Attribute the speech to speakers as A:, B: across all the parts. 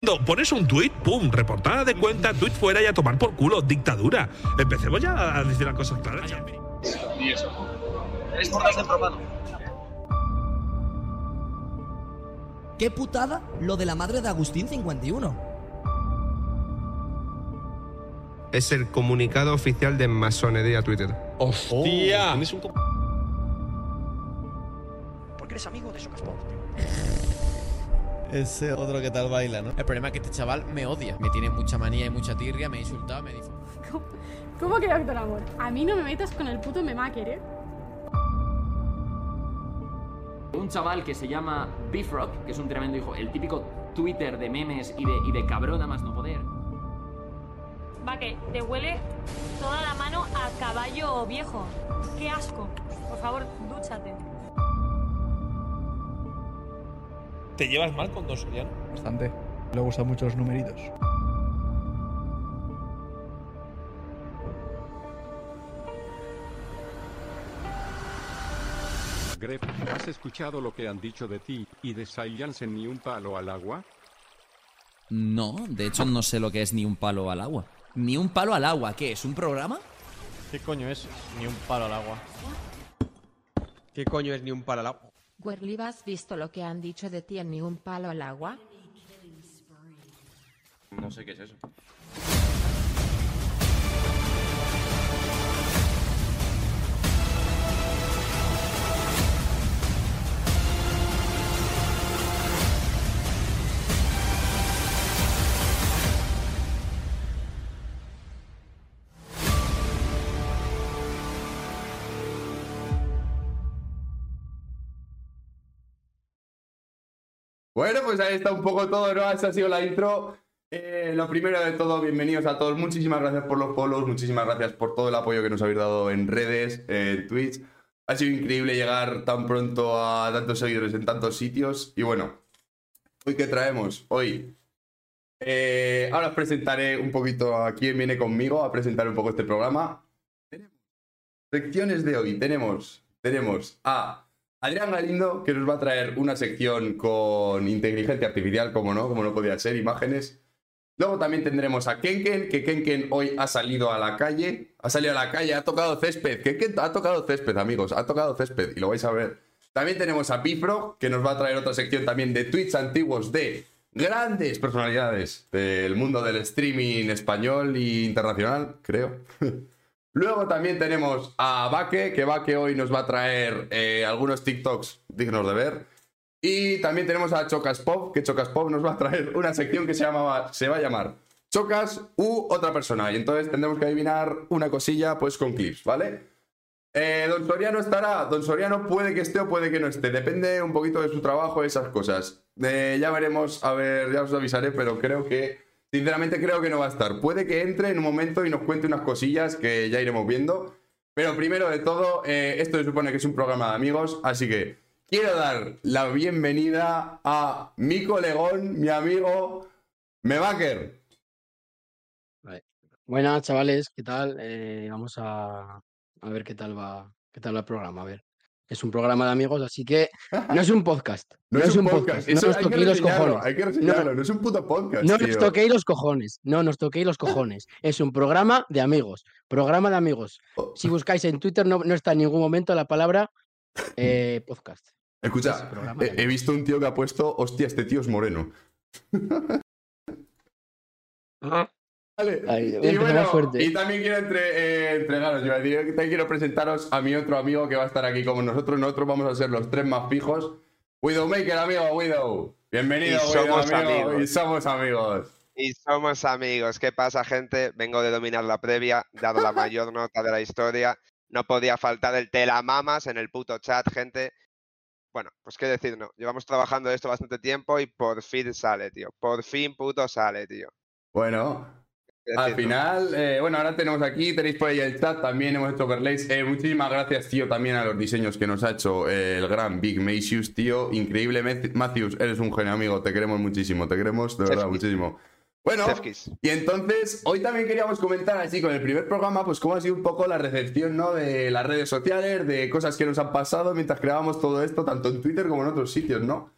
A: No, Pones un tuit, pum, reportada de cuenta, tuit fuera y a tomar por culo, dictadura. Empecemos ya a decir las cosas claras. Xavi.
B: Y eso. Eres por de propano.
C: ¿Qué putada lo de la madre de Agustín 51?
D: Es el comunicado oficial de Masonería Twitter.
E: Oh,
F: ¡Hostia!
G: Porque eres amigo de Socasport.
H: Ese otro que tal baila, ¿no?
I: El problema es que este chaval me odia. Me tiene mucha manía y mucha tirria, me ha insultado, me dice.
J: ¿Cómo que doctor amor? A mí no me metas con el puto memaker, ¿eh?
K: Un chaval que se llama Beefrock, que es un tremendo hijo, el típico Twitter de memes y de, y de cabrón a más no poder.
L: Va que te huele toda la mano a caballo viejo. Qué asco. Por favor, dúchate.
F: ¿Te llevas mal con Don Soriano?
M: Bastante. Le gustan mucho los numeritos.
N: Gref, ¿has escuchado lo que han dicho de ti y de Silence en ni un palo al agua?
I: No, de hecho no sé lo que es ni un palo al agua. ¿Ni un palo al agua? ¿Qué es? ¿Un programa?
H: ¿Qué coño es? Ni un palo al agua. ¿Qué coño es ni un palo al agua?
O: Werliv, ¿has visto lo que han dicho de ti en ni un palo al agua?
P: No sé qué es eso.
E: Bueno, pues ahí está un poco todo, ¿no? Esa ha sido la intro. Eh, lo primero de todo, bienvenidos a todos. Muchísimas gracias por los polos, muchísimas gracias por todo el apoyo que nos habéis dado en redes, eh, en Twitch. Ha sido increíble llegar tan pronto a tantos seguidores en tantos sitios. Y bueno, ¿hoy qué traemos? Hoy. eh, ahora os presentaré un poquito a quién viene conmigo a presentar un poco este programa. Secciones de hoy tenemos, tenemos a Adrián Galindo, que nos va a traer una sección con inteligencia artificial, como no, como no podía ser, imágenes. Luego también tendremos a Kenken, que Kenken hoy ha salido a la calle. Ha salido a la calle, ha tocado césped. Kenken ha tocado césped, amigos, ha tocado césped y lo vais a ver. También tenemos a Pifro, que nos va a traer otra sección también de tweets antiguos de grandes personalidades del mundo del streaming español e internacional, creo. Luego también tenemos a Baque, que Baque hoy nos va a traer eh, algunos TikToks dignos de ver. Y también tenemos a Chocas Pop, que Chocas Pop nos va a traer una sección que se, llamaba, se va a llamar Chocas u otra persona. Y entonces tendremos que adivinar una cosilla pues con clips, ¿vale? Eh, don Soriano estará. Don Soriano puede que esté o puede que no esté. Depende un poquito de su trabajo y esas cosas. Eh, ya veremos, a ver, ya os avisaré, pero creo que. Sinceramente creo que no va a estar. Puede que entre en un momento y nos cuente unas cosillas que ya iremos viendo. Pero primero de todo, eh, esto se supone que es un programa de amigos, así que quiero dar la bienvenida a mi colegón, mi amigo Mebaker.
Q: Buenas, chavales, ¿qué tal? Eh, vamos a, a ver qué tal va, qué tal va el programa. A ver. Es un programa de amigos, así que no es un podcast. No, es un podcast.
E: Eso
Q: no os
E: hay, que
Q: toquéis los
E: reseñarlo,
Q: cojones.
E: hay que
Q: No-
E: reseñarlo, no, es un puto podcast.
Q: No
E: tío.
Q: nos toquéis los cojones, no nos toquéis los cojones. Es un programa de amigos, programa de amigos.
E: Oh.
Q: Si buscáis en Twitter no, no está en ningún momento la palabra eh, podcast.
E: Escucha, eh, he, visto un tío que ha puesto, hostia, este tío es moreno. Vale. y,
Q: empezamos
E: bueno,
Q: este fuerte.
E: y también quiero entre- eh, entregaros, yo también quiero presentaros a mi otro amigo que va a estar aquí como nosotros. Nosotros vamos a ser los tres más fijos. Widowmaker, amigo, Widow. Bienvenido,
R: Y
E: Widow,
R: somos
E: amigo.
R: amigos.
E: Y somos amigos.
R: Y somos amigos. ¿Qué pasa, gente? Vengo de dominar la previa, dado la mayor nota de la historia. No podía faltar el te la mamas en el puto chat, gente. Bueno, pues qué decir, no. Llevamos trabajando esto bastante tiempo y por fin sale, tío. Por fin, puto, sale, tío.
E: Bueno,
R: Qué
E: Al
R: decir, no.
E: final, eh, bueno, ahora tenemos aquí, tenéis por ahí el chat, también hemos hecho overlays. Eh, muchísimas gracias, tío, también a los diseños que nos ha hecho eh, el gran Big Matthews, tío. Increíble, Math- Matthews, eres un genio, amigo, te queremos muchísimo, te queremos de verdad muchísimo. Bueno,
R: Chefkis.
E: y entonces, hoy también queríamos comentar así con el primer programa, pues cómo ha sido un poco la recepción, ¿no? De las redes sociales, de cosas que nos han pasado mientras creábamos todo esto, tanto en Twitter como en otros sitios, ¿no?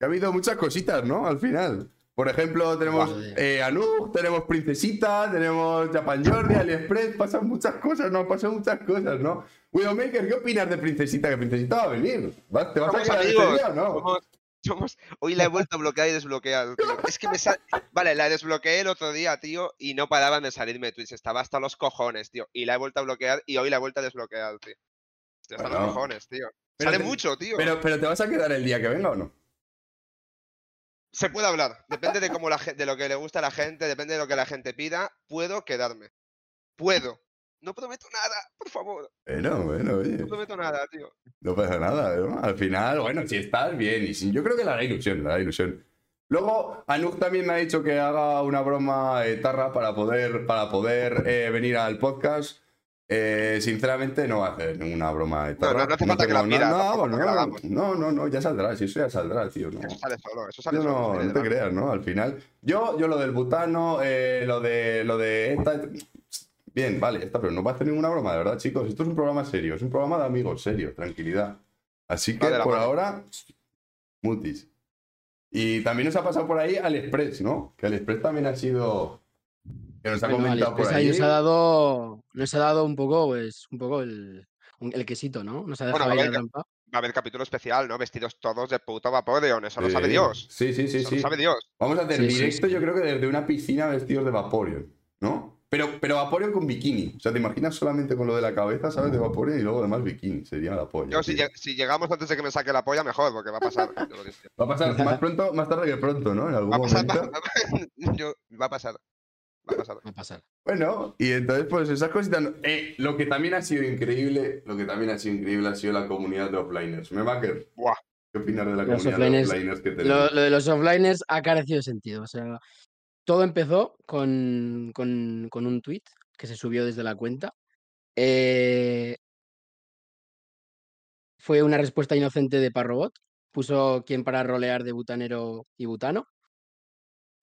E: Que ha habido muchas cositas, ¿no? Al final. Por ejemplo, tenemos eh, Anu, tenemos Princesita, tenemos Japan Jordi, AliExpress, pasan muchas cosas, ¿no? Pasan muchas cosas, ¿no? Widowmaker, ¿qué opinas de Princesita? Que Princesita va a venir. ¿Va- ¿Te vas a
R: Somos
E: quedar
R: amigos,
E: este día o no?
R: somos- somos- Hoy la he vuelto a bloquear y desbloquear. tío. Es que me sale. Vale, la desbloqueé el otro día, tío, y no paraban de salirme de Twitch. Estaba hasta los cojones, tío. Y la he vuelto a bloquear y hoy la he vuelto a desbloquear, tío. Estoy hasta
E: Bueno.
R: los cojones, tío.
E: Pero
R: Sale
E: te-
R: mucho, tío.
E: Pero, pero ¿te vas a quedar el día que venga o no?
R: Se puede hablar. Depende de cómo la gen- de lo que le gusta a la gente, depende de lo que la gente pida. Puedo quedarme. Puedo. No prometo nada, por favor.
E: Bueno, bueno, oye.
R: No prometo nada, tío.
E: No pasa nada, ¿no? Al final, bueno, si estás bien. Y si- yo creo que le hará ilusión, le hará ilusión. Luego, Anuk también me ha dicho que haga una broma eh, tarra para poder, para poder eh, venir al podcast. Eh, sinceramente, no va a hacer ninguna broma de tarra.
R: no hace falta que la
E: tengo- no,
R: pida,
E: no,
R: tampoco
E: no,
R: que la hagamos.
E: no, no, no, ya saldrá, si eso ya saldrá, tío. No.
R: Eso sale solo, eso sale
E: No,
R: solo.
E: no,
R: sale
E: no
R: de
E: te
R: la-
E: creas, ¿no? Al final. Yo, yo lo del butano, eh, lo de. lo de esta- Bien, vale, ya está, pero no va a hacer ninguna broma, de verdad, chicos. Esto es un programa serio, es un programa de amigos, serio, tranquilidad. Así que
R: Va de la
E: por
R: mano.
E: ahora, mutis. Y también nos ha pasado por ahí AliExpress, ¿no? Que AliExpress también ha sido. Que nos ha
Q: Bueno,
E: comentado
Q: AliExpress
E: por
Q: ahí
E: ahí.
Q: nos ha dado, nos ha dado un poco, pues, un poco el, un- el quesito, ¿no? Nos ha
R: Bueno,
Q: dejado
R: va a,
Q: ahí la
R: haber,
Q: trampa.
R: va a haber capítulo especial, ¿no? Vestidos todos de puto vaporeon, eso lo
E: Sí.
R: sabe Dios.
E: Eh, Sí, sí, sí.
R: Eso
E: sí.
R: lo sabe Dios.
E: Vamos a hacer
R: Sí, sí,
E: directo, yo creo que desde una piscina vestidos de Vaporeon, ¿no? Pero, pero Vaporeon con bikini. O sea, te imaginas solamente con lo de la cabeza, ¿sabes? De Vaporeon y luego además bikini. Sería la polla.
R: Yo, si, lleg- si llegamos antes de que me saque la polla, mejor, porque va a pasar. te lo digo.
E: Va a pasar más pronto, más tarde que pronto, ¿no? En algún momento.
R: Yo- va a pasar. Va a pasar.
Q: Va a pasar.
E: Bueno, y entonces, pues esas cositas. no- Eh, lo que también ha sido increíble, lo que también ha sido increíble ha sido la comunidad de offliners. Me va a quedar. ¿Qué opinas de la
Q: Los
E: comunidad
Q: offliners-
E: de offliners que
Q: Lo,
E: tenemos?
Q: lo de los offliners ha carecido de sentido. O sea, todo empezó con, con- con un tweet que se subió desde la cuenta. Eh, fue una respuesta inocente de Parrobot. Puso quien para rolear de butanero y butano.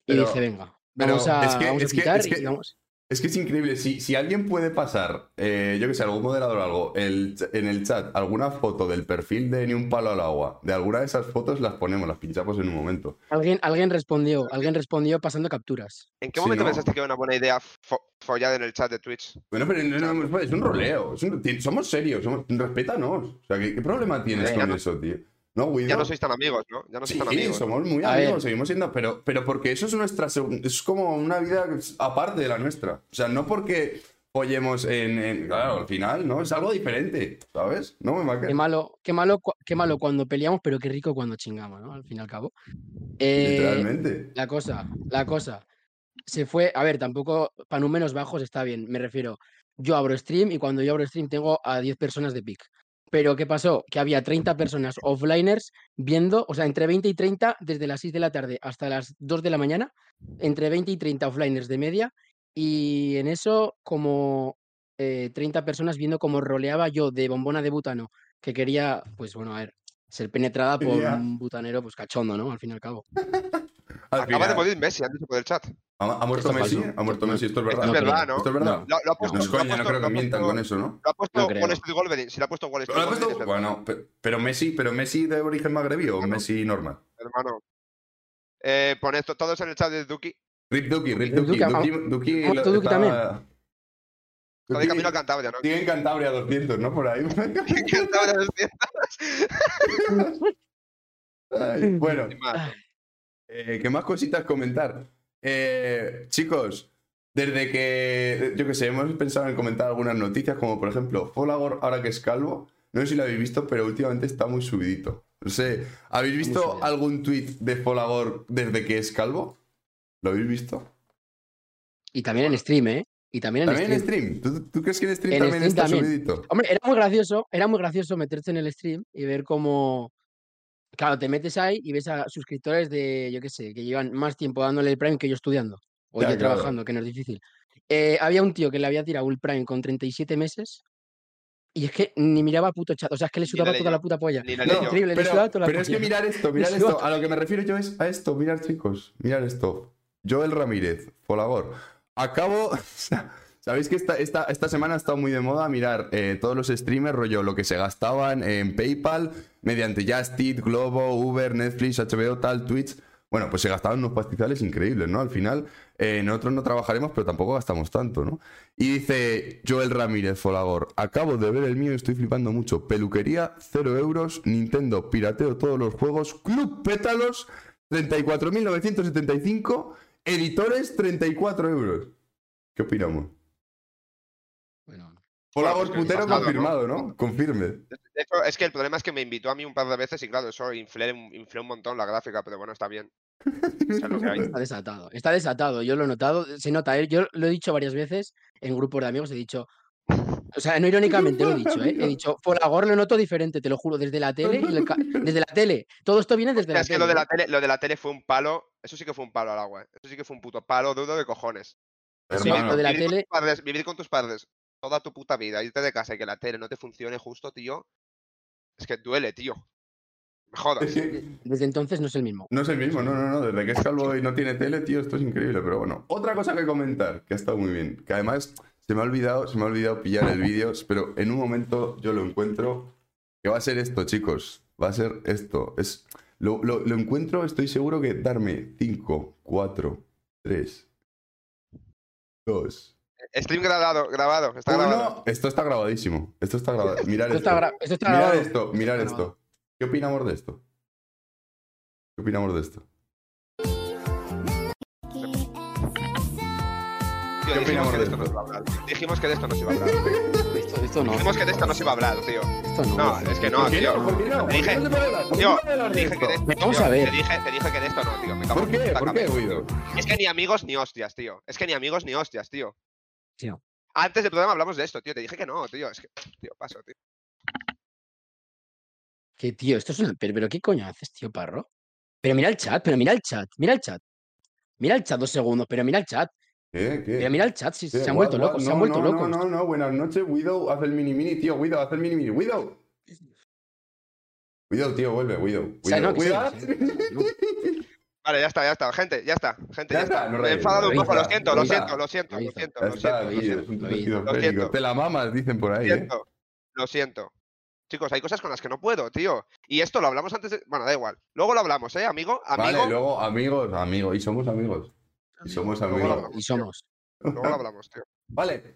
Q: Y
E: Pero-
Q: dije, venga,
E: pero
Q: vamos a,
E: es que-
Q: vamos a
E: es que-
Q: picar
E: es que-
Q: y vamos.
E: Es que es increíble. Si, si alguien puede pasar, eh, yo que sé, algún moderador o algo, el ch- en el chat, alguna foto del perfil de Ni un palo al agua, de alguna de esas fotos las ponemos, las pinchamos en un momento.
Q: Alguien, alguien respondió, alguien respondió pasando capturas.
R: ¿En qué
E: Sí,
R: momento
E: ¿no?
R: pensaste que era una buena idea fo- follar en el chat de Twitch?
E: Bueno, pero no- no, es un roleo. es un- ti- somos serios, somos, respétanos. O sea, ¿qué, qué problema tienes
R: Ya
E: con
R: no-
E: eso, tío? No, Guido.
R: Ya no sois tan amigos, ¿no? Ya no sois
E: Sí,
R: tan amigos.
E: somos muy
R: A
E: amigos,
R: ver.
E: seguimos siendo, pero, pero porque eso es nuestra, seg- es como una vida aparte de la nuestra. O sea, no porque follemos en, en- claro, al final, ¿no? Es algo diferente, ¿sabes? No me va a
Q: Qué
E: quedar.
Q: malo, qué malo, cua- qué malo cuando peleamos, pero qué rico cuando chingamos, ¿no? Al fin y al cabo. Eh,
E: Literalmente.
Q: La cosa, la cosa. Se fue, a ver, tampoco para números bajos está bien, me refiero. Yo abro stream y cuando yo abro stream tengo a 10 personas de pick. Pero ¿qué pasó? Que había 30 personas offliners viendo, o sea, entre 20 y 30 desde las 6 de la tarde hasta las 2 de la mañana, entre 20 y 30 offliners de media y en eso como eh, 30 personas viendo cómo roleaba yo de bombona de butano, que quería, pues bueno, a ver, ser penetrada por
R: Ya.
Q: un butanero pues cachondo, ¿no? Al fin y al cabo.
R: Acaba de morir Messi, han dicho por el chat.
E: ¿Ha, ha muerto
Q: Esto es
E: Messi?
Q: falso.
E: ¿Ha muerto Messi? Esto es
R: Esto
E: verdad.
R: es verdad, ¿no?
E: Esto es verdad.
R: No. Lo- lo ha puesto-
E: no es
R: lo ha
E: coña, no
R: puesto-
E: creo
R: lo
E: que
R: ha
E: mientan
R: puesto-
E: con eso, ¿no?
R: Lo ha puesto
E: No
R: Wall
E: creo.
R: Street Wolverine. Si lo ha puesto Wall
E: Pero,
R: Street
E: ha puesto-
R: Wolverine, es verdad,
E: bueno, pe- pero Messi, pero Messi de origen magrebí o Messi normal.
R: hermano. Eh, pon esto todos en el chat de Duki.
E: Rip Duki, Rip Duki.
R: Duki,
E: Duki,
R: ah, ah,
E: Duki lo-
R: Duki
E: está-
R: también.
E: Duki-
R: Está de camino a Cantabria, ¿no?
E: Sigue en Cantabria 200, ¿no? Por ahí.
R: Cantabria
E: 200. Ay, bueno.
R: Sin más.
E: Eh, ¿Qué más cositas comentar? Eh, chicos, desde que, yo que sé, hemos pensado en comentar algunas noticias, como por ejemplo, Folagor, ahora que es calvo, no sé si lo habéis visto, pero últimamente está muy subidito. No sé, ¿habéis visto algún tweet de Folagor desde que es calvo? ¿Lo habéis visto?
Q: Y también en stream, ¿eh? Y también en
E: También en
Q: stream.
E: stream. ¿Tú, tú crees que en stream
Q: En
E: también
Q: stream
E: está
Q: también.
E: subidito?
Q: Hombre, era muy gracioso, era muy gracioso meterte en el stream y ver cómo. Claro, te metes ahí y ves a suscriptores de, yo qué sé, que llevan más tiempo dándole el Prime que yo estudiando. O
E: Ya,
Q: yo
E: claro.
Q: trabajando, que no es difícil. Eh, había un tío que le había tirado el Prime con 37 meses y es que ni miraba puto chat. O sea, es que le sudaba toda
E: leyó,
Q: la puta polla.
E: No,
Q: Era increíble, le sudaba
E: pero,
Q: toda la
E: pero es que
Q: polla.
E: mirar esto,
Q: Le
E: mirar
Q: sudaba
E: esto. A lo que me refiero yo es a esto. Mirar, chicos, mirar esto. Joel Ramírez, Folagor. Acabo. o sea, Sabéis que esta, esta, esta semana ha estado muy de moda mirar eh, todos los streamers, rollo, lo que se gastaban en PayPal mediante Justit, Globo, Uber, Netflix, HBO, tal, Twitch. Bueno, pues se gastaban unos pastizales increíbles, ¿no? Al final, eh, nosotros no trabajaremos, pero tampoco gastamos tanto, ¿no? Y dice Joel Ramírez Folagor, acabo de ver el mío y estoy flipando mucho. Peluquería, 0 euros, Nintendo, pirateo todos los juegos, Club Pétalos, 34.975, editores, 34 euros. ¿Qué opinamos? Folagor
R: Bueno, pues
E: putero
R: nada, ¿no?
E: confirmado, ¿no? Confirme.
R: De hecho, es que el problema es que me invitó a mí un par de veces y claro, eso inflé, inflé un montón la gráfica, pero bueno, está bien.
Q: Está desatado, está desatado, yo lo he notado, se nota, ¿eh? yo lo he dicho varias veces en grupos de amigos, he dicho, o sea, no irónicamente lo he dicho, ¿eh? he dicho, Folagor lo noto diferente, te lo juro, desde la tele, y el ca- desde la tele, todo esto viene desde la
R: Es que lo de
Q: tele.
R: la tele, lo de la tele fue un palo, eso sí que fue un palo al agua, ¿eh? eso sí que fue un puto palo duro de cojones.
Q: Sí, Hermano. lo de la
R: vivir con tus padres, vivir con tus padres toda tu puta vida, irte de casa y que la tele no te funcione justo, tío, es que duele, tío. Me jodas.
Q: Desde entonces no es el mismo.
E: No es el mismo, no, no, no. Desde que es calvo y no tiene tele, tío, esto es increíble. Pero bueno, otra cosa que comentar, que ha estado muy bien. Que además se me ha olvidado, se me ha olvidado pillar el vídeo, pero en un momento yo lo encuentro. Que va a ser esto, chicos. Va a ser esto. Es, lo, lo- lo encuentro, estoy seguro que darme 5, 4, 3, 2.
R: Eh, Stream grabado, grabado, está grabado.
E: Esto está grabadísimo. Esto está grabado. Mirad
R: Esto
E: esto.
R: está gra- esto está
E: mirad
R: grabado.
E: esto, mirad esto. ¿Qué opinamos de esto? ¿Qué opinamos de esto?
R: Tío, dijimos que de esto no se iba a hablar. Dijimos que de esto no se iba a hablar. Dijimos que de esto no se iba a hablar, tío. no. es que no,
E: ¿Por qué
R: tío.
E: no? ¿Por qué no?
R: Te dije,
E: ¿Por qué no se puede hablar? ¿Por qué
R: tío,
E: no se puede hablar
R: te
E: de
R: dije que de
E: esto?
R: esto-
E: Vamos
R: tío,
E: a ver.
R: Te dije, te dije que de esto no, tío. Me cago
E: ¿Por
R: en tu
E: qué?
R: puta
E: ¿Por qué,
R: cabeza.
E: Guido?
R: Es que ni amigos ni hostias, tío. Es que ni amigos ni hostias, tío.
Q: Tío.
R: Antes del programa hablamos de esto, tío. Te dije que no, tío. Es que, tío, paso, tío.
Q: Que tío, esto es una... Pero, pero ¿qué coño haces, tío, parro? Pero mira el chat, pero mira el chat, mira el chat. Mira el chat dos segundos, pero mira el chat. Pero mira el chat, si
E: Eh,
Q: se han
E: what,
Q: vuelto
E: what?
Q: locos, se
E: No,
Q: han vuelto
E: no,
Q: locos.
E: No, no, no, buenas noches, Widow. Haz el mini mini, tío, Widow, haz el mini mini, Widow. Widow, tío, vuelve, Widow.
R: O sea,
E: Widow,
R: no, que sí,
E: Widow.
R: Vale, ya está, ya está. Gente, ya está. Gente,
E: Ya
R: ya,
E: está,
R: está.
E: no
R: Me he
E: reyes,
R: enfadado un
E: lo
R: poco, lo
E: hizo,
R: siento,
E: lo
R: lo
E: hizo,
R: siento, lo siento, lo siento,
E: Ya
R: lo
E: está,
R: siento, lo
E: tío, es
R: siento.
E: un
R: Lo
E: esquizofrénico.
R: siento.
E: Te la mamas, dicen por ahí. ¿eh?
R: siento, lo siento. Chicos, hay cosas con las que no puedo, tío. Y esto lo hablamos antes de... Bueno, da igual. Luego lo hablamos, ¿eh, amigo? Amigo,
E: Vale, luego amigos, amigos, y somos amigos. Y somos amigos.
Q: Y somos.
R: luego lo hablamos, tío.
E: Vale.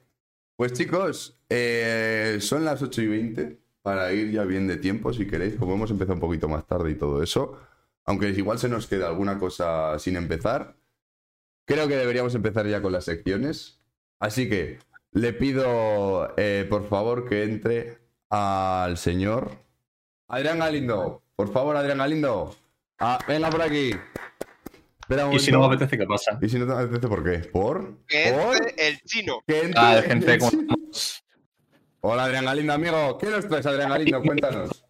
E: Pues chicos, eh, son las 8 y 20 para ir ya bien de tiempo, si queréis, como hemos empezado un poquito más tarde y todo eso. Aunque igual se nos queda alguna cosa sin empezar. Creo que deberíamos empezar ya con las secciones. Así que le pido, eh, por favor, que entre al señor Adrián Galindo. Por favor, Adrián Galindo. Ah, venga por aquí. Espera un
P: Y si no me
E: momento.
P: apetece, ¿qué pasa?
E: ¿Y si no te apetece por qué? ¿Por?
R: Que
E: ¿Por?
R: entre el chino.
E: Que entre-
P: Ah, gente, ¿cómo
E: Hola Adrián Galindo, amigo. ¿Qué nos traes, Adrián Galindo? Cuéntanos.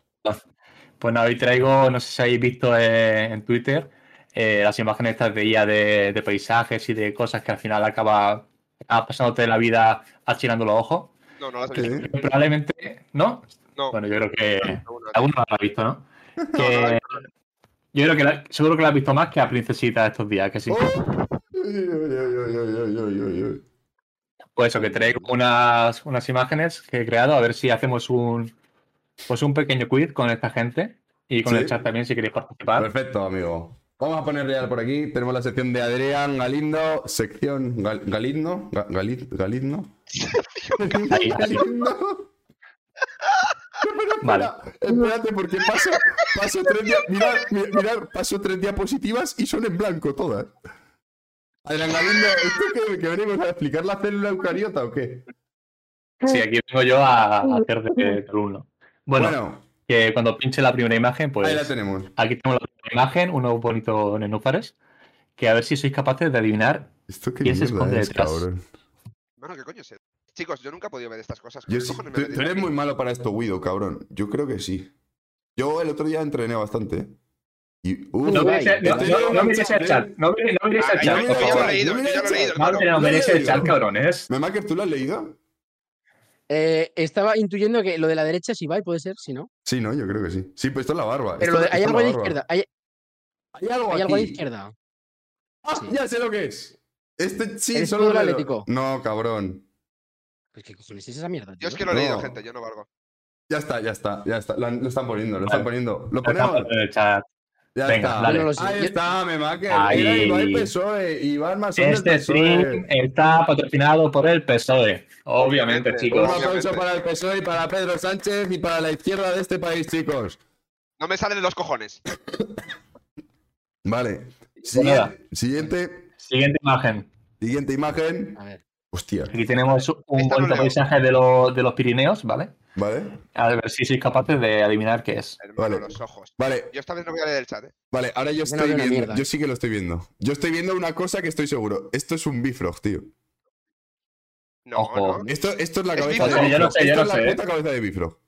P: Pues nada, hoy traigo, no sé si habéis visto eh, en Twitter, eh, las imágenes estas de IA de, de paisajes y de cosas que al final acaba, acaba pasándote la vida achinando los ojos.
R: No, no las he visto.
P: Probablemente, ¿no?
R: No.
P: Bueno, yo creo que alguno la habrá visto, ¿no? Que- yo creo que la- seguro que la has visto más que a Princesita estos días, que sí. Pues eso, que traigo unas, unas imágenes que he creado, a ver si hacemos un pues un pequeño quiz con esta gente y con
E: Sí.
P: el chat también si queréis participar.
E: Perfecto, amigo. Vamos a poner real por aquí. Tenemos la sección de Adrián Galindo, sección Gal- Galindo. Ga- Galit- Galindo.
P: Ahí, ahí.
E: Galindo.
P: Vale.
E: Espérate, porque paso, paso tres días. Mirad, mi- mirad, paso tres diapositivas y son en blanco todas. Adrián Galindo, ¿esto que, que venimos a explicar la célula eucariota o qué?
P: Sí, aquí vengo yo a, a hacer de, de alumno. Bueno,
E: Bueno.
P: que cuando pinche la primera imagen, pues
E: Ahí la tenemos.
P: aquí tenemos la primera imagen, unos bonitos nenúfares, que a ver si sois capaces de adivinar quién se esconde detrás.
R: Mano, ¿qué coño es eso? Chicos, yo nunca he podido ver estas cosas.
E: Yo
R: ¿Qué
E: sí-
R: cojones me
E: tú,
R: metí
E: tú eres
R: aquí?
E: muy malo para esto, Guido, cabrón. Yo creo que sí. Yo el otro día entrené bastante. ¿eh? Y, uh,
P: No miréis el- no-
E: estoy
P: no-
E: en
P: no
E: un
P: miréis el chat, no miréis- no miréis el
E: Ay,
P: chat,
E: no
P: por
E: miréis
P: favor.
E: ¿eh? el chat,
P: No
E: no miréis el
P: miréis-
E: chat,
P: no
E: hermano.
P: miréis- no miréis
E: Yo lo
P: el
E: he
P: chat,
E: leído.
P: cabrones.
E: ¿Me marcas tú lo has leído?
Q: Eh, estaba intuyendo que lo de la derecha es Ibai, puede ser, si no.
E: Sí, no, yo creo que sí. Sí, pues esto es la barba.
Q: Pero lo
E: esto-
Q: de- hay
E: esto es
Q: algo a la
E: barba.
Q: izquierda. Hay,
E: hay algo,
Q: a la
E: aquí.
Q: izquierda.
E: ¡Ah, ya sé lo que es! Este sí,
Q: ¿Eres
E: solo
Q: tú del
E: lo leo.
Q: Atlético?
E: No, cabrón.
Q: Pues qué cojones es esa mierda.
R: Yo es
Q: tío?
R: que lo he leído,
E: No.
R: gente, yo no valgo.
E: Ya está, ya está, ya está. Lo, han- lo están poniendo, lo están poniendo. Lo
P: Lo están
E: ponemos.
P: poniendo en el chat.
E: Ya
P: Venga,
E: está.
P: dale.
E: Ahí está, me maque.
P: Ahí.
E: Era Ibai PSOE, Iván Masón del
P: Este stream
E: PSOE.
P: está patrocinado por el PSOE. Obviamente, chicos.
E: Un aplauso para el PSOE y para Pedro Sánchez y para la izquierda de este país, chicos.
R: No me salen los cojones.
E: Vale.
P: Pues nada.
E: Siguiente. Siguiente,
P: imagen.
E: Siguiente imagen. Hostia.
P: Aquí tenemos un
E: Esta no
P: bonito
E: leo.
P: paisaje de, los- de los Pirineos, ¿vale?
E: Vale.
P: A ver si sois capaces de adivinar qué es.
E: Vale. Vale,
R: Yo esta vez no voy a leer el chat, ¿eh?
E: vale, ahora yo
R: Yo no
E: estoy
R: veo una
E: viendo.
R: mierda.
E: Yo sí que lo estoy viendo. Yo estoy viendo una cosa que estoy seguro. Esto es un bifrog, tío.
R: No, Ojo.
E: no. Esto, esto es la
R: Es
E: cabeza
R: Bifrog.
E: de
R: Yo no
E: Bifrog.
R: sé, yo
E: Esto
R: no
E: es la
R: sé,
E: puta
R: eh.
E: cabeza de bifrog.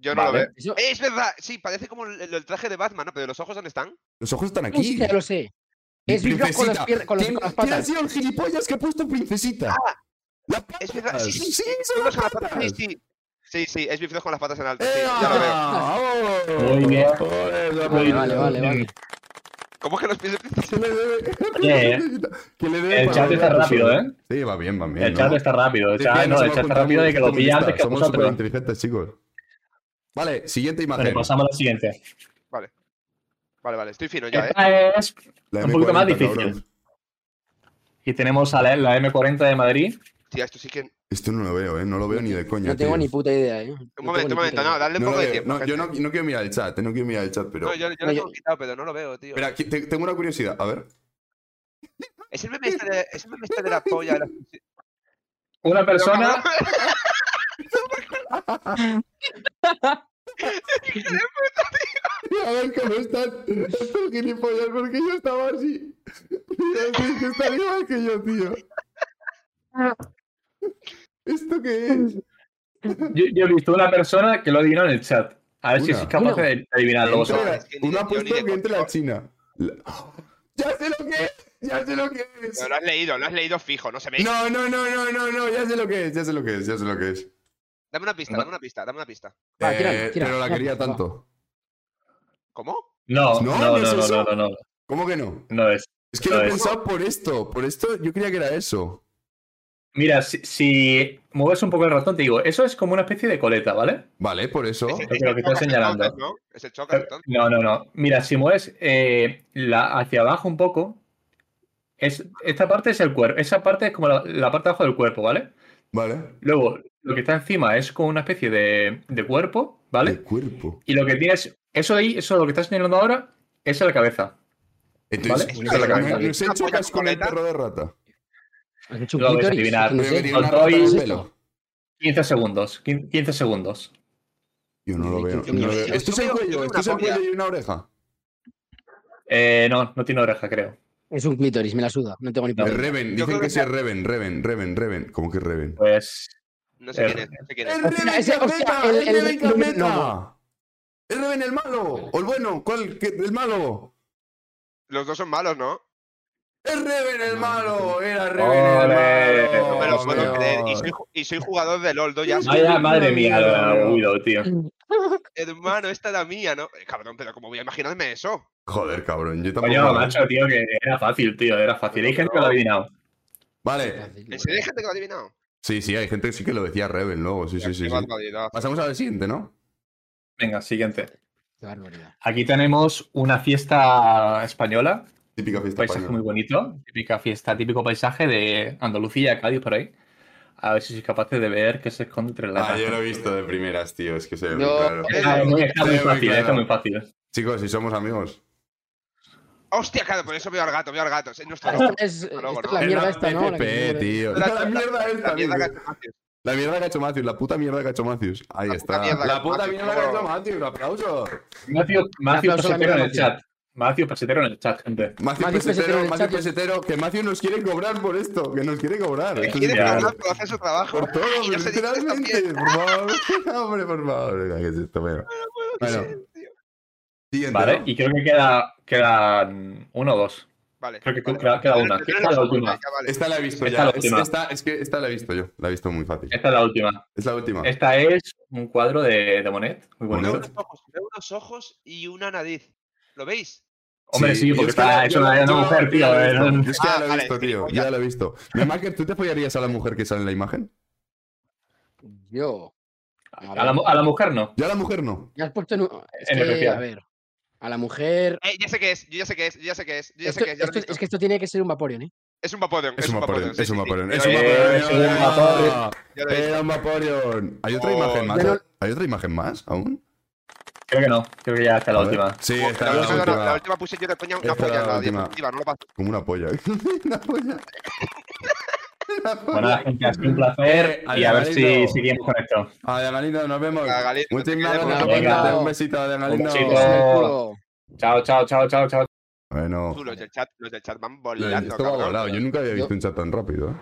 R: Yo no
E: Vale.
R: lo veo. Eh, Es verdad, sí, parece como el, el traje de Batman, ¿no? Pero los ojos, ¿dónde están?
E: Los ojos están aquí.
Q: Hostia, lo sé. Es Bifrost con las,
E: Princesita.
Q: pier- con las,
E: ¿Quién-
Q: con las
E: quién ha
Q: patas.
E: sido el gilipollas que ha puesto princesita? La pata.
R: Es verdad, sí, sí, sí,
E: Sí,
R: son las patas. Sí, sí. Sí, sí, es Bifrost con las patas en alto.
E: Eh,
R: sí, ya lo veo.
E: ah, ¡Vamos!
P: Muy
Q: Ah.
P: bien.
E: Joder, la
P: Muy
E: puta.
P: bien.
R: ¿Cómo es que los pies de princesa?
E: ¿Qué le debe?
P: Oye,
E: ¿Qué le debe
P: el
E: para
P: chat está
E: hablar?
P: rápido, ¿eh?
E: Sí, va bien, va bien.
P: El chat está rápido, el chat- no, el chat está rápido de que lo pilla antes que vosotros.
E: Somos inteligentes, chicos. Vale, siguiente imagen.
P: Vale, pasamos a la siguiente.
R: Vale. Vale, vale, estoy fino ya, ¿eh?
P: Esta es
E: La
P: un poquito más
E: M40,
P: difícil.
E: cabrón.
P: Y tenemos a la, la M40 de Madrid.
R: Tía, esto sí que.
E: Esto no lo veo, ¿eh? No lo veo ni de coña.
Q: No tengo
E: tío.
Q: ni puta idea, ¿eh?
R: Un momento, un momento, no, dale un
E: No lo
R: poco de
E: veo.
R: tiempo.
E: No, yo no, no quiero mirar el chat, eh, no quiero mirar el chat, pero.
R: No, yo, yo lo tengo quitado, pero no lo veo, tío.
E: Espera, que- te- tengo una curiosidad. A ver.
R: Es el meme este de, es el meme este de la polla. de la-
P: Una persona.
E: A ver cómo están estos gilipollas, porque yo estaba así. Tío, que están igual que yo, tío. ¿Esto qué es?
P: Yo, yo he visto una persona que lo adivinó en el chat. A ver si
E: Una.
P: sois capaces
E: Una.
P: de adivinarlo
E: Espera,
P: vosotros.
E: Uno ha puesto que entre la China. La- ¡Ya sé lo que es! ¡Ya sé lo que es!
R: Pero lo has leído, lo has leído fijo, no se ve.
E: No, no, no, no, no, no, ya sé lo que es, ya sé lo que es, ya sé lo que es.
R: Dame una pista, dame una pista, dame una pista.
E: Eh, pero la quería tanto.
R: ¿Cómo?
P: No, no, no,
E: es
P: no,
E: eso.
P: no, no, no.
E: ¿Cómo que no?
P: No es.
E: Es que
P: no
E: lo he
P: es.
E: pensado por esto, por esto yo creía que era eso.
P: Mira, si, si mueves un poco el ratón, te digo, eso es como una especie de coleta, ¿vale?
E: Vale, por eso.
P: Lo que, lo que estás señalando.
R: ¿No? Es el choca, entonces.
P: No, no, no. Mira, si mueves eh, la, hacia abajo un poco, es, esta parte es el cuerpo. Esa parte es como la, la parte de abajo del cuerpo, ¿vale?
E: Vale.
P: Luego, lo que está encima es como una especie de, de cuerpo, ¿vale?
E: cuerpo.
P: Y lo que tienes, eso de ahí, eso lo que estás señalando ahora, es la cabeza.
E: Entonces,
P: ¿Vale? Eso es la cabeza.
E: ¿nos he chocas con el perro de rata?
P: Lo vais a adivinar.
E: Creo que tiene
P: Os
E: una rata en
P: doy
E: el pelo.
P: 15 segundos. 15 segundos.
E: Yo no lo veo. no lo veo. Esto es el cuello, esto es el cuello y una oreja.
P: Eh, no, no tiene oreja, creo.
Q: Es un clítoris, me la suda. No tengo ni puta
E: El
Q: idea.
E: Reven, dicen que es el Reven, Reven, Reven, Reven. ¿Cómo que Reven?
P: Pues.
R: No
E: sé quién es,
R: no sé quién
E: es.
Q: Hostia, ese- hostia, el- el-
E: Reven
Q: el-
E: Carmeta!
Q: no.
E: ¡El Reven el malo! ¿O el bueno? ¿Cuál? ¿Qué- ¿El malo?
R: Los dos son malos, ¿no?
E: ¡El Reven el malo! ¡Era Reven el
P: ¡Ole!
E: malo!
R: No me lo puedo
E: Dios.
R: creer. Y soy, ju- y soy jugador de LOL, doy asco.
P: Vaya madre mía, lo ha huido, tío.
R: Hermano, esta era mía, ¿no? Eh, Cabrón, pero ¿cómo voy a imaginarme eso?
E: Joder, cabrón, yo tampoco.
P: Coño,
E: lo-
P: macho, tío, que era fácil, tío, era fácil. Hay gente que lo ha adivinado.
E: Vale.
R: ¿En serio hay gente que lo ha adivinado?
E: Sí, sí, hay gente que sí que lo decía Reven luego. Sí, sí, sí.
R: Qué
E: sí.
R: barbaridad.
E: Pasamos al siguiente, ¿no?
P: Venga, siguiente.
Q: Qué barbaridad.
P: Aquí tenemos una fiesta española.
E: Típica fiesta
P: Paisaje
E: española.
P: muy bonito. Típica fiesta, típico paisaje de Andalucía, Cádiz, por ahí. A ver si sois capaces de ver qué se esconde entre las.
E: Ah, yo lo he
P: ramas.
E: visto de primeras, tío. Es que se ve muy
P: No.
E: claro.
P: Ah, muy- está muy
E: Se ve
P: fácil,
E: claro.
P: está muy fácil.
E: Chicos, si somos amigos.
R: Hostia, claro, por eso veo al gato, veo al gato. eh, Es nuestro
Q: Esta
R: logo.
Q: es-
R: Nuestro logo,
Q: esta
R: ¿no?
Q: es la mierda esta, ¿no? La que-
E: PP, tío.
R: La-
E: La mierda esta,
R: La mierda
E: tío.
R: que hace Matthews.
E: La mierda que ha hecho Matthews, la puta mierda que ha hecho Matthews. Ahí está.
R: mierda que ha
E: La
R: hecho
E: puta
R: Matthews,
E: mierda que ha hecho
R: cabrón.
E: Matthews, un aplauso.
P: Matthew, Matthew
E: aplauso a la
P: Pesetero en
E: mierda,
P: el
E: Matthew.
P: chat. Matthew Pesetero en el chat, gente.
E: Matthews
P: Matthews Pesetero
E: pesetero,
P: en el
E: Matthews
P: chat. pues.
E: pesetero, que Matthews nos quiere cobrar por esto, que nos quiere cobrar.
R: Que
E: Esto es
R: quiere
E: increíble.
R: cobrar por hacer su trabajo.
E: Por todo,
R: Y no se dice esta
E: literalmente, por favor. Hombre, por favor. Venga, ¿qué es esto? Venga. Bueno. Siguiente,
P: Vale,
E: ¿no?
P: y creo que queda, quedan uno o dos.
R: Vale.
P: Creo que queda- queda una. Esta es la última.
E: Esta la he visto
P: Esta
E: ya.
P: es la
E: Es,
P: última.
E: esta- es que esta la he visto yo. La he visto muy fácil.
P: Esta es la última.
E: Es la última.
P: Esta es un cuadro de, de Monet. Muy bonito.
E: Monet.
R: Veo unos ojos y una nariz. ¿Lo veis?
P: Hombre, sí,
E: yo
P: porque
E: es que
P: está-
E: la-
P: es
E: yo
P: una-
E: la-
P: una
E: yo la-
P: mujer,
E: yo la
P: tío,
E: he visto.
P: eh,
E: Yo es que ya la
R: Ah,
E: he
R: vale,
E: visto,
R: sí,
E: tío.
R: pues
E: Ya
R: ya.
E: la he visto. Memaker, ¿tú te follarías a la mujer que sale en la imagen?
Q: Yo.
P: A la, mu- a la mujer no.
E: Yo a la mujer no.
Q: Ya has puesto en un. Es
P: En
Q: que,
P: especial.
Q: a ver. A la mujer.
R: Eh, ya sé qué es, yo ya sé qué es, yo ya sé qué es, yo ya
Q: Esto-
R: sé qué es. ya lo he
Q: esto-
R: visto.
Q: es que esto tiene que ser un Vaporeon, ¿eh?
R: Es un Vaporeon.
E: Es un Vaporeon, es un Vaporeon. Es
R: sí,
E: un
R: sí. Eh,
E: Vaporeon. Era un Vaporeon.
R: ya lo he visto.
E: Ah, Era un Vaporeon. ¿Hay otra
R: Oh,
E: imagen más?
R: ya no-
E: ¿Hay otra imagen más aún?
P: Creo que no, creo que ya está la
E: A ver.
P: última.
E: Sí, está
R: Oh, La
E: la
R: última, no,
E: última.
R: la última puse yo de coña una
E: Esta
R: polla
E: era
R: en
E: la
R: la
E: última.
R: diapositiva, no lo paso.
E: Como una polla.
P: Bueno, gente, ha sido un placer y a ver si seguimos con esto.
E: Adiós, Galindo, Eh, nos vemos. Muchísimas
P: te
E: gracias
P: queremos.
E: por
P: Venga.
E: verte. Un besito, adiós,
P: Un
E: Galindo.
P: besito. Chao, chao, chao, chao, chao.
E: Bueno,
R: Tú, los del chat, los del chat van volando,
E: esto va
R: cabrón.
E: volado. Yo nunca había visto un chat tan rápido. ¿eh?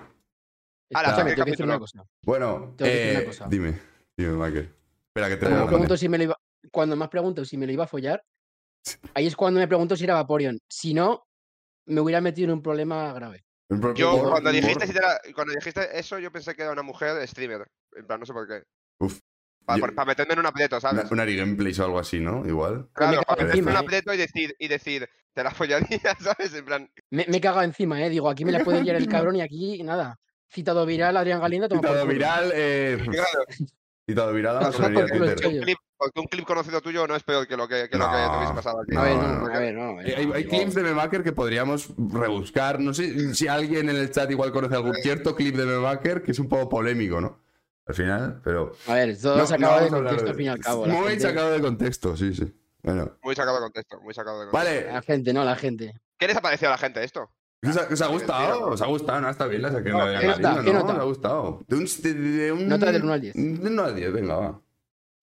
R: Ahora, saca
Q: Escúchame,
R: el
Q: tengo que decir una
R: capítulo.
Q: cosa.
E: Bueno,
Q: Tengo que decir
E: eh,
Q: una cosa.
E: dime, dime, Michael. Espera, que te
Q: Cuando me
E: lo
Q: pregunto si me lo iba- Cuando más pregunto si me lo iba a follar, ahí es cuando me pregunto si era Vaporeon. Si no, me hubiera metido en un problema grave.
R: Yo,
Q: Humor,
R: cuando
Q: humor.
R: dijiste, si te la- cuando dijiste eso, yo pensé que era una mujer streamer. En plan, no sé por qué.
E: Uf.
R: Para,
E: Yo-
R: meterme en un aprieto, ¿sabes?
E: Una, un Ari Gameplays o algo así, ¿no? ¿eh? Igual.
R: Claro, para
E: Pero
R: meterme en un
E: esto-
R: aprieto y decir, y decir, te la follaría, ¿sabes? En plan,
Q: Me, me he cagado encima, ¿eh? Digo, aquí me la puede liar el cabrón y aquí nada. Citado viral, Adrián Galindo. toma por
E: Citado
Q: culo.
E: viral, eh.
R: claro.
E: Citado viral a la sonería de
R: porque,
E: Twitter.
R: un clip, porque un clip conocido tuyo no es peor que lo que, que, lo que te hubiese pasado aquí.
E: Eh, Hay, hay clips de Memaker que podríamos rebuscar. No sé si alguien en el chat igual conoce algún cierto clip de Memaker que es un poco polémico, ¿no? Al final, pero.
Q: A ver, todo
E: No,
Q: sacado
E: no
Q: de
E: vamos a hablar
Q: contexto
E: de-
Q: al fin y al cabo. la
E: Muy
Q: gente-
E: sacado de contexto, sí, sí. Bueno.
R: Muy sacado de contexto, muy sacado de contexto.
E: Vale.
Q: La gente, no, la gente.
R: ¿Qué les ha parecido a la gente esto?
E: ¿Os ha, os ha gustado? ¿Os ha gustado? No, está bien la sección
R: No,
E: de
R: ¿qué
E: Galindo,
R: nota? ¿Qué
E: ¿no?
R: nota?
E: ¿Os ha gustado? De un, de, de un...
R: Nota del
E: 1 al 10. De 1 al 10, venga, va.
R: una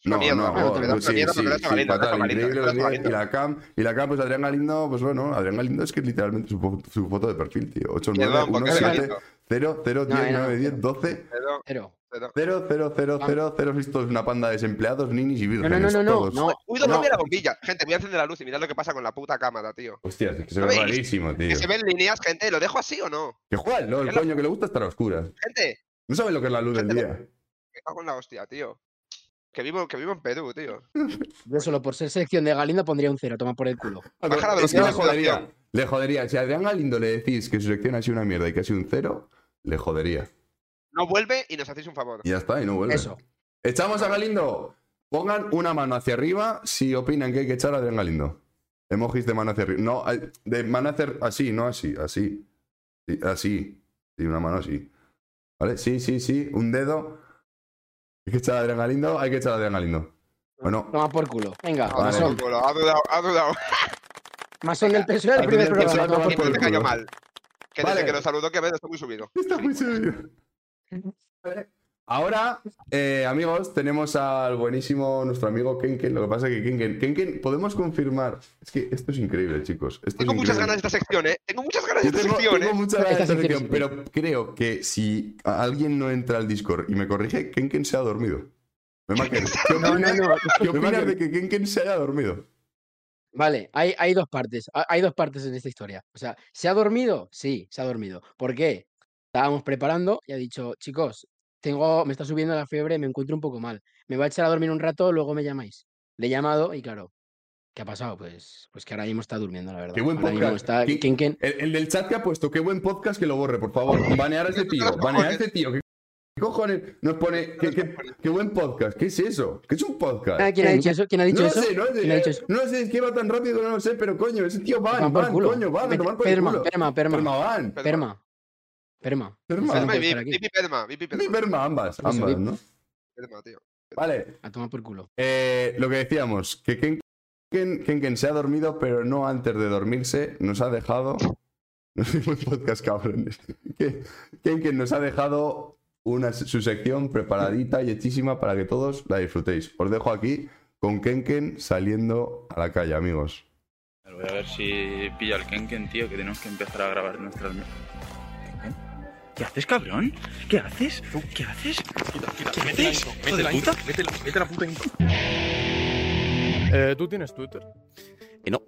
E: No,
R: mierda,
E: no,
R: una
E: no,
R: nota,
E: no,
R: una
E: sí,
R: mierda,
E: sí,
R: pero
E: sí,
R: no es Galindo,
E: fatal,
R: no es Galindo,
E: increíble,
R: no es
E: bien.
R: Galindo.
E: Y la cam, y la cam, pues Adrián Galindo, pues bueno, Adrián Galindo es que literalmente su, fo- su foto de perfil, tío. 8, 9,
R: Perdón,
E: 1,
R: porque es
E: 7,
R: Galindo.
E: 0, 0,
R: No,
Q: eh,
E: 10,
R: no,
E: 9, 10, 12,
R: Pero,
Q: pero,
E: 0, 0, 0, 0, 0, esto es una panda de desempleados, ninis y vírgenes, todos.
R: Cuido, no, la bombilla. Gente, voy a encender la luz y mirad lo que pasa con la puta cámara, tío.
E: Hostia, es que se
R: ¿No
E: ve
R: veis?
E: rarísimo, tío.
R: Que se ven líneas, gente. ¿Lo dejo así o no?
E: Que juega el LOL, coño, que le gusta estar a oscuras.
R: Gente,
E: No saben lo que es la luz del día.
R: me cago en la hostia, tío. Que vivo, que vivo en Perú, tío.
Q: Yo solo por ser sección de Galindo pondría un cero, toma por el culo.
R: Baja la
E: Es que
R: velocidad
E: le
R: de
E: jodería.
R: circulación.
E: Le jodería. Si a Adrián Galindo le decís que su sección ha sido una mierda y que ha sido un cero, le jodería.
R: No vuelve y nos hacéis un favor.
E: Y ya está, y no vuelve.
R: Eso.
E: Echamos a Galindo. Pongan una mano hacia arriba si opinan que hay que echar a Adrián Galindo. Emojis de mano hacia arriba. No, al- de mano hacia así, no así, así. Sí, Así. Sí, una mano así. ¿Vale? Sí, sí, sí. Un dedo. Hay que echar a Adrián Galindo, hay que echar a Adrián Galindo. Bueno.
Q: Toma por culo. Venga,
E: Vale.
Q: masón.
R: Ah, Bueno, ha dudado, ha dudado. Este
Q: Masón del PSOE del primer programa. toma por
R: Que te
Q: culo.
R: cayó mal. Que
E: Vale.
R: desde que lo saludó que está muy subido.
E: Está muy subido. Ahora, eh, amigos, tenemos al buenísimo nuestro amigo Kenken. Lo que pasa es que Kenken, Kenken, podemos confirmar. Es que esto es increíble, chicos. Esto
R: Tengo
E: es
R: muchas
E: increíble.
R: ganas de esta sección, eh. Tengo muchas ganas de esta
E: Tengo-
R: sección, eh.
E: tengo muchas ganas de esta sección, pero creo que si a- alguien no entra al Discord y me corrige, Kenken se ha dormido. Me marquen. ¿Qué
Q: No, no,
E: opinas,
Q: no.
E: qué opinas de que Kenken se haya dormido?
Q: Vale, hay, hay dos partes. ha- Hay dos partes en esta historia. O sea, ¿se ha dormido? Sí, se ha dormido. ¿Por qué? Estábamos preparando y ha dicho, chicos, tengo, me está subiendo la fiebre, me encuentro un poco mal. Me va a echar a dormir un rato, luego me llamáis. Le he llamado y claro, ¿qué ha pasado? Pues, pues que ahora mismo está durmiendo, la verdad.
E: Qué buen
Q: Ahora mismo
E: podcast.
Q: está-
E: ¿Quién- El, el del chat que ha puesto, qué buen podcast que lo borre, por favor. Banear a ese tío, banear a ese tío. ¿Qué cojones nos pone? ¿Qué, qué- qué buen podcast? ¿Qué es eso? ¿Qué es un podcast?
Q: Ah, ¿quién ha dicho eso? ¿Quién ha dicho
E: no
Q: eso?
E: Sé, no sé,
Q: ¿Quién ha dicho eso?
E: No sé, es que va tan rápido que no lo sé, pero coño, ese tío van,
Q: Van por
E: van,
Q: culo.
E: coño, van, a
Q: Vete-
E: tomar por el
Q: Perma,
E: culo.
Q: perma, perma.
E: van.
Q: Perma. Perma.
E: Perma.
Q: Esa no
E: Perma y
Q: puede
E: vi-
Q: estar aquí.
R: Vipi Perma, Vipi Perma.
E: Sí, perma, ambas,
Q: Eso,
E: ambas,
Q: Vic.
E: ¿no?
R: Perma, tío.
E: Vale.
Q: A tomar por culo.
E: Eh, lo que decíamos, que Ken, Ken- Ken- Ken se ha dormido, pero no antes de dormirse, nos ha dejado. No soy muy podcast, cabrones. Que- Ken, Ken nos ha dejado una, su sección preparadita y hechísima para que todos la disfrutéis. Os dejo aquí con Ken, Ken saliendo a la calle, amigos.
S: Voy a ver si pilla el Kenken, tío, que tenemos que empezar a grabar nuestras... mi- ¿Qué haces, cabrón? ¿Qué haces? ¿Qué haces? ¿Qué metes? ¿Hijo de puta?
F: Mete la, mete la puta intro.
T: Eh, ¿Tú tienes Twitter?
U: Eh, no.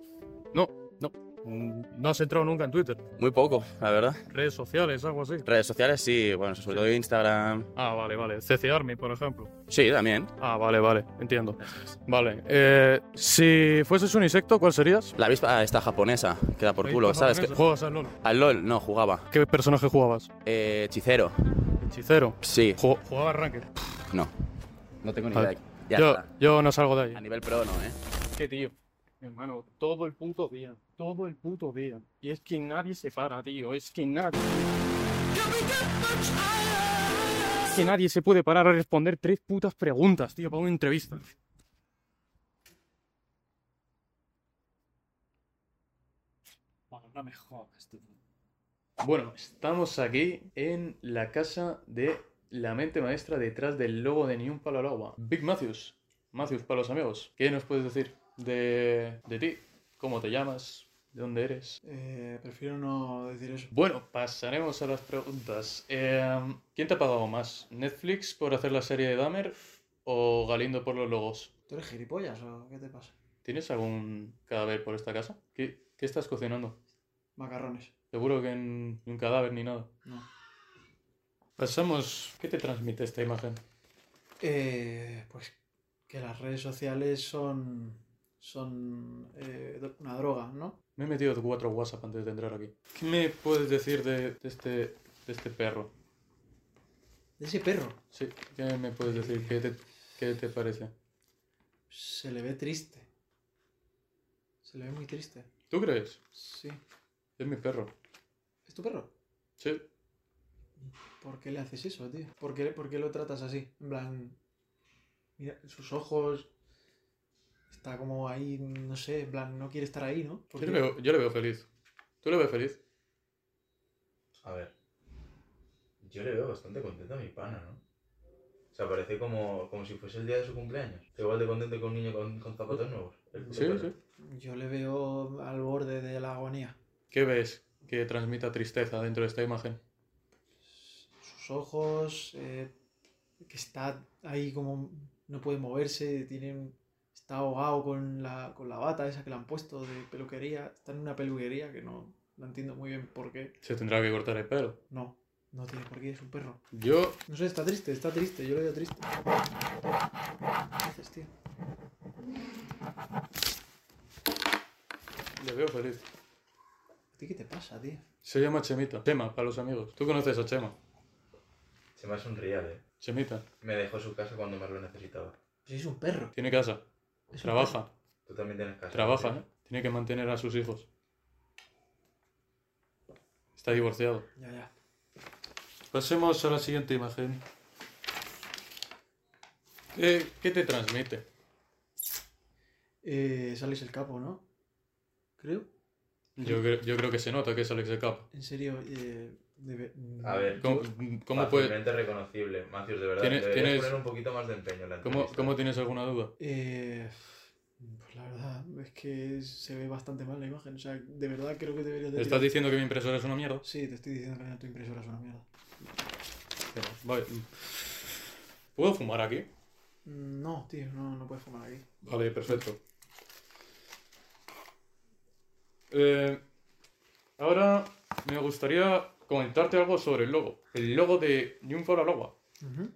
T: No, no. Mm, No has entrado nunca en Twitter.
U: Muy poco, la verdad.
T: Redes sociales, algo así.
U: Redes sociales sí, bueno, sobre todo Instagram.
T: Ah, vale, vale. CC Army, por ejemplo.
U: Sí, también.
T: Ah, vale, vale. Entiendo. Vale. Eh, si fueses un insecto, ¿cuál serías?
U: La avispa está japonesa, queda por
T: La
U: culo,
T: avispa
U: ¿sabes?
T: japonesa. ¿Juegas al LoL?
U: Al LOL no jugaba.
T: ¿Qué personaje jugabas?
U: Eh, hechicero.
T: ¿Hechicero?
U: Sí.
T: ¿Jugabas Ranked?
U: No. No tengo
T: Vale. yo, yo no salgo de ahí.
U: A nivel pro no, ¿eh?
T: ¿Qué, tío? Hermano, todo el puto día. Todo el puto día. Y es que nadie se para, tío. Es que nadie. Es que nadie se puede parar a responder tres putas preguntas, tío, para una entrevista.
A: Bueno, no me jodas, tío. Bueno, estamos aquí en la casa de la mente maestra detrás del logo de Ni un palo al agua. Big Matthews. Matthews, para los amigos. ¿Qué nos puedes decir de, de ti? ¿Cómo te llamas? ¿De dónde eres?
T: Eh, prefiero no decir eso.
A: Bueno, pasaremos a las preguntas. Eh, ¿Quién te ha pagado más? ¿Netflix por hacer la serie de Dahmer o Galindo por los logos?
T: ¿Tú eres gilipollas o qué te pasa?
A: ¿Tienes algún cadáver por esta casa? ¿Qué, qué estás cocinando?
T: Macarrones.
A: Seguro que en- ni un cadáver ni nada.
T: No.
A: Pasamos. ¿Qué te transmite esta imagen?
T: Eh, pues que las redes sociales son. son. eh, dro- una droga, ¿no?
A: Me he metido cuatro WhatsApp antes de entrar aquí. ¿Qué me puedes decir de, de este, de este perro?
T: De ese perro.
A: Sí, ¿qué me puedes decir? ¿Qué te, qué te parece?
T: Se le ve triste. Se le ve muy triste.
A: ¿Tú crees?
T: Sí.
A: Es mi perro.
T: ¿Es tu perro?
A: Sí.
T: ¿Por qué le haces eso, tío? ¿Por qué, por qué lo tratas así? En plan. Mira, sus ojos. Está como ahí, no sé, en plan, no quiere estar ahí, ¿no? ¿Por
A: Yo
T: qué?
A: le, veo, yo le veo feliz. ¿Tú le ves feliz?
V: A ver. Yo le veo bastante contento a mi pana, ¿no? O sea, parece como, como si fuese el día de su cumpleaños. Está igual de contento que un niño con, con zapatos nuevos. el puto perro.
T: Yo le veo al borde de la agonía.
A: ¿Qué ves que transmita tristeza dentro de esta imagen?
T: Sus ojos, eh, que está ahí como no puede moverse, tiene, un- está ahogado con la, con la bata esa que le han puesto de peluquería. Está en una peluquería que no, no entiendo muy bien por qué.
A: Se tendrá que cortar el pelo.
T: No, no tiene por qué, es un perro.
A: Yo.
T: No sé, está triste, está triste, yo lo veo triste. ¿Qué haces, tío?
A: Le veo feliz.
T: ¿A ti qué te pasa, tío?
A: Se llama Chemita. Chema, para los amigos. ¿Tú conoces a Chema?
V: Se me hace un real, ¿eh?
A: Chemita.
V: Me dejó su casa cuando más lo necesitaba.
T: Pues es un perro.
A: Tiene casa.
T: Es un
A: Trabaja.
V: Tú también tienes casa.
A: Trabaja,
V: ¿no?
A: ¿eh? Tiene que mantener a sus hijos. Está divorciado.
T: Ya, ya.
A: Pasemos a la siguiente imagen. ¿Qué, qué te transmite?
T: Eh, sales el capo, ¿no? Creo.
A: Yo, cre- yo creo que se nota que es Alex de Cap.
T: En serio, eh, de ver-
V: A ver,
A: ¿Cómo- cómo puede-
V: fácilmente reconocible. Matthews, de verdad,
A: Tienes-
V: deberías
A: tienes-
V: poner un poquito más de empeño en la
A: ¿Cómo,
V: entrevista.
A: cómo tienes alguna duda?
T: Eh, pues la verdad es que se ve bastante mal la imagen. O sea, de verdad creo que deberías de...
A: ¿Estás
T: tirar-
A: diciendo que mi impresora es una mierda?
T: Sí, te estoy diciendo que tu impresora es una mierda.
A: Pero, vale. ¿Puedo fumar aquí?
T: Mm, No, tío, no, no puedes fumar aquí.
A: Vale, perfecto. Eh, ahora me gustaría comentarte algo sobre el logo. El logo de Ni un Faro al agua.
T: Ujú.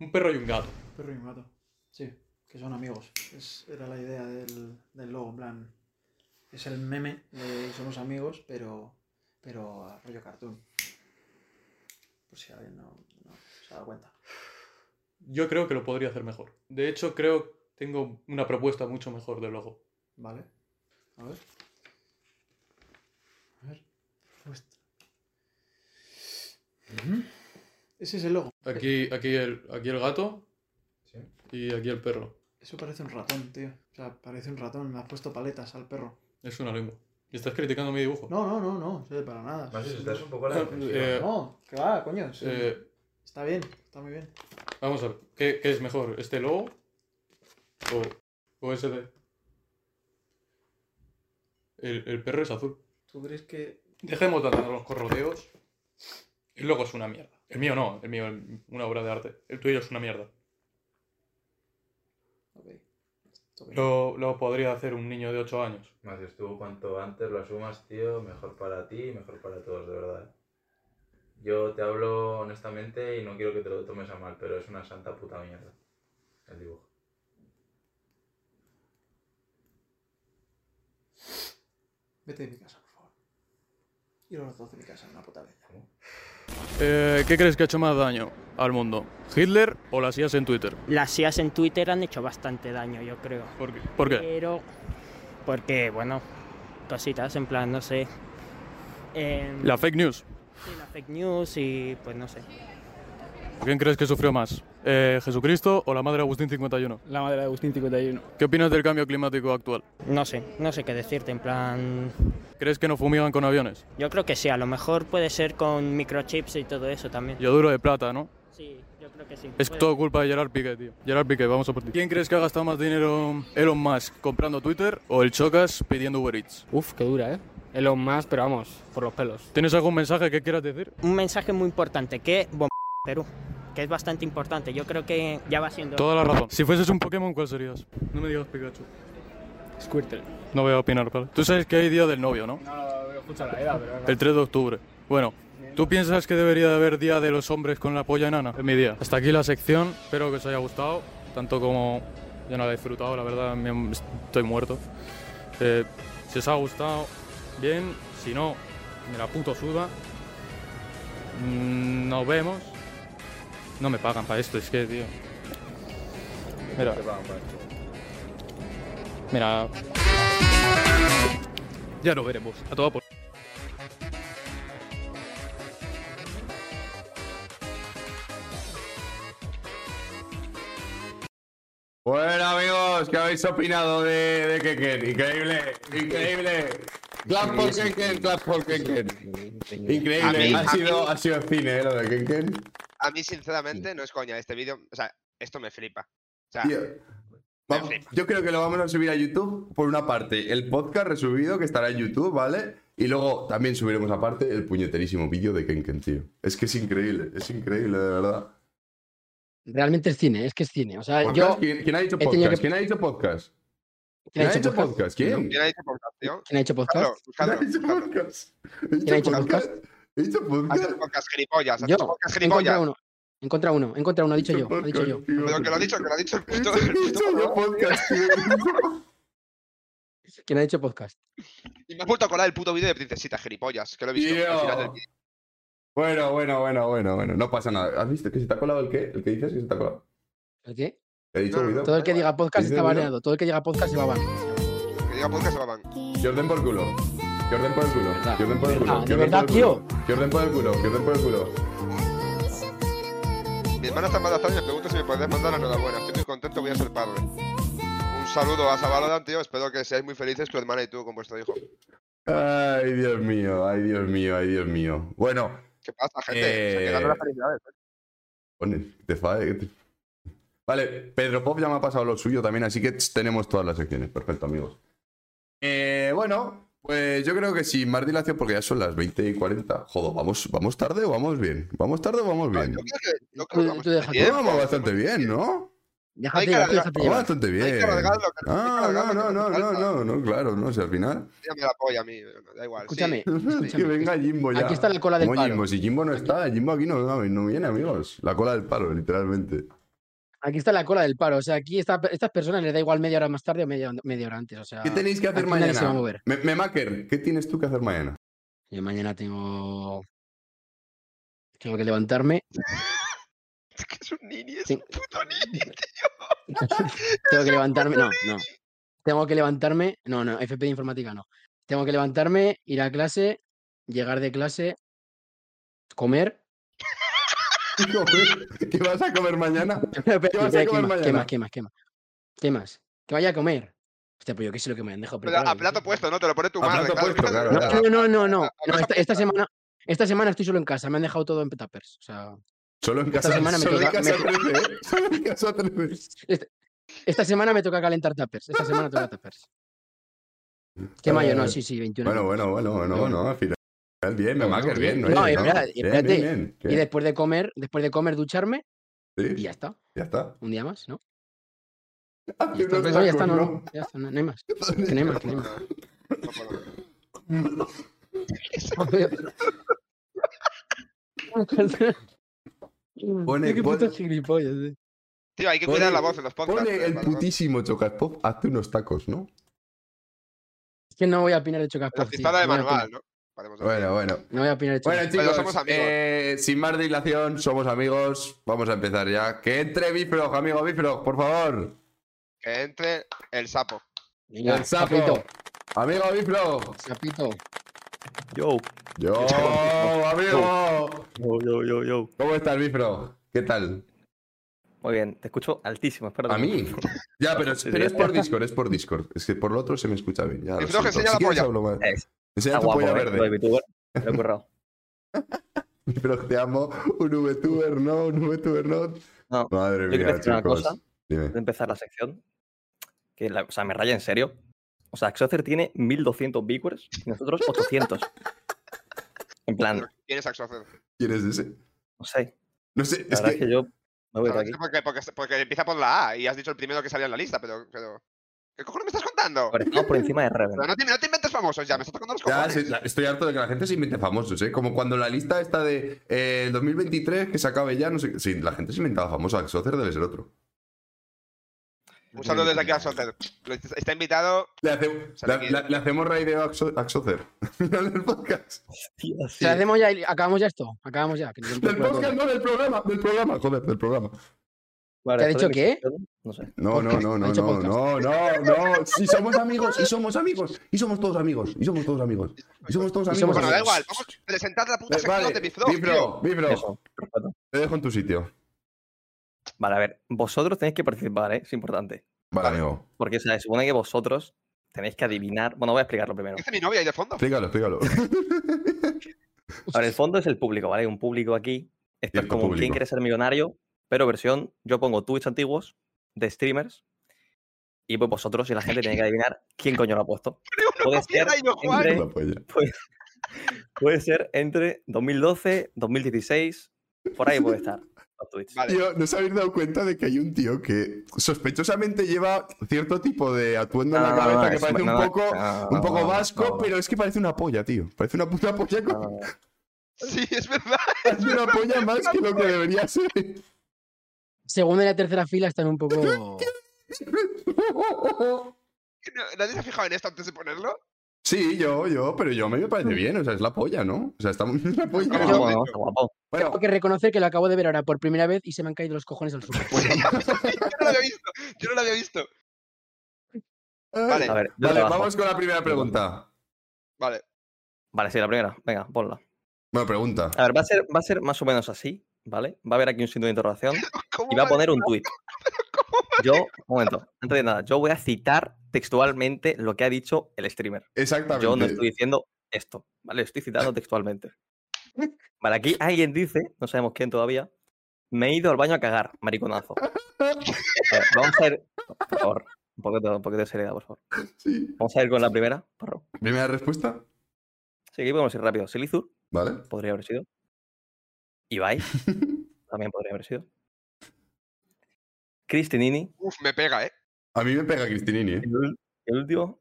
A: Un perro y un gato.
T: Perro y un gato. Sí, que son amigos. Es- era la idea del, del logo, en plan... Es el meme de somos amigos, pero... Pero a rollo cartoon. Por si alguien no, no se ha dado cuenta.
A: Yo creo que lo podría hacer mejor. De hecho, creo tengo una propuesta mucho mejor de logo.
T: Vale. A ver. A ver. Propuesta. Ese es el logo.
A: Aquí, aquí, el, aquí el gato y aquí el perro.
T: Eso parece un ratón, tío. O sea, parece un ratón. Me has puesto paletas al perro.
A: Es una lengua. ¿Y estás criticando mi dibujo?
T: No, no, no, no. sí, para nada.
A: Macho,
T: Sí,
A: estás
T: sí.
A: un poco a la defensiva. Eh,
T: no, que va, coño. sí.
A: eh,
T: está bien, está muy bien.
A: Vamos a ver. ¿Qué, qué es mejor? ¿Este logo? ¿O, o ese de- El, el perro es azul.
T: ¿Tú crees que
A: Dejemos de darnos los corrodeos. El logo es una mierda. El mío no, el mío es una obra de arte. El tuyo es una mierda. Lo, lo podría hacer un niño de 8 años.
V: Matthews, tú cuanto antes lo asumas, tío, mejor para ti y mejor para todos, de verdad. Yo te hablo honestamente y no quiero que te lo tomes a mal, pero es una santa puta mierda el dibujo.
T: vete de mi casa, por favor? Y los dos de mi casa, una puta vez.
A: Eh, ¿Qué crees que ha hecho más daño al mundo? ¿Hitler o las IAS en Twitter?
B: Las IAS en Twitter han hecho bastante daño, yo creo. ¿Por qué?
A: ¿Por qué?
B: Pero, porque, bueno, cositas, en plan, no sé. em,
A: La fake news.
B: sí, la fake news y, pues, no sé.
A: ¿Quién crees que sufrió más? Eh, ¿Jesucristo o la madre Agustín 51?
B: La madre de Agustín 51.
A: ¿Qué opinas del cambio climático actual?
B: No sé, no sé qué decirte, en plan...
A: ¿Crees que no fumigan con aviones?
B: Yo creo que sí, a lo mejor puede ser con microchips y todo eso también.
A: Yo duro de plata, ¿no?
B: Sí, yo creo que sí.
A: Es
B: Puede-
A: todo culpa de Gerard Piqué, tío. Gerard Piqué, vamos a por ti. ¿Quién crees que ha gastado más dinero Elon Musk comprando Twitter o el Chocas pidiendo Uber Eats?
B: Uf, qué dura, ¿eh? Elon más, pero vamos, por los pelos.
A: ¿Tienes algún mensaje que quieras decir?
B: Un mensaje muy importante, que bomba Perú, que es bastante importante. Yo creo que ya va siendo...
A: Toda la razón. Si fueses un Pokémon, ¿cuál serías? No me digas Pikachu. Squirtle. No voy a opinar, ¿vale? Tú sabes que hay día del novio, ¿no? El 3 de octubre. Bueno, ¿tú piensas que debería de haber día de los hombres con la polla enana? Es mi día. Hasta aquí la sección. Espero que os haya gustado. Tanto como yo no la he disfrutado, la verdad, me- estoy muerto. Eh, si os ha gustado, bien. Si no, me la puto suda. Mm, nos vemos. No me pagan para esto, es que, tío. Mira. Mira. Ya lo veremos. A toda por.
E: Bueno, amigos, ¿qué habéis opinado de, de Kenken? Increíble, increíble. Clap por Kenken, clap por Kenken.
R: A mí-
E: Increíble, ha
R: a
E: sido,
R: mí-
E: ha sido cine, ¿eh? Lo de Kenken.
R: A mí, sinceramente, no es coña. Este vídeo, o sea, esto me flipa. O sea,
E: Tío, vamos- yo creo que lo vamos a subir a YouTube por una parte, el podcast resubido que estará en YouTube, ¿vale? Y luego también subiremos aparte el puñeterísimo vídeo de Kenken, tío. Es que es increíble, es increíble, de verdad.
Q: Realmente es cine, es que es cine. O sea,
E: Podcast,
Q: yo.
E: ¿Quién, quién ha dicho
Q: he tenido
E: podcast?
Q: que-
E: ¿Quién ha dicho podcast?
Q: ¿Quién
E: ¿Quién ha dicho podcast? ¿Quién?
R: ¿Quién ha dicho podcast, tío?
Q: ¿Quién ha hecho podcast?
R: Buscadlo,
E: ¿Quién ha dicho
R: buscadlo.
E: podcast? ¿Quién ha hecho podcast? ¿He dicho podcast?
R: Has hecho podcast gilipollas, has
Q: Yo.
R: hecho podcast
Q: He encontrado
R: gilipollas.
Q: uno. He encontrado uno, he encontrado uno, he dicho yo. He dicho yo.
R: Pero que lo ha dicho, que lo ha dicho el puto.
E: yo podcast,
Q: ¿Quién ha dicho podcast?
R: Y me has vuelto a colar el puto vídeo de Princesita gilipollas, que lo he visto al final del vídeo.
E: Bueno, bueno, bueno, bueno, bueno. No pasa nada. ¿Has visto que se te ha colado el qué? ¿El que dices que se te ha colado?
Q: ¿El qué?
E: He dicho Guido.
Q: Todo el que diga podcast
E: ¿Dice
Q: está
E: Guido?
Q: baneado. Todo el que diga podcast se va a banear.
R: Que diga podcast se van.
E: Jordan por culo. Jordan por el culo. Jordan por el culo.
Q: Ah, de
E: Jordan
Q: verdad,
E: por el culo. Jordan por el culo. Jordan por el culo.
R: Mi hermana está embarazada y me pregunta si me podrías mandar la enhorabuena. Estoy muy contento, voy a ser padre. Un saludo a Sabalodan, tío. Espero que seáis muy felices, tu hermana y tú, con vuestro
E: Eh,
R: hijo.
E: Ay, Dios mío, ay, Dios mío, ay, Dios mío. Bueno.
R: ¿Qué pasa, gente? Se quedan las felicidades.
E: Pone, te fa- que te- Vale, Pedro Pop ya me ha pasado lo suyo también, así que tss, tenemos todas las secciones. Perfecto, amigos. Eh, bueno, pues yo creo que sin más dilación, porque ya son las 20 y 40. Jodo, ¿vamos, ¿vamos tarde o vamos bien? ¿Vamos tarde o vamos bien?
Q: Tú, tú déjate.
E: Eh, vamos bastante bien, ¿no?
Q: Déjate llevar, tú déjate
E: Vamos
Q: llevar.
E: bastante bien. Ah, no, no, no, no, no, no, claro, no, si al final.
R: Tío, me la polla a mí, da igual.
Q: Escúchame,
R: sí.
E: Es que venga Jimbo ya.
Q: Aquí está la cola del
E: Como
Q: palo.
E: Jimbo, si Jimbo no está, Jimbo aquí no, no, no viene, amigos. La cola del palo, literalmente.
Q: Aquí está la cola del paro. O sea, aquí esta- estas personas les da igual media hora más tarde o media, media hora antes. O sea,
E: ¿Qué tenéis que hacer
Q: Ah, aquí nadie
E: mañana?
Q: se va a mover.
E: Me, Memaker, ¿qué tienes tú que hacer mañana?
Q: Yo mañana tengo. Tengo que levantarme.
R: Es un nini, es
Q: un
R: puto nini,
Q: Tengo que levantarme. No, no. Tengo que levantarme. No, no, FP de informática no. Tengo que levantarme, ir a clase, llegar de clase, comer.
E: ¿Qué vas a comer mañana?
Q: ¿Qué
E: vas a comer
Q: ¿Qué
E: mañana?
Q: más? ¿Qué más? ¿Qué más? ¿Qué más? Que vaya a comer. Hostia, pues yo qué sé lo que me han dejado
R: Pero ah, a
Q: preparado.
R: plato puesto, ¿no? Te lo pone tu
E: A
R: madre.
E: plato
R: claro.
E: puesto, claro,
Q: No,
E: claro.
Q: no, no, no, no. No, esta, esta semana, esta semana estoy solo en casa, me han dejado todo en tuppers. O sea,
E: Solo en
Q: Esta
E: casa,
Q: semana me
E: solo en
Q: toca-
E: casa
Q: me-
E: 13, ¿eh? Solo en casa 13.
Q: esta semana me toca calentar tuppers. Esta semana toca tuppers. Que mayo, no,
E: Eh,
Q: sí, sí, 21.
E: Bueno, bueno, bueno, bueno, bueno, al final. Bien, Memaker, bien,
Q: no,
E: oye,
Q: y espera-
E: Bien,
Q: espérate.
E: bien, bien,
Q: y
E: bien.
Q: después de comer, después de comer, ducharme,
E: Sí,
Q: y ya está.
E: Ya está.
Q: Un día más, ¿no?
E: Y
Q: esto-
E: unos
Q: no, ya está, no,
E: tacos, ¿no?
Q: no, ya está, no, no hay más. Que no hay más, que no hay más.
E: Pone-
Q: Qué
E: pone-
Q: puto gilipollas, eh.
R: Tío, hay que cuidar la voz en los podcasts.
E: Pone el
R: eh,
E: putísimo Chocas Pop, hazte unos tacos, ¿no?
Q: Es que no voy a opinar de Chocas
R: La
Q: Pop, tío,
R: pistola de
Q: no voy a
R: manual,
Q: opinar.
R: ¿no? podemos
E: Bueno, bueno.
Q: No voy a opinar, chicos.
E: Bueno, chicos, eh, sin más dilación, somos amigos. Vamos a empezar ya. Que entre Bifrog, amigo Bifrog, por favor.
R: Que entre el sapo.
E: el sapo. Amigo Bifrog.
Q: Sapito.
E: Yo. Yo, amigo. Yo, yo, yo, yo. ¿Cómo estás, Bifrog? ¿Qué tal?
C: Muy bien, te escucho altísimo, espérate.
E: ¿A mí? Ya, pero, es-
C: Sí,
E: pero
C: sí.
E: es por Discord, es por Discord. Es que por lo otro se me escucha bien. Ya, lo
C: Bifrog,
E: siento.
C: enseña la
E: Si quieres
C: polla.
E: hablo más. Enseña
C: Está
E: tu
C: guapo,
E: polla
C: eh, lo de
E: verde.
C: VTuber, me lo he currado.
E: Bifrog, te amo. Un VTuber, no, un VTuber, no.
C: No,
E: Madre
C: yo quiero
E: mía,
C: decir una
E: chicos.
C: cosa
E: Dime.
C: antes de empezar la sección. Que la- o sea, me raya en serio. O sea, Exocer tiene 1200 viewers y nosotros 800. en plan,
R: ¿Quién es Axocer?
E: ¿Quién es ese?
C: no sé.
E: No sé,
C: la verdad es que... yo me voy de aquí.
R: Porque, porque, porque empieza por la A y has dicho el primero que salía en la lista, pero. pero... ¿Qué cojones me estás contando?
C: Pero estamos por encima de Reven.
R: Pero no, te, no te inventes famosos ya, me estás tocando los
E: Ya,
R: cojones.
E: sí, la- estoy harto de que la gente se invente famosos, ¿eh? Como cuando la lista está de eh, el 2023, que se acabe ya, no sé qué. Sí, la gente se inventaba famosa. Exocer debe ser otro.
R: Un saludo desde aquí a Axocer. Lo- Está invitado.
E: Le, hace-
R: Sale
E: la-
R: aquí.
E: la- le hacemos raideo a Axo- a Axocer. del podcast.
Q: O sea, hacemos ya, el- acabamos ya esto. Acabamos ya. que nos den por
E: Del
Q: culo.
E: podcast, no, del programa, del programa, joder, del programa.
Q: ¿Te ha dicho qué?
C: No sé.
E: No, no, no, no,
Q: Ha dicho
E: no, no, no, no. Si somos amigos, y somos amigos, y somos todos amigos, y somos todos amigos, y somos todos amigos.
R: Bueno, da igual, vamos a presentar la puta
E: Eh,
R: sección
E: vale,
R: de Bifrog,
E: Bifro,
R: tío.
E: Bifro, te dejo en tu sitio.
C: Vale, a ver, vosotros tenéis que participar, ¿eh? Es importante.
E: Vale, amigo.
C: Porque o sea, se supone que vosotros tenéis que adivinar. Bueno, voy a explicarlo primero.
R: Dice mi novia ahí de fondo.
E: Explícalo, explícalo.
C: Ahora, el fondo es el público, ¿vale? Hay un público aquí. Esto es
E: Cierto
C: como un quién
E: público.
C: quiere ser millonario, pero versión, yo pongo tweets antiguos de streamers y pues vosotros y la gente tiene que adivinar quién coño lo ha puesto. Puede ser,
R: Mira, y no, Juan.
E: La
C: entre,
E: polla.
C: puede ser entre 2012, 2016, por ahí puede estar los tweets.
E: Tío, ¿no os habéis dado cuenta de que hay un tío que sospechosamente lleva cierto tipo de atuendo en
C: No,
E: la
C: no,
E: cabeza
C: no,
E: que
C: Ah, es-
E: parece un
C: no,
E: poco,
C: no,
E: un poco
C: no,
E: vasco,
C: no. Ah.
E: pero es que parece una polla, tío. Parece una puta polla. con-
R: Sí, es verdad.
E: Es una polla más que lo que debería ser.
Q: Segunda y la tercera fila están un poco.
R: No- ¿Nadie se ha fijado en esto antes de ponerlo?
E: Sí, yo, yo, pero yo a mí me parece bien, o sea, es la polla, ¿no? O sea, está muy la polla.
Q: Tengo que reconocer que lo acabo de ver ahora por primera vez y se me han caído los cojones al suelo.
R: Yo no lo había visto. Yo no lo había visto. Vale,
C: Eh. A ver, yo
E: Vale,
C: trabajo.
E: vamos con la primera pregunta.
R: Vale.
C: Vale, sí, la primera. Venga, ponla.
E: Bueno, pregunta.
C: A ver, va a ser, va a ser más o menos así, ¿vale? Va a haber aquí un signo de interrogación y va a poner un tuit. Yo, un momento, antes de nada, yo voy a citar textualmente lo que ha dicho el streamer.
E: Exactamente.
C: Yo no estoy diciendo esto, ¿vale? Estoy citando textualmente. Vale, aquí alguien dice, no sabemos quién todavía, me he ido al baño a cagar, mariconazo. A ver, vamos a ir, por favor, un poquito, un poquito de seriedad, por favor. Vamos a ir con la primera, porro.
E: ¿Primera respuesta?
C: Sí, aquí podemos ir rápido. Silizur.
E: Vale.
C: Podría haber sido. Ibai. también podría haber sido. Cristinini.
R: Uf, me pega, ¿eh?
E: A mí me pega Cristinini, ¿eh?
C: El último.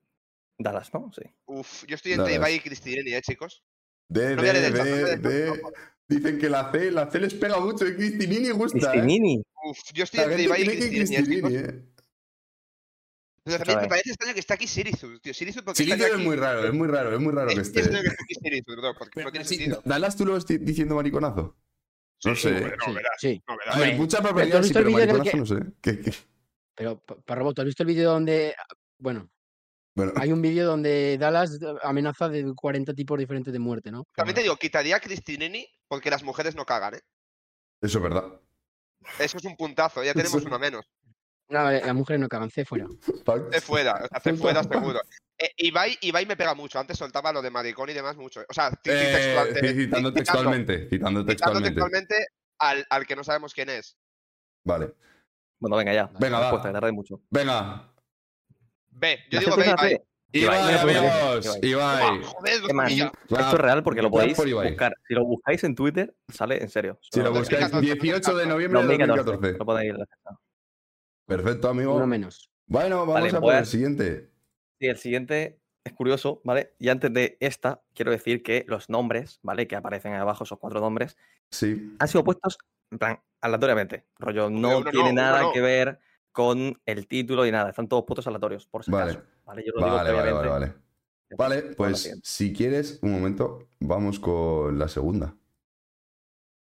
C: Dallas, ¿no? Sí.
R: Uf, yo estoy entre
E: Nada.
R: Ibai y Cristinini, ¿eh, chicos?
E: De,
R: No
E: de,
R: voy a leer el
E: de,
R: chat, no
E: de. Dicen que la C, la C les pega mucho, ¿eh? Cristinini gusta. ¿eh?
C: Cristinini.
R: Uf, yo estoy
E: La
R: entre Ibai
E: gente
R: y
E: cree que
R: Cristinini, ¿eh, chicos?
E: Cristinini, ¿eh?
R: Pero también me parece extraño que está aquí Sirizu, tío. Sirizu porque
E: Chiringo
R: estaría
E: es
R: aquí.
E: muy raro, es muy raro, es muy raro que
R: Es extraño que
E: esté.
R: esté aquí Sirizu, bro, porque no tiene sentido.
E: ¿Dalas tú lo estás diciendo mariconazo? No sé. ¿eh?
R: No, verás.
Q: Sí.
R: No, verás.
E: A ver,
Q: Hombre,
E: mucha
Q: pero tú has
E: probabilidad sí,
Q: visto el
E: pero
Q: vídeo en el
E: mariconazo
Q: que-
E: no sé. ¿Qué- qué?
Q: Pero, pa- Parrobo, ¿tú has visto el vídeo donde. ah, Bueno.
E: Bueno.
Q: Hay un vídeo donde Dallas eh, amenaza de 40 tipos diferentes de muerte, ¿no?
R: También te digo, quitaría a Cristinini porque las mujeres no cagan, ¿eh?
E: Eso es verdad.
R: Eso es un puntazo, ya tenemos una menos.
Q: No, vale, las mujeres no cagan, C fuera.
R: Te fuera, o sea, te fuera seguro. Eh, Ibai, Ibai me pega mucho. Antes soltaba lo de maricón y demás mucho. O sea, ci- ci- textual-
E: Eh,
R: te-
E: sí, citando
R: citando-
E: textualmente, citando
R: citando
E: textualmente.
R: textualmente al, al que no sabemos quién es.
E: Vale.
C: Bueno, venga ya.
E: Venga, va.
C: Respuesta, que tarde mucho.
E: Venga.
R: B, yo
C: La
R: digo
C: gente
R: B,
C: usa
R: Ibai.
C: C. Ibai,
E: Ibai,
C: Ibai,
E: amigos.
C: Ibai.
E: Ibai.
R: Joder,
C: Es más,
R: mira.
C: esto es real porque lo
E: Votar
C: podéis
E: por Ibai.
C: buscar. Si lo buscáis en Twitter, sale en serio.
E: Si lo buscáis, 18 de noviembre de 2014.
C: Lo podéis ir.
E: Perfecto, amigo.
C: Uno
Q: menos. pues
E: Bueno, vamos
C: Vale,
E: a
C: voy
E: por
C: a-
E: el siguiente.
C: Sí, el siguiente es curioso, ¿vale? Y antes de esta, quiero decir que los nombres, ¿vale? Que aparecen ahí abajo, esos cuatro nombres,
E: Sí.
C: han sido puestos, en plan, aleatoriamente. Rollo, no
E: uno no,
C: tiene
E: uno
C: nada
E: no.
C: que ver con el título y nada. Están todos puestos aleatorios, por si
E: Vale.
C: acaso. ¿vale? Yo lo digo
E: Vale, vale,
C: previamente.
E: vale, vale. Vale, pues si quieres, un momento, vamos con la segunda.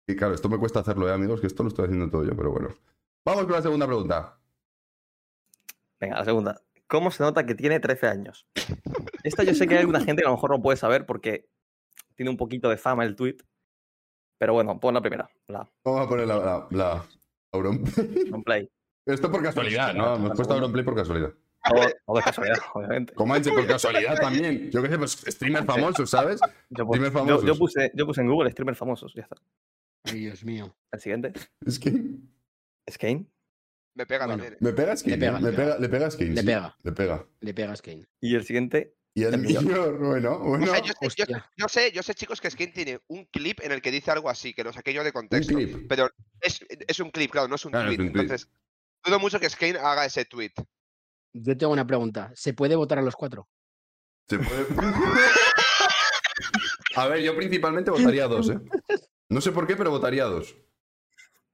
E: Y claro, esto me cuesta hacerlo, ¿eh, amigos, que esto lo estoy haciendo todo yo, pero bueno. Vamos con la segunda pregunta.
C: Venga, la segunda. ¿Cómo se nota que tiene 13 años? Esta yo sé que hay alguna gente que a lo mejor no puede saber porque tiene un poquito de fama el tweet. Pero bueno, pon la primera. La
E: Vamos a poner la. la, la Auronplay.
C: play.
E: Esto por casualidad, ¿no? Me he puesto Auronplay por casualidad.
C: Todo, todo es casualidad, obviamente.
E: Comanche por casualidad también. Yo qué sé, pues streamer famoso, ¿sabes?
C: Yo,
E: Streamer
C: yo-
E: famosos.
C: yo puse, yo puse en Google streamer famosos, ya está.
Q: Ay, Dios mío.
C: El siguiente.
E: Es que.
C: ¿Es Kane?
R: Me pega
Q: Bueno.
R: también.
E: ¿Me pegas Kane?
Q: Le pega,
E: le
Q: le
E: pega,
Q: pega.
E: le pegas Kane,
Q: Le
E: sí.
Q: pega.
E: Le pega.
Q: Le pegas, Kane.
C: Y el siguiente.
E: Y el
C: millón.
E: millón, bueno, bueno.
R: yo, sé, yo- yo sé, yo sé, chicos, que Skin tiene un clip en el que dice algo así, que lo saqué yo de contexto.
E: clip.
R: Pero es, es un clip, claro, no es un
E: Claro, es
R: tweet.
E: un tweet.
R: Entonces, dudo mucho que Skin haga ese tweet.
Q: Yo tengo una pregunta. ¿Se puede votar a los cuatro?
E: Se puede- A ver, yo principalmente votaría a dos, ¿eh? No sé por qué, pero votaría a dos.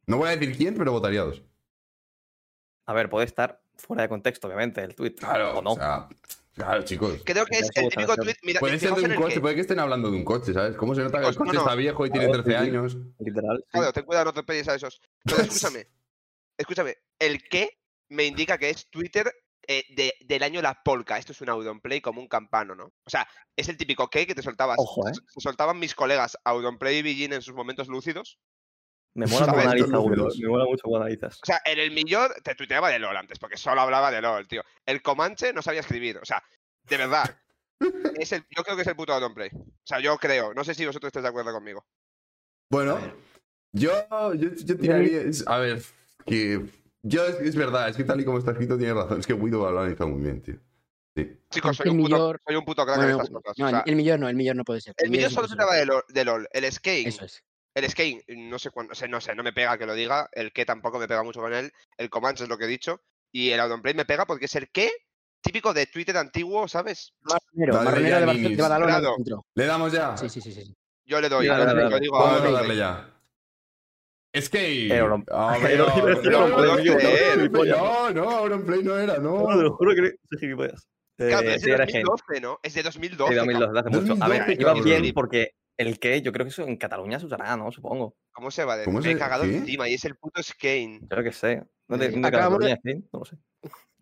E: No voy a decir quién, pero votaría a dos.
C: A ver, puede estar fuera de contexto, obviamente, el tweet. Claro. O no.
E: Claro, chicos.
R: Creo que es el típico tweet. Mira,
E: puede ser
R: fijaos
E: de
R: en Pues,
E: un
R: el
E: coche,
R: que-
E: puede que estén hablando de un coche, ¿sabes? ¿Cómo se nota que el
R: Chicos,
E: coche
R: no, no.
E: está viejo y tiene 13 años?
C: Literal.
R: Claro, ten cuidado, no te pegues a esos. Pero escúchame, escúchame, el qué me indica que es Twitter eh, de- del año La Polca. Esto es un Audonplay como un campano, ¿no? O sea, es el típico qué que te soltabas.
C: Ojo, ¿eh?
R: Se soltaban mis colegas Audonplay y Billin en sus momentos lúcidos.
C: Me mola
R: A
C: cómo
R: ver,
C: analiza,
R: yo-
C: Google. Me mola mucho cómo analizas.
R: O sea, en el millón te tuiteaba de LOL antes, porque solo hablaba de LOL, tío. El Comanche no sabía escribir, o sea, de verdad. Es el, yo creo que es el puto Audonplay. O sea, yo creo. No sé si vosotros estáis de acuerdo conmigo.
E: Bueno, yo, yo, yo tiraría. es- A ver, que. Yo, es, es verdad, es que tal y como está escrito, tiene razón. Es que Guido lo ha analizado muy bien, tío. Sí.
R: Chicos, soy
Q: El
R: un, puto,
Q: millón-
R: soy un puto crack en
Q: Bueno,
R: estas cosas.
Q: no,
R: o
Q: el-
R: sea,
Q: el millón no, el millón no puede ser.
R: El millón
Q: es
R: solo
Q: imposible.
R: trataba de LOL, de LOL. El skate.
Q: Eso es.
R: El skate, no sé cuándo, o sea, no sé, no me pega que lo diga. El que tampoco me pega mucho con él. El Comanche es lo que he dicho. Y el Audonplay me pega porque es el que típico de Twitter antiguo, ¿sabes?
Q: Marronero,
E: Dale
Q: marronero de,
E: ya,
Q: Bar- de
E: Ninis.
Q: Badalona
R: Claro.
Q: dentro.
E: ¿Le damos ya?
Q: Sí, sí, sí, sí. sí.
R: Yo le doy.
E: Ya,
R: yo
E: ya,
R: le
E: ya.
R: digo,
E: Vamos a
R: Audonplay.
E: darle ya. Es que.
C: Era Auron-
E: Hombre,
C: Era
E: no,
C: Auron- era
E: no,
C: Auron-
E: no,
C: tío,
E: no,
C: era
E: no,
C: gilipollas.
E: no, no, Auronplay no era, no.
C: No, te lo juro que soy gilipollas.
R: Claro,
C: Eh,
R: es
C: sí,
R: de
C: era Kane.
R: 2012, ¿no? Es de 2012.
C: Sí, 2012, hace mucho. A ver,
R: 2012,
C: iba
R: cabrón.
C: bien porque el que yo creo que eso en Cataluña se usará, ¿no? Supongo.
R: ¿Cómo se va? De...
C: ¿Cómo
R: Me
C: se-
R: he cagado
C: qué?
R: encima y es el puto Skane.
C: Yo que sé. No te, no te
Q: Acabamos
C: Cataluña,
Q: de-
C: Kane, no lo sé.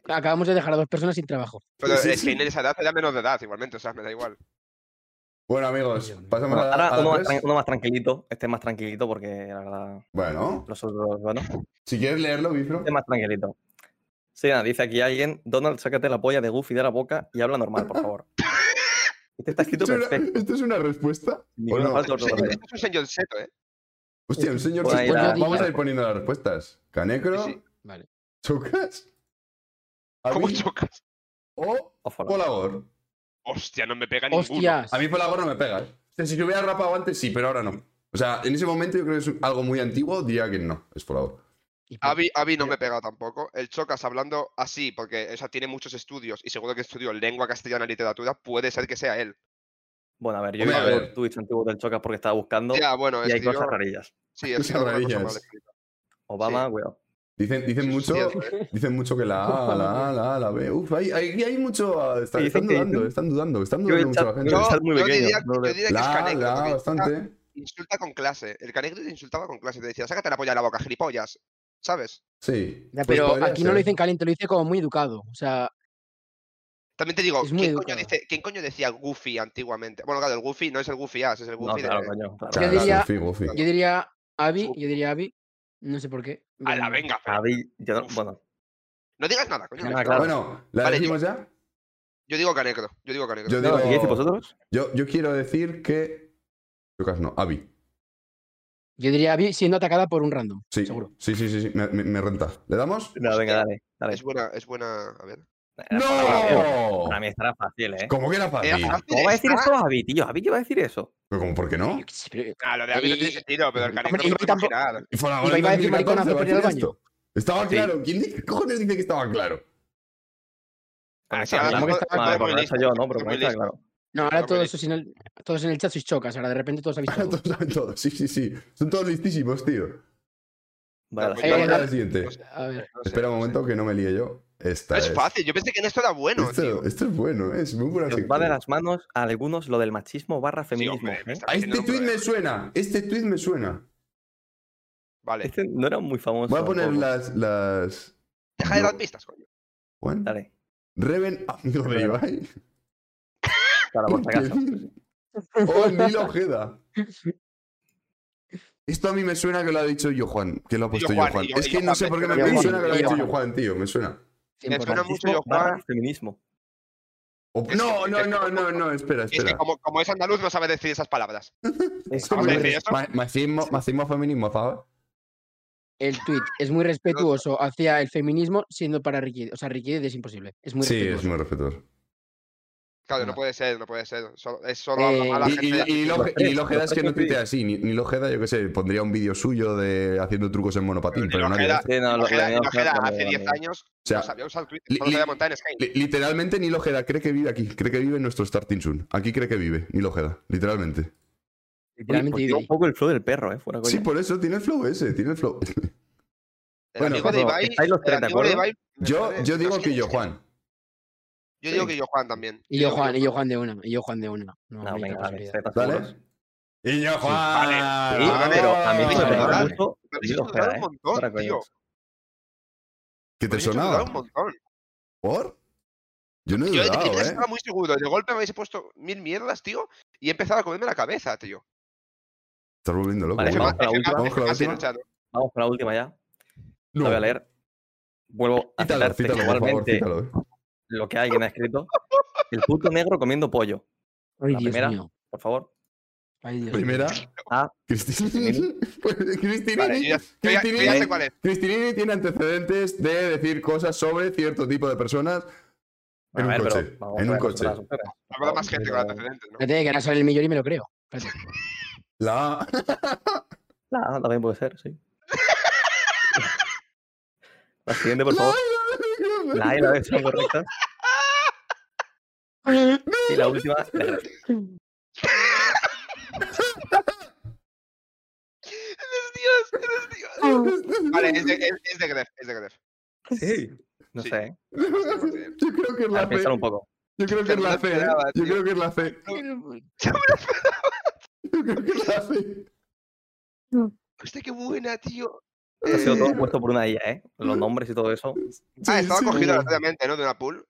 Q: Acabamos de dejar a dos personas sin trabajo.
R: Pero
Q: Sí,
R: el
Q: sí.
R: Skane en esa edad era menos de edad, igualmente, o sea, me da igual.
E: Bueno, amigos, pasamos
C: Bueno,
E: a,
C: ahora
E: a la
C: uno más,
E: tres.
C: tran- uno más tranquilito. Este más tranquilito porque la verdad.
E: Bueno.
C: Los otros, bueno.
E: Si quieres leerlo, Bifro.
C: Este más tranquilito. Sí, nada, dice aquí alguien: Donald, sácate la polla de Goofy de la boca y habla normal, por favor. este está escrito
E: ¿Esto, era-
C: perfecto.
E: esto es una respuesta? ¿O
C: Ninguna
E: no?
C: falta
R: Esto
C: ortografía.
R: es un señor seto, ¿eh?
E: Hostia, un señor.
C: Por Pues ahí
E: Bueno,
C: la-
E: vamos a ir poniendo las respuestas. Canecro,
Q: Vale.
E: Chocas.
R: ¿Cómo
E: Abi-
R: chocas?
E: O Polagor.
R: Hostia, no me pega ninguno.
E: A mí Polagor no me pega. ¿eh? O sea, si yo hubiera rapado antes, sí, pero ahora no. O sea, en ese momento yo creo que es un- algo muy antiguo, diría que no, es Polagor.
R: Avi, Avi no me pega tampoco. El Chocas hablando así, porque o sea, tiene muchos estudios y seguro que estudió lengua castellana y literatura, puede ser que sea él.
C: Bueno, a ver, yo
R: Hombre,
C: vi
R: a
C: los tweets antiguos del Chocas porque estaba buscando.
R: Ya, bueno,
C: y hay
R: escribió-
C: cosas rarillas.
R: Sí,
E: Cosas
R: escribió alguna cosa
E: rarillas.
R: mal escrita.
C: Obama, cuidado.
E: Dicen, dicen mucho, dicen mucho que la A, la A, la A, la B. Uf, hay, hay, hay mucho. ah, está-
C: Sí, dicen
E: están,
C: que-
E: dudando, están dudando, están
C: Yo el
E: dudando mucho
C: chat-
E: la gente.
C: yo el chat muy Yo pequeño,
R: diría- no lo yo veo. diría que es
E: la, A,
R: canecro,
E: la, A,
R: porque está-
E: bastante.
R: Insulta con clase. El Canegro te insultaba con clase. Te decía, sácate la polla de la boca, gilipollas. ¿Sabes?
E: Sí.
Q: Ya,
E: Pues
Q: pero
E: podría
Q: aquí no lo
E: ser.
Q: dicen caliente, lo dice como muy educado. O sea,
R: También te digo,
Q: Es muy
R: ¿quién coño,
Q: educado.
R: dice- quién coño decía Goofy antiguamente? Bueno, claro, el Goofy no es el Goofy As, es el Goofy
C: claro,
R: de...
C: coño, claro.
Q: yo diría,
E: Goofy, Goofy.
Q: yo diría Abby, yo diría Abby, no sé por qué.
R: A la venga, pero-
C: Javi, yo no, bueno,
R: No digas nada, coño.
C: Nada,
R: Víctor.
C: Ah, claro.
E: Bueno, ¿la
R: Vale,
E: decimos ya?
R: Yo digo Canegro. Yo digo Canegro.
E: Yo digo,
C: vosotros?
E: Yo, yo quiero decir que. Lucas no, Avi.
Q: Yo diría Abby siendo atacada por un random.
E: Sí, sí, sí, sí, sí, Me, me- me renta. ¿Le damos?
C: no, venga, dale, dale.
R: Es buena, es buena. A ver.
E: ¡No!
C: Para mí estará fácil, ¿eh?
E: ¿Cómo que era fácil?
C: Era ¿Cómo va a decir
R: estaba-
C: eso Javi, tío? Javi, ¿qué va a decir eso?
E: Pero como, ¿por qué no?
R: Ah, lo de Abby no tiene sentido, pero el Canegro
Q: Hombre,
R: no
Q: y
R: puede
Q: tampoco-
R: imaginar.
E: Y fue ahora
Q: Iba a
E: en
Q: decir maricón
E: 2014
Q: antes de ir
E: va a
Q: al
E: decir
Q: baño.
E: esto. Estaba
C: Sí.
E: claro. ¿Quién dice, qué cojones dice que estaba claro?
C: Ah,
R: sí, ahora
C: claro,
R: tampoco-
C: vale,
R: tampoco muy
C: porque no soy
R: listo,
C: yo, ¿no? Pero
R: tampoco
C: como
R: muy
C: está,
R: listo.
C: claro.
Q: No, ahora
R: Claro,
Q: todos,
R: hombre.
Q: sois en el- todos en el chat sois chocas, ahora de repente todos habéis
E: Todos saben todo. Sí, sí, sí. Son todos listísimos, Pues, tío.
C: Vale,
E: Vamos
Q: la-
E: a la siguiente.
Q: Eh, pues, A ver,
R: No sé,
E: Espera un
R: no sé.
E: momento que no me líe yo. Esta
R: es fácil, yo pensé que en esto era bueno,
E: Esto,
R: tío.
E: esto es bueno, es muy buena
C: Nos
E: sección.
C: va de las manos a algunos lo del machismo barra feminismo. ¿eh?
E: A este tweet me suena, este tweet me suena.
R: Vale.
C: Este no era muy famoso.
E: Voy a poner
C: tampoco.
E: las, las...
R: Deja de dar pistas, coño.
E: Juan.
C: Dale.
E: Reven, ah, amigo de Ibai.
C: Para por si acaso.
E: Oh, Neil Ojeda. Esto a mí me suena que lo ha dicho yo, Juan. Que lo ha puesto yo,
R: Juan,
E: Juan.
R: y yo-
E: Es
R: y
E: que
R: yo,
E: no sé
R: Juan,
E: por qué
R: me
E: me
R: suena
E: me
R: Juan,
E: suena que lo ha
R: y yo,
E: dicho yo,
R: Juan.
E: Juan, tío. Me suena.
R: Me suena mucho
C: Machismo
R: yo,
C: barra
R: Juan.
C: feminismo.
E: O- No, no, no, no, no, espera,
R: Es que
E: espera.
R: como, como es andaluz no sabe decir esas palabras.
E: Hombre,
R: ¿Vamos a decir eso?
E: ma- Machismo, machismo, feminismo, ¿sabes?
Q: El tweet es muy respetuoso hacia el feminismo, siendo para rigidez. O sea, rigidez es imposible. Es muy
E: Sí,
Q: respetuoso.
E: es muy respetuoso.
R: Claro, no puede ser, no puede ser. Solo, es solo habla
Q: Eh,
R: mal a la
E: Ah. Y-
R: gente.
E: Y ni Ojeda es que no tuitea así. Ni Ojeda, yo qué sé, pondría un vídeo suyo de haciendo trucos en monopatín, pero no haría
R: Ojeda,
E: esto.
R: Ojeda- Ojeda hace 10 años
E: O sea,
R: no sabía usar Twitter,
E: li-
R: solo sabía
E: li-
R: montar en skate.
E: Li- Literalmente Nilo Ojeda cree que vive aquí, cree que vive en nuestro starting soon. Aquí cree que vive Nilo Ojeda, literalmente.
C: Literalmente
R: pues
E: Oye,
C: vive pues, un poco el flow del perro, ¿eh? Fuera coña.
E: Sí, pues, por eso tiene el flow ese, tiene el flow.
R: El amigo de Ibai-
C: estáis los
R: el
C: tres, ¿de
R: amigo de
C: acuerdo?
R: Ibai me
E: Yo,
R: parece-
E: yo
R: es
E: digo
R: que-
E: que yo, Juan.
R: Yo digo que yo Juan también.
Q: Y yo, Juan, y yo, Juan de una. Y yo, Juan de una. No, no hay otra posibilidad.
E: ¿Vale? Y yo, Juan.
C: Sí,
E: vale,
C: pero a mí
E: vale,
C: me pega
E: vale.
C: mucho. Nilo
R: dudar
C: Ojeda,
R: un
C: ¿eh?
R: montón,
C: Fuera coña.
R: tío.
E: ¿Qué te
R: Yo he dudado un
E: sonaba?
R: montón.
E: ¿Por? Yo no he
R: Yo de
E: dudado,
R: primeras
E: ¿eh?
R: estaba muy seguro. De golpe me habéis puesto mil mierdas, tío. Y he empezado a comerme la cabeza, tío.
E: Estás volviendo loco.
C: Vale,
E: tío.
C: vamos con la última.
E: Vamos con la
R: Así
E: última.
R: luchado.
C: Vamos con la última ya. No. voy a leer. Vuelvo a
E: Cítalo,
C: citar
E: cítalo, por favor,
C: textualmente
E: cítalo. ¿eh?
C: lo que alguien ha escrito. El puto negro comiendo pollo.
Q: Ay,
C: la
Q: Dios
C: primera,
Q: mío.
C: por favor.
Q: Ay, Dios mío.
E: Primera.
C: Ah,
E: Pues, Cristinini.
R: Vale, yo ya- yo ya- yo ya sé cuál es.
E: Cristinini tiene antecedentes de decir cosas sobre cierto tipo de personas en un
C: a ver, pero
E: coche.
C: vamos
E: En
C: a
E: un
C: ver
E: coche.
C: las opciones.
R: Habrá más gente con antecedentes, ¿no?
Q: Espérate, que ahora sale el millón y me lo creo. Espérate.
E: La
C: La A también puede ser, sí. La siguiente, por favor. La A y la B son correctas. Y la última, la grasa.
R: ¡Eres Dios! ¡Eres Dios! Vale, es de, es, es de Gref, es de Gref.
C: Sí. No sé, ¿eh?
E: Yo creo que es
C: Hay
E: la
C: que
E: fe.
C: pensar un poco.
E: Yo creo que es la fe. ¿eh? Yo creo que es la fe. Yo creo que es la fe.
R: Hostia, qué buena, tío.
C: Ha sido todo puesto por una IA, ¿eh? Los nombres y todo eso.
R: Ah, estaba cogido aleatoriamente, ¿no? De una pool.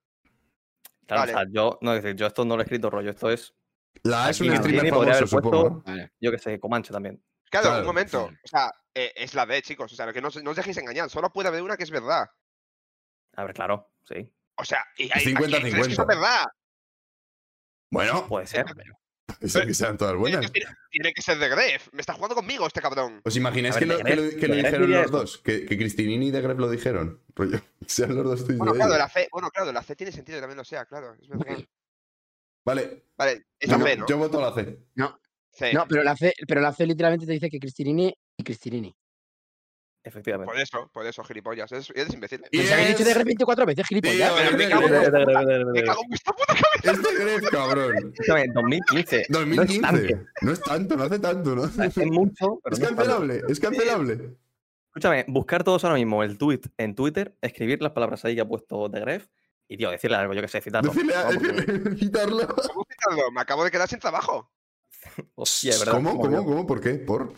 C: Claro,
R: Vale.
C: o sea, yo, no, es decir, yo esto no lo he escrito rollo, esto es.
E: La A es
C: Aquí
E: un
C: me
E: streamer
C: tiene, podría
E: famoso,
C: haber puesto,
E: supongo. ¿no?
C: Yo que sé, Comanche también.
R: Claro,
E: Claro.
R: un momento. O sea, eh, es la B, chicos. O sea, que no, os- no os dejéis engañar. Solo puede haber una que es verdad.
C: A ver, claro, sí.
R: O sea, y hay, aquí hay
E: 50-50.
R: tres que son verdad.
E: Bueno,
C: Puede ser.
E: eso que sean todas buenas.
R: Tiene que ser de Gref. Me está jugando conmigo este cabrón.
E: ¿Os imagináis
C: A
E: que
C: ver,
E: lo,
C: de
E: que lo-
C: Gref-
E: que lo
C: de Gref
E: dijeron
C: diría
E: los
C: eso.
E: dos? Que, que Cristinini y De Gref lo dijeron. Rollo, sean los dos tweets
R: Bueno,
E: de
R: claro,
E: ellos.
R: la fe, bueno, claro, la fe tiene sentido que también lo sea, claro. Es verdad.
E: Vale,
R: Vale, es la
E: yo-
R: fe, ¿no?
E: yo voto la C.
Q: No,
R: C.
Q: no pero, la C, pero la C literalmente te dice que Cristinini y Cristinini.
C: Efectivamente.
R: Por eso, por eso, gilipollas. Eres, eres imbécil.
E: Y
Q: Se ha
E: es-
Q: dicho de 24 veces, gilipollas.
E: Tío,
R: Me
E: es
R: cago en
E: de-
R: vuestra- me
C: de-
R: cago en vuestra puta
E: Es de Gref, Este cabrón.
C: Escúchame, 2015. No es
E: 2015.
C: tanto.
E: No es tanto, no hace tanto, ¿no?
C: Es mucho, pero
E: Es
C: no es tanto.
E: cancelable, es cancelable.
C: Escúchame, buscar todos ahora mismo el tweet en Twitter, escribir las palabras ahí que ha puesto de Gref y, tío, decirle algo, yo que sé, citarlo.
E: Decirle a-
C: No, porque-
E: decirle- quitarlo.
R: ¿Cómo quitarlo? Me acabo de quedar sin trabajo.
C: Hostia, es verdad.
E: ¿Cómo?
C: como
E: ¿Cómo?
C: yo.
E: ¿Cómo? ¿Por qué? ¿Por?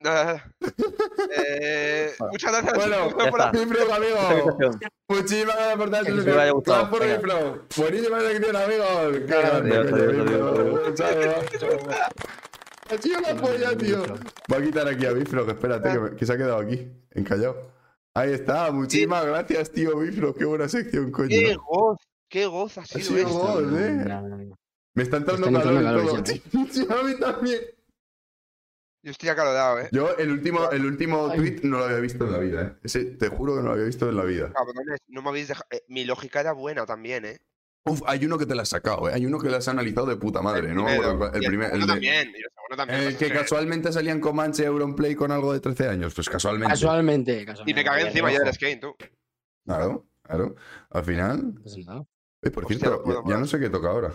R: Nada, nada. Ah, Eh,
E: Ah.
R: muchas gracias.
E: Bueno,
R: chicos, por
C: ya
R: la-
C: está.
E: Mi flow, amigo. Muchísimas gracias por estar
C: Que os haya gustado,
E: Gracias por mi
C: venga.
E: flow. Buenísima sección, amigos. Qué grande,
C: Adiós,
E: coño,
C: adiós,
E: mi
C: adiós,
E: flow.
C: adiós.
E: Chao. Ha sido la polla, tío. Voy a quitar aquí a Bifro, que espérate, que, me- que se ha quedado aquí, encallado. Ahí está, muchísimas gracias, tío Bifro. Qué buena sección, coño.
R: Qué goz, qué goz ha sido
E: sido
R: esto.
E: goz. ¿eh? Me está entrando
Q: Están
E: calor
Q: entrando
E: y todo.
Q: calores ya,
E: Sí, a mí también.
R: Yo estoy acalorado, eh.
E: Yo el último, el último
Q: Ay.
E: tweet no lo había visto en la vida, ¿eh? Ese, te juro que no lo había visto en la vida.
R: Cabrones, no me habéis dejado. eh, mi lógica era buena también, eh.
E: Uf, hay uno que te lo has sacado, ¿eh? Hay uno que lo has analizado de puta madre, ¿no? me
R: Primero,
E: acuerdo cuál-
R: y
E: El primer,
R: segundo
E: el de-
R: también, y el segundo también.
E: el
R: pues,
E: que
R: eh,
E: casualmente salían Comanche Auronplay con algo de 13 años. Pues casualmente.
Q: Casualmente,
R: Y
Q: casualmente.
R: me cagué encima ya del skin, tú.
E: Claro, claro. Al final.
Q: Pues nada. O
E: Eh, por
R: Hostia,
E: cierto,
R: no puedo
E: ya- ya, no sé qué toca ahora.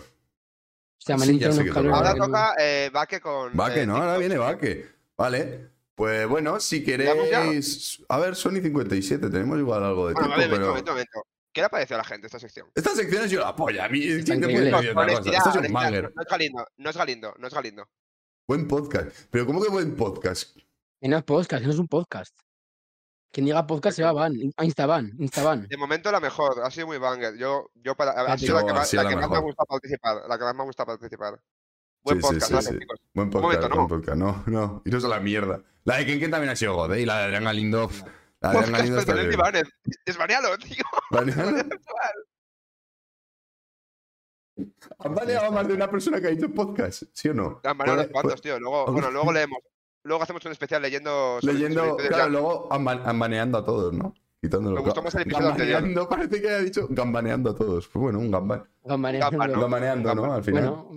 Q: sea, me han
E: Sí, ya
Q: entrado
E: sé
Q: unos
E: que toca.
Q: calores.
R: Ahora
Q: que no-
R: toca eh, Baque con.
E: Vaque,
R: eh,
E: ¿no? Ahora viene Vaque. Vale. Pues bueno, si queréis. A ver, Sony 57, tenemos igual algo de
R: Bueno,
E: tiempo,
R: vale, un
E: pero.
R: momento, un momento. ¿Qué le ha parecido a la gente esta sección?
E: Esta sección es yo la polla. A mí, ¿quién te puede
R: Honestidad,
E: pedir otra cosa? Esto es un
R: honestidad,
E: banger.
R: No es Galindo, no es Galindo, no es Galindo.
E: Buen podcast. Pero ¿cómo que buen podcast?
Q: Que no es podcast, que no es un podcast. Quien diga podcast se va a van, a Instaban, Instaban.
R: De momento la mejor, ha sido muy banger. Yo, yo para, ha
Q: Patrick.
R: sido la que,
Q: No, ha
R: más,
Q: sido
R: la
Q: la
R: que más me ha
Q: mejor.
R: gustado participar. La que más me ha gustado participar. Buen
E: Sí, sí,
R: podcast,
E: sí,
R: gracias,
E: sí.
R: chicos.
E: Buen
R: Un
E: podcast,
R: momento,
E: buen podcast. No, no. Iros a la mierda. La de Kenken también ha sido God, ¿eh? Y la de Adrián Galindo. La de Adrián
R: Podcast
E: Galindo está
R: pertenece
E: bien.
R: a Ibanez. Desvanealo, tío.
E: Vale. Han baneado a más de una persona que ha dicho podcast, ¿sí o no? Pues
R: Dan banana
E: Por-
R: unos cuantos, tío. Luego,
E: por-
R: bueno, luego leemos. Luego hacemos un especial leyendo. sobre- sobre
E: pues, Leyendo,
R: historias
E: claro,
R: ya.
E: luego han ban- han baneando a todos, ¿no? Quitándolo.
R: Me gustó más el episodio
E: Gambaneando,
R: anterior.
E: parece que haya dicho gambaneando a todos. Pues bueno, un gamban.
Q: Gambaneando.
E: Gambaneando, ¿no? Al final.
Q: Bueno,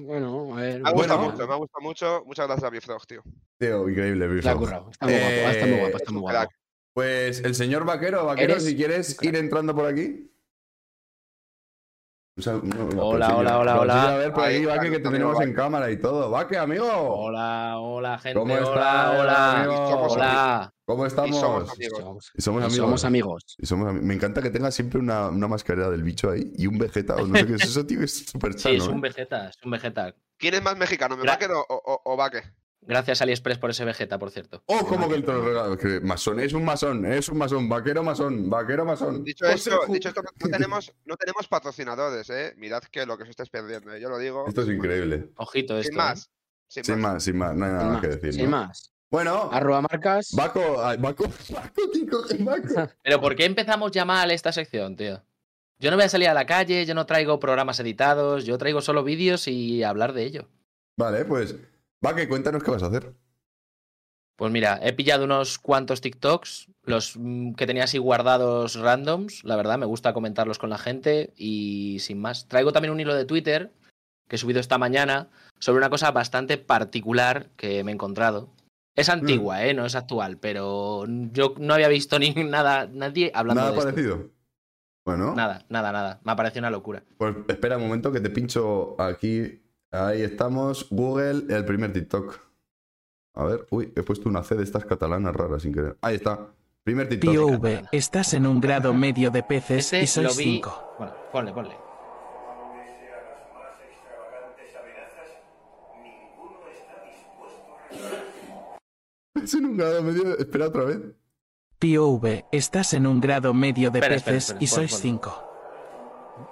Q: bueno, a ver.
R: Me ha gustado
Q: bueno.
R: mucho, me ha gustado mucho. Muchas gracias a Bifrog, tío.
E: Tío, increíble, Bifrog.
Q: La ha currado. Está muy guapo, está muy guapo, está muy guapo.
E: Pues el señor vaquero, vaquero,
Q: Eres
E: si quieres ir entrando por aquí. O sea, no, la
D: Hola,
E: bolsilla,
D: hola, hola,
E: la bolsilla,
D: hola.
E: A ver, por
D: Ahí
E: aquí,
D: está,
E: Vaque, que te
D: amigo
E: tenemos en
D: Vaque.
E: cámara y todo. Vaque, amigo.
D: Hola, hola, gente.
E: ¿Cómo está?
D: hola, hola. hola.
E: ¿Cómo estamos? Y somos
Q: Y
E: amigos.
Q: somos amigos.
E: Y somos ami- Me encanta que tenga siempre una, una mascarilla del bicho ahí y un vegeta. o No sé qué es eso, tío. Es súper
D: Sí,
E: chano.
D: es un
E: ¿eh?
D: Vegeta, es un Vegeta.
R: ¿Quién es más mexicano, mi vaquero o, o, o vaque?
D: Gracias AliExpress por ese Vegeta, por cierto.
E: Oh, como que te lo regalo. Que masón, es un masón, es un masón. Vaquero masón, vaquero masón.
R: Dicho
E: José
R: esto,
E: Ju-
R: dicho esto, no tenemos, no tenemos patrocinadores, eh. Mirad que lo que os estáis perdiendo, eh. yo lo digo.
E: Esto es increíble.
D: Ojito,
R: Sin
Q: ¿eh?
R: más. pues, Sin
E: Sin más, sin más. No hay nada más que decir.
Q: Sin
E: ¿no?
Q: más.
E: Bueno.
Q: Arroba marcas.
E: Baco, ay, Baco, Baco, ¿quién coge Baco?
D: Pero ¿por qué empezamos ya mal esta sección, tío? Yo no voy a salir a la calle, yo no traigo programas editados, yo traigo solo vídeos y hablar de ello.
E: Vale, pues. Vaque, cuéntanos qué vas a hacer.
D: Pues mira, he pillado unos cuantos TikToks, los mm, que tenía así guardados randoms, la verdad, me gusta comentarlos con la gente y sin más. Traigo también un hilo de Twitter que he subido esta mañana sobre una cosa bastante particular que me he encontrado. Es
E: Mm.
D: antigua, ¿eh? No es actual, pero yo no había visto ni nada, nadie hablando
E: Nada
D: de esto.
E: parecido. Bueno,
D: Nada, nada, nada. Me ha parecido una locura.
E: pues espera un momento que te pincho aquí. Ahí estamos. Google, el primer TikTok. A ver, uy, he puesto una C de estas catalanas raras sin querer. Ahí está. Primer TikTok.
G: POV, estás en un grado medio de peces
D: Este
G: y sois
D: lo vi.
G: 5.
D: Bueno, ponle, ponle.
E: Es en un grado medio. Espera otra vez.
G: POV, estás en un grado medio de
E: Espera, espera,
G: peces
E: espera,
G: y
E: ponlo,
G: sois
E: ponlo.
G: 5.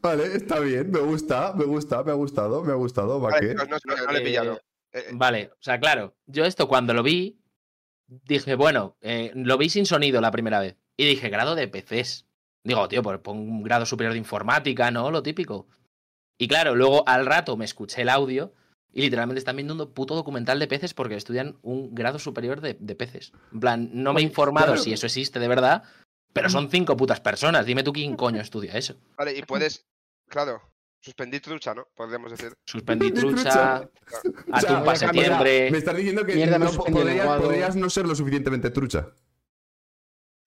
E: Vale, está bien. Me gusta, me gusta, me ha gustado, me ha gustado. Vaque.
R: le he pillado.
D: Eh,
R: Eh,
D: Vale, o sea, claro, yo esto cuando lo vi, dije, bueno, eh, lo vi sin sonido la primera vez. Y dije, grado de PCs. Digo, tío, pues pon un grado superior de informática, ¿no? Lo típico. Y claro, luego al rato me escuché el audio y literalmente están viendo un puto documental de peces porque estudian un grado superior de, de peces. En plan, no me he informado
R: claro. Mm.
D: si eso existe de verdad, pero son cinco putas personas. Dime tú quién coño estudia eso.
R: Vale, y puedes, claro, suspendí trucha, ¿no? Podríamos decir.
D: Suspendí trucha,
E: O sea,
D: atún para
E: Vaca, mira,
D: septiembre.
E: Me estás diciendo que
D: Mierda, me
E: no po-
D: suspendió el
E: podrías,
D: lenguado.
E: podrías no ser lo suficientemente trucha.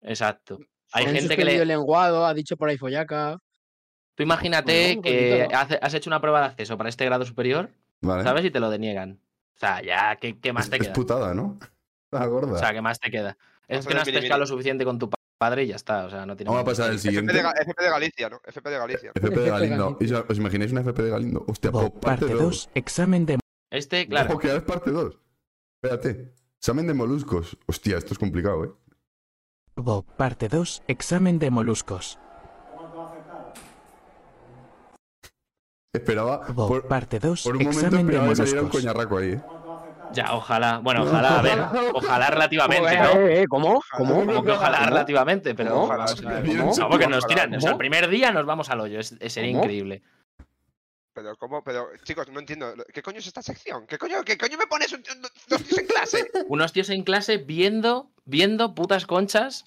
D: Exacto. Hay
Q: Han
D: gente que
Q: suspendido
D: le,
Q: el lenguado, ha dicho por ahí follaca.
D: Tú imagínate
Q: Bueno,
D: que
Q: bonito, ¿no?
D: hace- has hecho una prueba de acceso para este grado superior,
E: Vale.
D: ¿sabes? Y te lo deniegan. O sea, ya, ¿qué, qué más te
E: Es
D: queda?
E: putada, ¿no? Está gorda.
D: O sea, ¿qué más te queda? Es
R: Hazlo
D: que no
R: de
D: has
R: mini,
D: pescado
R: mini.
D: lo suficiente con tu pa- padre y ya está. O sea, no tiene
E: Vamos a
D: más
E: pasar al
D: misterio.
R: FP de,
E: siguiente.
R: Ga- FP de Galicia, ¿no? FP de Galicia.
E: FP de Galindo. ¿Y ¿Os imagináis una FP de Galindo? Hostia, pues parte
G: Parte
E: 2.
G: 2, examen de...
D: Este, claro.
E: Ojo, que ahora es parte 2. Espérate. Examen de moluscos. Hostia, esto es complicado, ¿eh?
G: Bob, parte 2, examen de moluscos.
E: Esperaba.
G: Bob,
E: por,
G: parte 2,
E: por un momento
G: examen de
E: esperaba que saliera un
G: moluscos.
E: coñarraco ahí, ¿eh?
D: Ya, ojalá. Bueno, ojalá, a ver. Ojalá relativamente, ¿no?
Q: Eh, eh, ¿Cómo? ¿Cómo?
D: Como que ojalá
Q: ¿Cómo?
D: relativamente, pero.
Q: ¿Cómo?
D: Ojalá,
Q: ¿Cómo?
D: ojalá.
Q: ¿Cómo?
D: No, porque nos tiran. O sea, el
Q: ¿Cómo?
D: primer día nos vamos al hoyo. es- es- sería
R: ¿Cómo?
D: increíble.
R: Pero, ¿cómo? Pero, chicos, no entiendo. ¿Qué coño es esta sección? ¿Qué coño, qué coño me pones un- un- dos tíos en clase?
D: Unos tíos en clase viendo, viendo putas conchas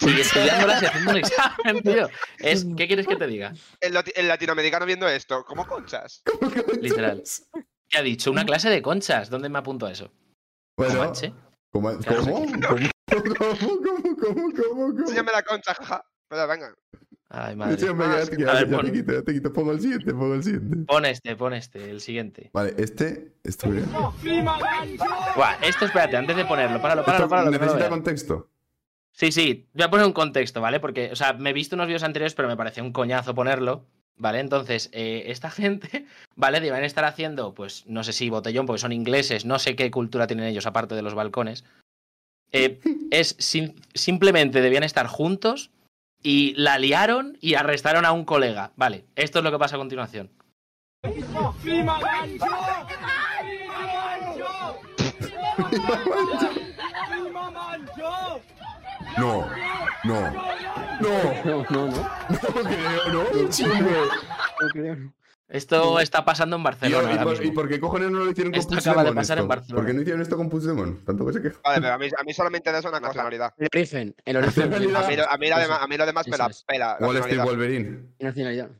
D: y estudiándolas y haciendo un examen, tío. Es, ¿Qué quieres que te diga?
R: El, lati- el latinoamericano viendo esto. ¿Cómo conchas?
D: Literal. ¿Qué ha dicho? Una clase de conchas. ¿Dónde me apunto a eso?
E: Bueno,
D: Comanche.
E: ¿Cómo? ¿Cómo? ¿Cómo? ¿Cómo? ¿Cómo? ¿Cómo? ¿Cómo?
R: Enséñame la concha, jaja. Pero venga.
D: Ay, madre.
E: Sí, hombre, ya, te- ya-
D: A ver,
E: ya
D: pon-
E: te quito, ya te quito. Pongo el siguiente, pongo el siguiente.
D: pon este, pon este, el siguiente.
E: Vale, este está bien.
D: Buah, esto espérate, antes de ponerlo, páralo, páralo,
E: Esto
D: páralo. que no lo
E: necesita
D: vean.
E: contexto.
D: Sí, sí, voy a poner un contexto, ¿vale? Porque, o sea, me he visto unos vídeos anteriores, pero me pareció un coñazo ponerlo, ¿vale? Entonces, eh, esta gente, ¿vale? Deben estar haciendo, pues, no sé si botellón, porque son ingleses, no sé qué cultura tienen ellos aparte de los balcones. Eh, es sim- simplemente debían estar juntos y la liaron y arrestaron a un colega, ¿vale? Esto es lo que pasa a continuación.
E: No, no,
Q: No,
E: no.
Q: no, no.
E: No creo, no, chingo.
Q: No creo, no.
D: Esto está pasando en
E: ¿Y,
D: Barcelona.
E: y
D: ahora
E: por,
D: mismo.
E: y por qué cojones no lo hicieron con
D: Esto acaba de
E: Puigdemont
D: pasar en
E: esto?
D: Barcelona.
E: ¿Por qué no hicieron esto con Puigdemont? Tanto que se queja.
R: Vale, pero a mí, a mí solo me interesa una cosa, nacionalidad.
Q: El origen, el origen.
R: A mí, lo- a mí lo demás, a mí lo demás me Ah, la pela.
E: Wall Street
R: nacionalidad.
E: Wolverine.
Q: Y nacionalidad.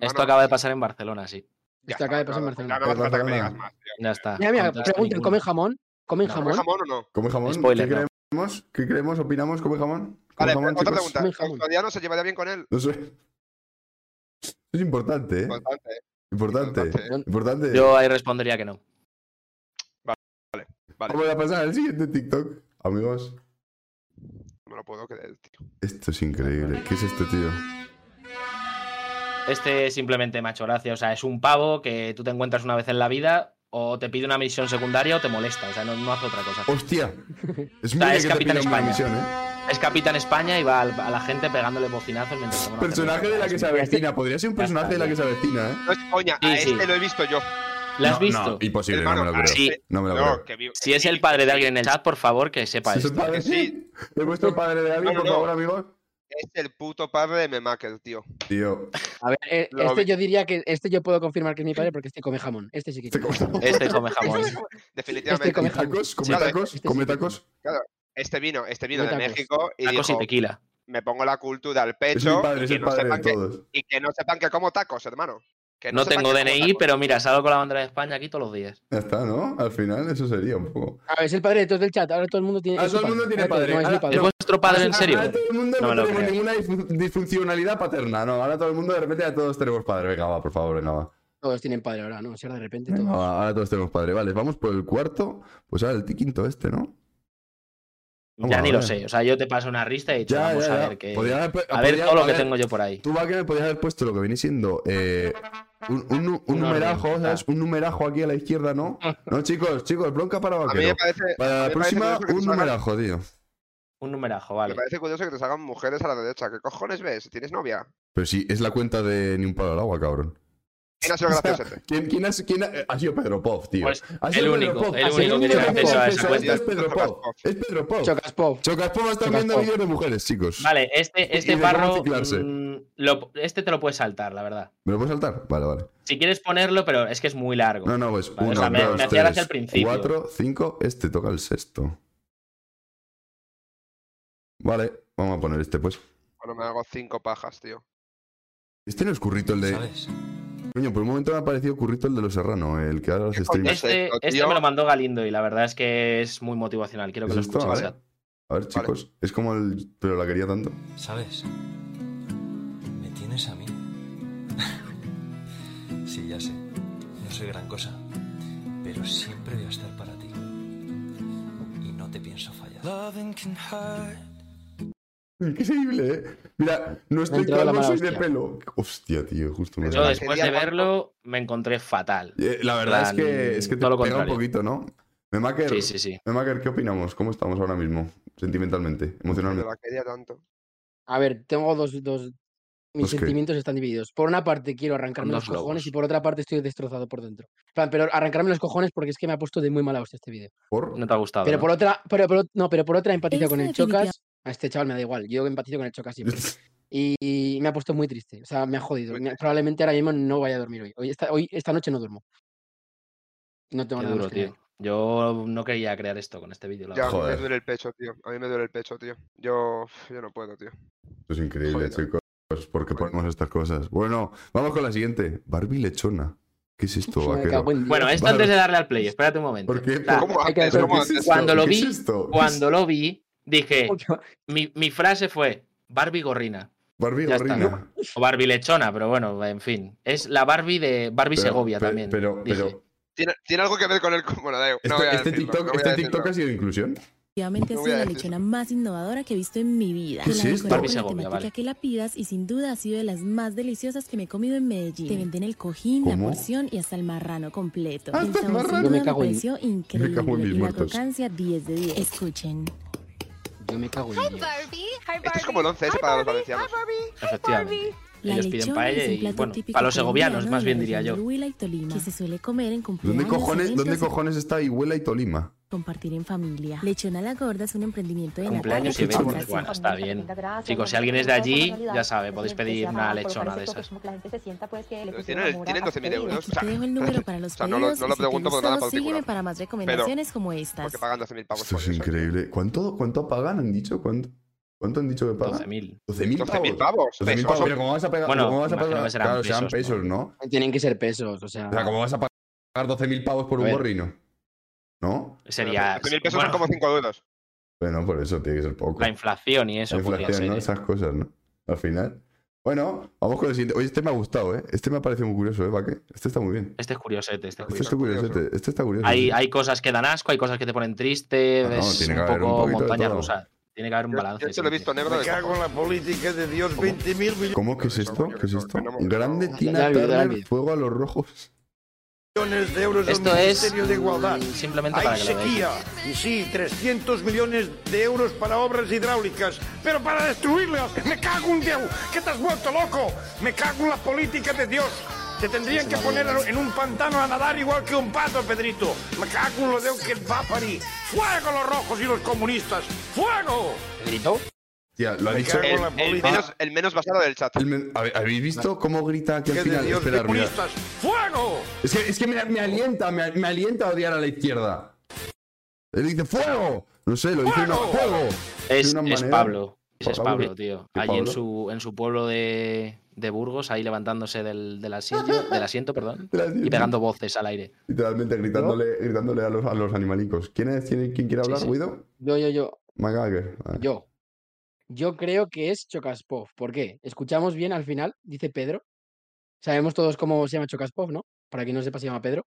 D: Esto acaba de pasar en Barcelona, sí.
R: Ya
Q: Esto
R: está,
Q: acaba de pasar en
R: claro, ya
Q: Barcelona.
R: no hace falta que me
E: Barcelona.
R: digas más.
D: Ya está.
Q: Ah, Mira, mira,
D: Contexto
Q: pregunten,
D: ninguno.
Q: ¿comen jamón? ¿Comen
D: No.
Q: jamón?
R: ¿Come jamón o no?
E: ¿Come jamón?
D: Spoiler,
E: ¿Qué
D: no.
E: creemos? ¿Qué creemos? ¿Opinamos? ¿Come jamón? ¿Come
R: Vale,
E: jamón,
R: otra
E: chicos?
R: pregunta. ¿Caucadiano se llevaría bien con él?
E: No sé. Es importante, ¿eh?
R: Importante, ¿eh?
E: Importante. Importante.
D: Yo eh, ahí respondería que no.
R: Vale,
E: Vamos a pasar al siguiente TikTok. Amigos,
R: no me lo puedo creer, tío.
E: esto es increíble. ¿Qué es esto, tío?
D: Este simplemente macho gracia. O sea, es un pavo que tú te encuentras una vez en la vida, o te pide una misión secundaria o te molesta. O sea, no, no hace otra cosa.
E: Hostia. Es
D: O sea,
E: muy
D: es
E: que te
D: Capitán
E: pidan una
D: España.
E: misión, ¿eh?
D: Es Capitán España y va al- a la gente pegándole bocinazos mientras toma una
E: Personaje
D: cerveza.
E: de la que se avecina. Podría ser un personaje de la que se avecina, ¿eh?
R: No es coña, a
D: Sí, sí.
R: este lo he visto yo.
D: ¿La has
E: No,
D: visto?
E: no, imposible, no me lo creo.
D: Sí.
E: No me lo creo.
R: No, que vivo.
D: Si es el padre de alguien en el chat, por favor, que sepa
E: ¿Es el
D: esto.
E: padre?
R: Este Sí.
E: ¿Es vuestro padre de
R: No,
E: alguien,
R: no,
E: por
R: no.
E: favor, amigos?
R: Es el puto padre de Memaker, tío.
E: Tío.
Q: A ver, eh,
R: Lo
Q: este
R: vi.
Q: yo diría que este yo puedo confirmar que es mi padre porque este come jamón. Este sí que come jamón.
D: Este come jamón.
R: Definitivamente.
Q: Este come jamón.
E: ¿Tacos? ¿Come
R: Claro,
E: tacos? ¿Come tacos?
R: Claro, este vino, este vino
Q: Come
R: de
Q: tacos.
R: México y
D: Tacos y
R: dijo,
D: tequila.
R: me pongo la cultura al
E: Es
R: pecho
E: mi padre, es
R: y, que
E: el
R: no
E: padre de
R: sepan que,
E: todos.
R: y que no sepan que como tacos, hermano. Que
D: No
R: sepan
D: tengo
R: que como
D: DNI,
R: tacos.
D: pero mira, salgo con la bandera de España aquí todos los días.
E: Ya está, ¿no? Al final, eso sería un poco.
Q: A ver, es el padre de todos del chat. Ahora todo el mundo tiene.
E: Ah,
Q: es su
E: todo el mundo tiene
Q: Ahora todo-
E: padre.
Q: No, es mi
E: Ahora-
Q: padre.
D: Ah, ¿Es vuestro padre en serio?
E: Ahora todo el mundo
D: No me
E: no,
D: lo
E: tenemos
D: creo.
E: ninguna disfun- disfuncionalidad paterna, ¿no? Ahora todo el mundo de repente ya todos tenemos padre. Venga, va, por favor, venga, va.
Q: Todos tienen padre ahora, ¿no? O sea, de
D: Mm.
Q: repente
E: Venga,
Q: todos.
E: va, Ahora todos tenemos padre. Vale, vamos por el cuarto. Pues ahora el quinto este, ¿no? Vamos
D: Ya
E: a
D: ni lo
E: ver.
D: sé. O sea, yo te paso una lista y te
E: Ya,
D: vamos
E: ya,
D: a
E: ya.
D: ver qué.
E: Podría haber pu-
D: A ver
E: podría-
D: todo
E: a
D: lo que
E: ver,
D: tengo yo por ahí.
E: Tú, va, que me podías haber puesto lo que viene siendo eh, un, un nu- un
D: Un orden,
E: numerajo,
D: ah.
E: ¿sabes? Un numerajo aquí a la izquierda, ¿no? No, chicos, chicos, bronca para
R: A mí
E: vaquero.
R: me parece,
E: Para
R: a mí me parece
E: la próxima,
R: curioso que te
E: un
R: salgan-
E: numerajo, tío.
D: Un numerajo,
R: Me
D: vale.
R: parece curioso que te salgan mujeres a la derecha. ¿Qué cojones ves? ¿Tienes novia?
E: Pero sí, es la cuenta de ni un palo al agua, cabrón.
R: ¿Quién ha sido
E: O sea,
R: gracioso? este?
E: ¿Quién, quién, ha, quién ha, ha sido Pedro Pov, tío?
D: Pues,
E: Ha
D: el
E: sido
D: único,
E: Pedro Pov.
D: el
E: Ha sido
D: único que
E: único
D: tiene
E: que
D: acceso a
E: tiene
D: esa
E: acceso
D: cuenta.
E: Es Pedro Pov. Es Pedro Pov.
Q: Chocas pop.
E: Chocaspov está
Q: Chocaspov.
E: viendo vídeos de mujeres, chicos.
D: Vale, este,
E: Y
D: este
E: de cómo
D: barro.
E: reciclarse.
D: mm, lo- este te lo puedes saltar, la verdad.
E: ¿Me lo puedo saltar? Vale, vale.
D: Si quieres ponerlo, pero es que es muy largo.
E: No, no, pues
D: Vale, o
E: uno,
D: sea, me-
E: dos,
D: me hacía gracia al
E: tres,
D: principio.
E: cuatro, cinco. Este toca el sexto. Vale, vamos a poner este, pues.
R: Bueno, me hago cinco pajas, tío.
E: Este no es currito el de... Coño, por un momento me ha parecido currito el de los serrano, el que ahora hace stream.
R: coño es?
D: Este,
R: Perfecto,
D: este
R: tío.
D: me lo mandó Galindo y la verdad es que es muy motivacional. Quiero que
E: ¿Es
D: lo
E: esto?
D: escuchen.
E: Vale. A ver, chicos, es como el... Pero la quería tanto.
J: ¿Sabes? Me tienes a mí. sí, ya sé. No soy gran cosa. Pero siempre voy a estar para ti. Y no te pienso fallar.
E: Increíble, ¿eh? Mira, no
Q: Me ha
E: estoy
Q: entrado la
E: calvo,
Q: mala
E: soy de
Q: hostia.
E: pelo. Hostia, tío, justo me
D: Yo
E: da-
D: después de verlo me encontré fatal.
E: Eh, La verdad es que, es que te
D: todo lo
E: pega un
D: contrario.
E: poquito, ¿no? Memaker,
D: Sí, sí, sí.
E: Memaker, Eh, ¿qué opinamos? ¿Cómo estamos ahora mismo? Sentimentalmente,
R: Me
E: emocionalmente.
R: la quería tanto.
Q: A ver, tengo dos. dos... Mis
E: Los que-
Q: sentimientos están divididos. Por una parte quiero arrancarme los
D: dos
Q: cojones
D: lobos.
Q: y por otra parte estoy destrozado por dentro. En plan, Pero arrancarme los cojones porque es que me ha puesto de muy mala hostia este vídeo.
E: ¿Por?
D: No te ha gustado.
Q: Pero
D: ¿no?
Q: por otra, pero por, ot- no, pero por otra empatizo con el
O: Esa definitiva-
Q: Chocas. A este chaval me da igual, yo empatizo con el Chocas siempre. Y, y me ha puesto muy triste, o sea, me ha jodido.
R: Muy
Q: Me- probablemente ahora mismo no vaya a dormir hoy. Hoy esta, hoy, esta noche no duermo. No tengo
D: Qué
Q: nada
D: duro,
Q: más que
D: tío. Yo no quería crear esto con este vídeo. la
R: Ya,
D: verdad.
E: Joder.
R: me duele el pecho, tío. A mí me duele el pecho, tío. Yo, yo no puedo, tío.
E: Esto es increíble,
R: Joder.
E: chicos. Pues, ¿Por qué ponemos estas cosas? Bueno, vamos con la siguiente. Barbie lechona. ¿Qué es esto,
Q: Me
E: vaquero?
Q: cago en Dios.
D: Bueno, esto
E: Vale.
D: antes de darle al play, espérate un momento.
E: ¿Por qué?
D: O sea,
E: ¿Por-
R: ¿Cómo
Q: hay que
R: haces?
E: pero
Q: hacer-
R: ¿Cómo
E: qué es
R: haces?
E: esto?
D: cuando lo
E: ¿Qué es
D: vi,
E: esto?
D: Cuando lo vi, dije,
Q: Ocho-
D: mi, mi frase fue, Barbie gorrina.
E: Barbie
D: Ya está.
E: gorrina.
D: O Barbie lechona, pero bueno, en fin. Es la Barbie de Barbie
E: Pero-
D: Segovia
E: pe-
D: también.
E: pero-
D: dije.
E: pero-
R: ¿Tiene, tiene algo que ver con el. Bueno, da igual, no
E: Este,
R: voy a
E: este
R: decirlo,
E: TikTok,
R: no voy a
E: este
R: decirlo.
E: TikTok ha sido inclusión.
K: Efectivamente ha
R: No voy a
K: sido la
R: decir-
K: lechona más innovadora que he visto en mi vida.
E: ¿Qué
K: Te la
E: es
K: decoré
E: esto?
K: con
E: Barbie
K: la
E: Segovia,
K: temática
E: vale.
K: que la pidas y sin duda ha sido de las más deliciosas que me he comido en Medellín. Te venden el cojín, la
E: ¿Cómo? Ah,
K: porción y hasta el marrano completo.
E: Hasta
K: el
E: el
K: sabor sin
E: marrano.
K: duda
E: Yo me
K: me,
E: cago en-
K: pareció
E: me cago en
K: increíble
E: mis
K: y la
E: muertos.
K: crocancia 10 de 10. Escuchen.
Q: Yo me cago
K: en
R: Esto es como el 11S para los valencianos.
D: Efectivamente.
K: La
D: Ellos piden
K: lechona
D: paella
K: es un
D: y,
K: plato
D: bueno,
K: típico
D: para los
K: colombiano
D: segovianos,
K: de
D: más
K: la
D: bien
K: región
D: diría yo.
K: de Huila y Tolima, que se suele comer en cumpleaños,
E: ¿Dónde cojones,
K: eventos
E: ¿dónde
K: y
E: cojones está Iguela y Tolima?
K: compartir en familia. Lechona la Gorda es un emprendimiento de Natalia
D: Cumpleaños y
K: que
D: eventos.
K: cuenta
D: Bueno, está bien. Chicos, si alguien es de allí, ya sabe, podéis pedir una lechona de esas.
R: Tienen, tienen 12.000 euros. O sea,
K: Te dejo el número para los
R: O sea, no lo-
K: pedidos
R: no lo
K: y si te
R: pregunto por
K: gustó,
R: nada particular,
K: sígueme para más recomendaciones como estas.
R: porque pagan 12.000 pavos.
E: Esto es increíble. ¿Cuánto, ¿Cuánto pagan? ¿Han dicho? ¿Cuánto, cuánto han dicho que pagan?
D: 12.000.
E: 12.000 pavos.
R: 12.000 pavos,
E: 12.000
R: pesos.
E: Pero ¿cómo vas a pagar?
Q: Bueno,
E: ¿cómo vas a
Q: imagino
E: pagar?
Q: que serán
E: claro, serán
Q: pesos,
E: pesos, ¿no?
Q: Tienen que ser pesos, o sea.
E: O sea, ¿cómo vas a pagar 12.000 pavos por
Q: A
E: un
Q: ver.
E: gorrino? ¿No?
D: Sería.
R: 12.000 pesos
D: bueno,
R: son como 5 euros.
E: Bueno, por eso tiene que ser poco.
D: la inflación y eso.
E: La
D: podría
E: inflación,
D: ser,
E: ¿no?
D: ¿eh?
E: Esas cosas, ¿no? Al final. Bueno, vamos con el siguiente. Oye, este me ha gustado, ¿eh? Este me ha parecido muy curioso, ¿eh? ¿Para qué? Este está muy bien.
D: Este es curiosete, este es
E: Este
D: curioso.
E: está curioso. Este está curioso.
D: Hay,
E: sí.
D: hay cosas que dan asco, hay cosas que te ponen triste,
E: No, no,
D: es
E: tiene que
D: un
E: haber un
D: poco
E: poquito de
D: montaña
E: todo.
D: rusa. Tiene que haber un
R: Yo te
D: balance.
R: lo he
D: siempre.
R: visto negro.
L: Me cago en la política de Dios, 20.000 millones.
E: ¿Cómo que es esto? ¿Qué es esto? Grande Tina
L: Dale,
E: Turner,
L: dale.
E: fuego a los rojos.
L: millones de euros
D: Esto
L: al
D: es,
L: Ministerio de Igualdad.
D: mm, simplemente
L: Hay
D: para que lo
L: sequía. Y sí, 300 millones de euros para obras hidráulicas, pero para destruirlas. Me cago en Dios, que te has vuelto loco. Me cago en la política de Dios. Te tendrían que poner en un pantano a nadar igual que un pato, Pedrito. Me cago en lo de que va a parir. ¡Fuego los rojos y los comunistas! ¡Fuego!
D: ¿Pedrito?
E: Tía, lo ha
L: Me
E: dicho.
L: cago en la
E: El- el-
L: política.
E: menos-
R: El menos basado del chat.
E: el men- a ver, ¿Habéis visto cómo grita aquí al
L: Que de
E: final?
L: Dios,
E: Espera, mira.
L: comunistas! ¡Fuego!
E: Es que, es que me, me alienta, me, me alienta a odiar a la izquierda. Él dice ¡Fuego! No sé, lo dice una ¡Fuego! De
D: Es,
E: una
D: es
E: manera-
D: Pablo. Ese es
E: Pablo,
D: Pablo,
E: ¿qué-
D: tío.
E: qué
D: Allí en
E: Pablo?
D: su, en su pueblo de, de Burgos, ahí levantándose del, del asiento, del asiento, perdón,
E: Del asiento.
D: y pegando voces al aire.
E: Literalmente gritándole, gritándole a los, a los animalicos. ¿Quién, es, quién, quién quiere hablar, Guido?
Q: Yo, yo, yo,
E: Magager. Vale.
Q: yo. Yo creo que es Chocaspov. ¿Por qué? Escuchamos bien al final, dice Pedro. Sabemos todos cómo se llama Chocaspov, ¿no? Para quien no sepa, se llama Pedro.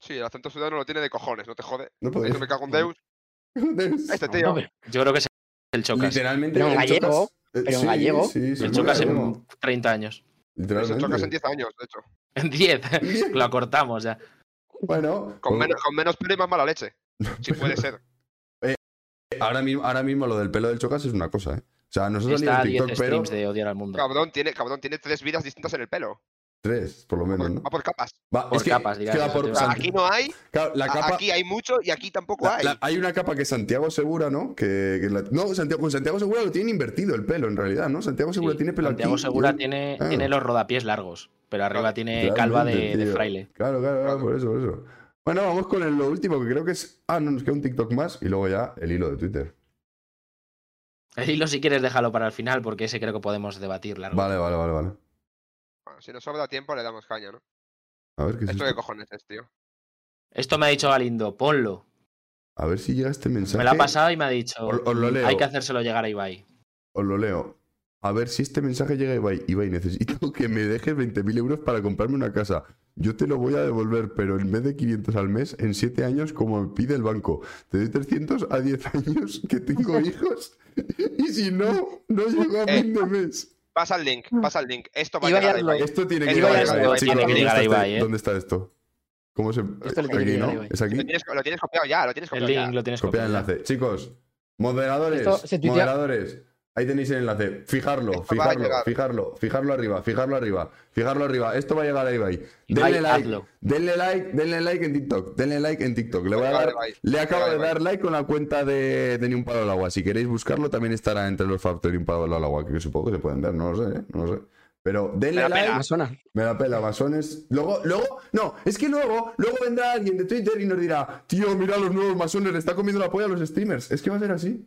R: Sí, el acento ciudadano lo tiene de cojones, no te jode.
E: No podéis.
R: Eso me cago en Deus. Este
Q: No,
R: tío.
Q: pero-
D: Yo creo que es el Chocas.
E: Literalmente
Q: Pero
E: el
Q: gallego,
E: Chocas- eh,
Q: pero
E: sí,
Q: gallego.
E: sí, sí,
D: el
E: muy
D: Chocas
E: gallego.
D: en 30 años.
R: Se
E: Literalmente.
R: chocas en 10 años, de hecho.
D: En 10. lo cortamos ya.
E: Bueno,
R: Con
E: pues,
R: menos, con menos pelo y más mala leche. Si puede ser.
E: ahora, mismo, ahora mismo lo del pelo del Chocas es una cosa, ¿eh? O sea, nos ha salido
D: Está
E: en
D: a 10
E: TikTok, pero
D: streams de odiar al mundo.
R: Cabrón tiene, cabrón, tiene tres vidas distintas en el pelo.
E: tres, por lo menos, ¿no?
R: Va por capas.
E: Va,
D: por
E: es que,
D: capas,
E: es
D: dirás,
E: que va
D: eso
E: por
D: te iba a
E: Sant-
D: decir.
R: Aquí no hay.
E: Claro, la
R: a-
E: capa-
R: Aquí hay mucho y aquí tampoco
E: la-
R: hay.
E: la- hay una capa que Santiago Segura, ¿no? Que, que la- no, Santiago, con Santiago Segura lo tienen invertido el pelo, en realidad, ¿no? Santiago Segura tiene Ah. pelo
D: Santiago
E: aquí.
D: Segura
E: y-
D: tiene,
E: Claro.
D: tiene los rodapiés largos, pero arriba tiene calva de,
E: Literalmente,
D: de
E: tío.
D: fraile.
E: Claro, claro, claro, por eso, por eso. Bueno, vamos con el- lo último, que creo que es. Ah, no, nos queda un TikTok más y luego ya el hilo de Twitter.
D: El hilo, si quieres, déjalo para el final, porque ese creo que podemos debatir largo.
E: Vale, vale, vale, vale.
R: Bueno, si nos sobra tiempo, le damos caña, ¿no?
E: A ver qué es
R: Esto
E: esto.
R: de cojones es, tío.
D: Esto me ha dicho Galindo, ponlo.
E: A ver si llega este mensaje.
D: Me lo ha pasado y me ha dicho,
E: Os- os lo leo.
D: hay que hacérselo llegar a Ibai.
E: Os lo leo. A ver si este mensaje llega a Ibai. Ibai, necesito que me dejes 20.000 euros para comprarme una casa. Yo te lo voy a devolver, pero en vez de 500 al mes, en 7 años, como me pide el banco. Te doy 300 a 10 años que tengo hijos. Y si no, no llego a
R: Eh.
E: fin de mes.
R: Pasa el link, pasa el link. Esto va a
Q: Ibai
R: llegar a
Q: Arlo.
R: Ibai.
E: Esto tiene que
R: Esto
E: llegar
R: va
E: a
R: llegar a
E: Ibai.
R: Ibai.
E: Chicos,
R: Tiene que
E: ¿dónde
R: llegar
E: está
R: a
E: este-
R: Ibai, ¿eh?
E: ¿Dónde está esto? ¿Cómo se.?
Q: Esto le tiene que
E: aquí,
Q: llegar a
E: ¿no?
Q: Ibai.
E: ¿Es aquí?
R: Lo tienes, lo tienes copiado ya, lo tienes
D: El
R: copiado
D: link
R: ya.
D: lo tienes
E: Copiar
D: copiado.
E: enlace. Chicos, moderadores,
Q: Esto se tuitea-
E: moderadores. Ahí tenéis el enlace. Fijarlo,
R: va a
E: fijarlo,
R: llegar.
E: fijarlo, fijarlo arriba, fijarlo arriba, fijarlo arriba. Esto va a llegar a Ibai.
D: Ibai,
E: Denle like,
D: hazlo.
E: denle like, denle like en TikTok, denle like en TikTok. Le, voy a
R: llegar
E: dar-
R: a Ibai,
E: le
R: va a
E: acabo
R: llegar a
E: de
R: Ibai.
E: dar like con la cuenta de, de Ni un palo al agua. Si queréis buscarlo, también estará entre los factores de Ni un palo al agua, que supongo que se pueden ver, no lo sé, ¿eh? no lo sé. Pero denle
R: Me la
E: like,
R: pela.
Q: Masona.
E: me la pela, masones. Luego, luego, no, es que luego, luego vendrá alguien de Twitter y nos dirá, tío, mira a los nuevos masones, le está comiendo la polla a los streamers. Es que va a ser así.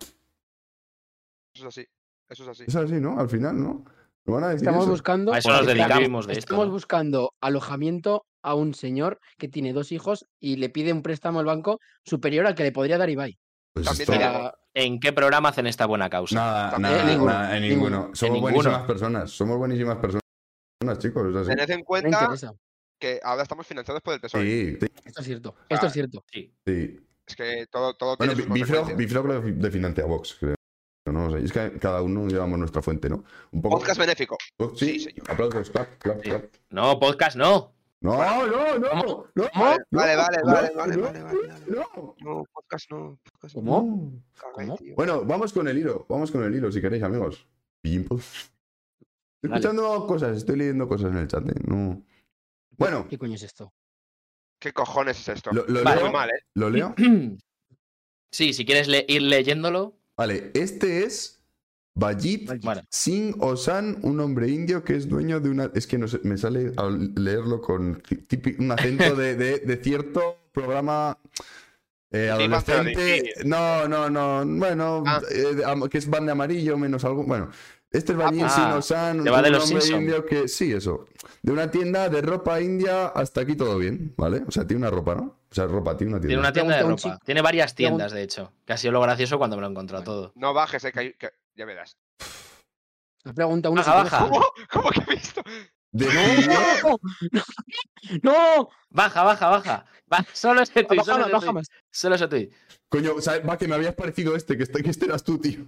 R: Eso es así. Eso es así.
E: Es así, ¿no? Al final, ¿no? Lo van a decir.
Q: Estamos
E: eso.
Q: buscando.
D: A eso nos
Q: estamos-
D: dedicamos de esto,
Q: Estamos
D: ¿no?
Q: buscando alojamiento a un señor que tiene dos hijos y le pide un préstamo al banco superior al que le podría dar Ibai.
E: Pues
D: También
E: esto-
D: dirá, ¿En qué programa hacen esta buena causa?
E: Nada, nada, nada, en ninguno. Somos
D: En
E: buenísimas
D: Eh, ninguno.
E: personas. Somos buenísimas personas, chicos. es así.
R: Tened en cuenta que ahora estamos financiados por el PSOE.
E: Sí, sí,
Q: Esto es cierto. Esto es cierto.
E: sí.
R: E. Ah. Es que todo, todo
E: Bueno,
R: tiene sus
E: Bifro
R: consecuencias.
E: Bifro creo que de financia Vox, creo. No, lo sé. Es que cada uno llevamos nuestra fuente, ¿no? Un poco.
R: Podcast benéfico.
E: Vox, sí, aplausos, clap, clap, clap.
D: No, podcast no.
E: No, no, no. no,
R: Vale,
E: no,
R: vale, vale,
E: no,
R: vale, vale,
E: no,
R: vale, vale, vale.
E: No,
R: podcast no. Podcast no.
E: ¿Cómo?
R: Caray, tío.
E: Bueno, vamos con el hilo. Vamos con el hilo, si queréis, amigos. Pimpo. Estoy escuchando cosas, estoy leyendo cosas en el chat. ¿eh? No. Bueno.
Q: ¿Qué coño es esto?
R: ¿Qué cojones es esto?
E: Lo- lo
R: Vale.
E: leo.
R: Muy mal, ¿eh?
E: ¿Lo leo?
D: Sí, si quieres le- ir leyéndolo.
E: Vale, este es Bajit Singh Osan, un hombre indio que es dueño de una. Es que no sé, me sale al leerlo con típi- un acento de, de- de cierto programa eh,
U: Sí, más pero
E: adolescente. No, no, no. Bueno,
D: Ah.
E: eh, de- am- que es banda amarillo menos algo. Bueno, este es Bajit
U: pues-
E: Singh
U: Ah,
E: Osan,
U: te va de
E: un
U: los
E: hombre
U: Simpson.
E: indio que. Sí, eso. De una tienda de ropa india hasta aquí todo bien, ¿vale? O sea, tiene una ropa, ¿no? O sea, ropa, tiene una tienda.
D: Tiene una tienda de
R: Pregunta a un
D: ropa.
R: chico.
D: Tiene varias
R: Pregun-
D: tiendas, de hecho. Que ha sido lo gracioso cuando me lo he encontrado todo.
R: No bajes, eh, que, hay- que- ya verás.
Q: La pregunta uno.
D: Baja, baja.
Q: ¡No! ¡No!
D: Baja, baja, baja. Va, solo ese tweet.
Q: Baja
D: solo
Q: más,
D: ese
Q: baja
D: tuit.
Q: más.
D: Solo ese tuit.
E: Coño, o sea, va que me habías parecido este, que este, que este eras tú, tío.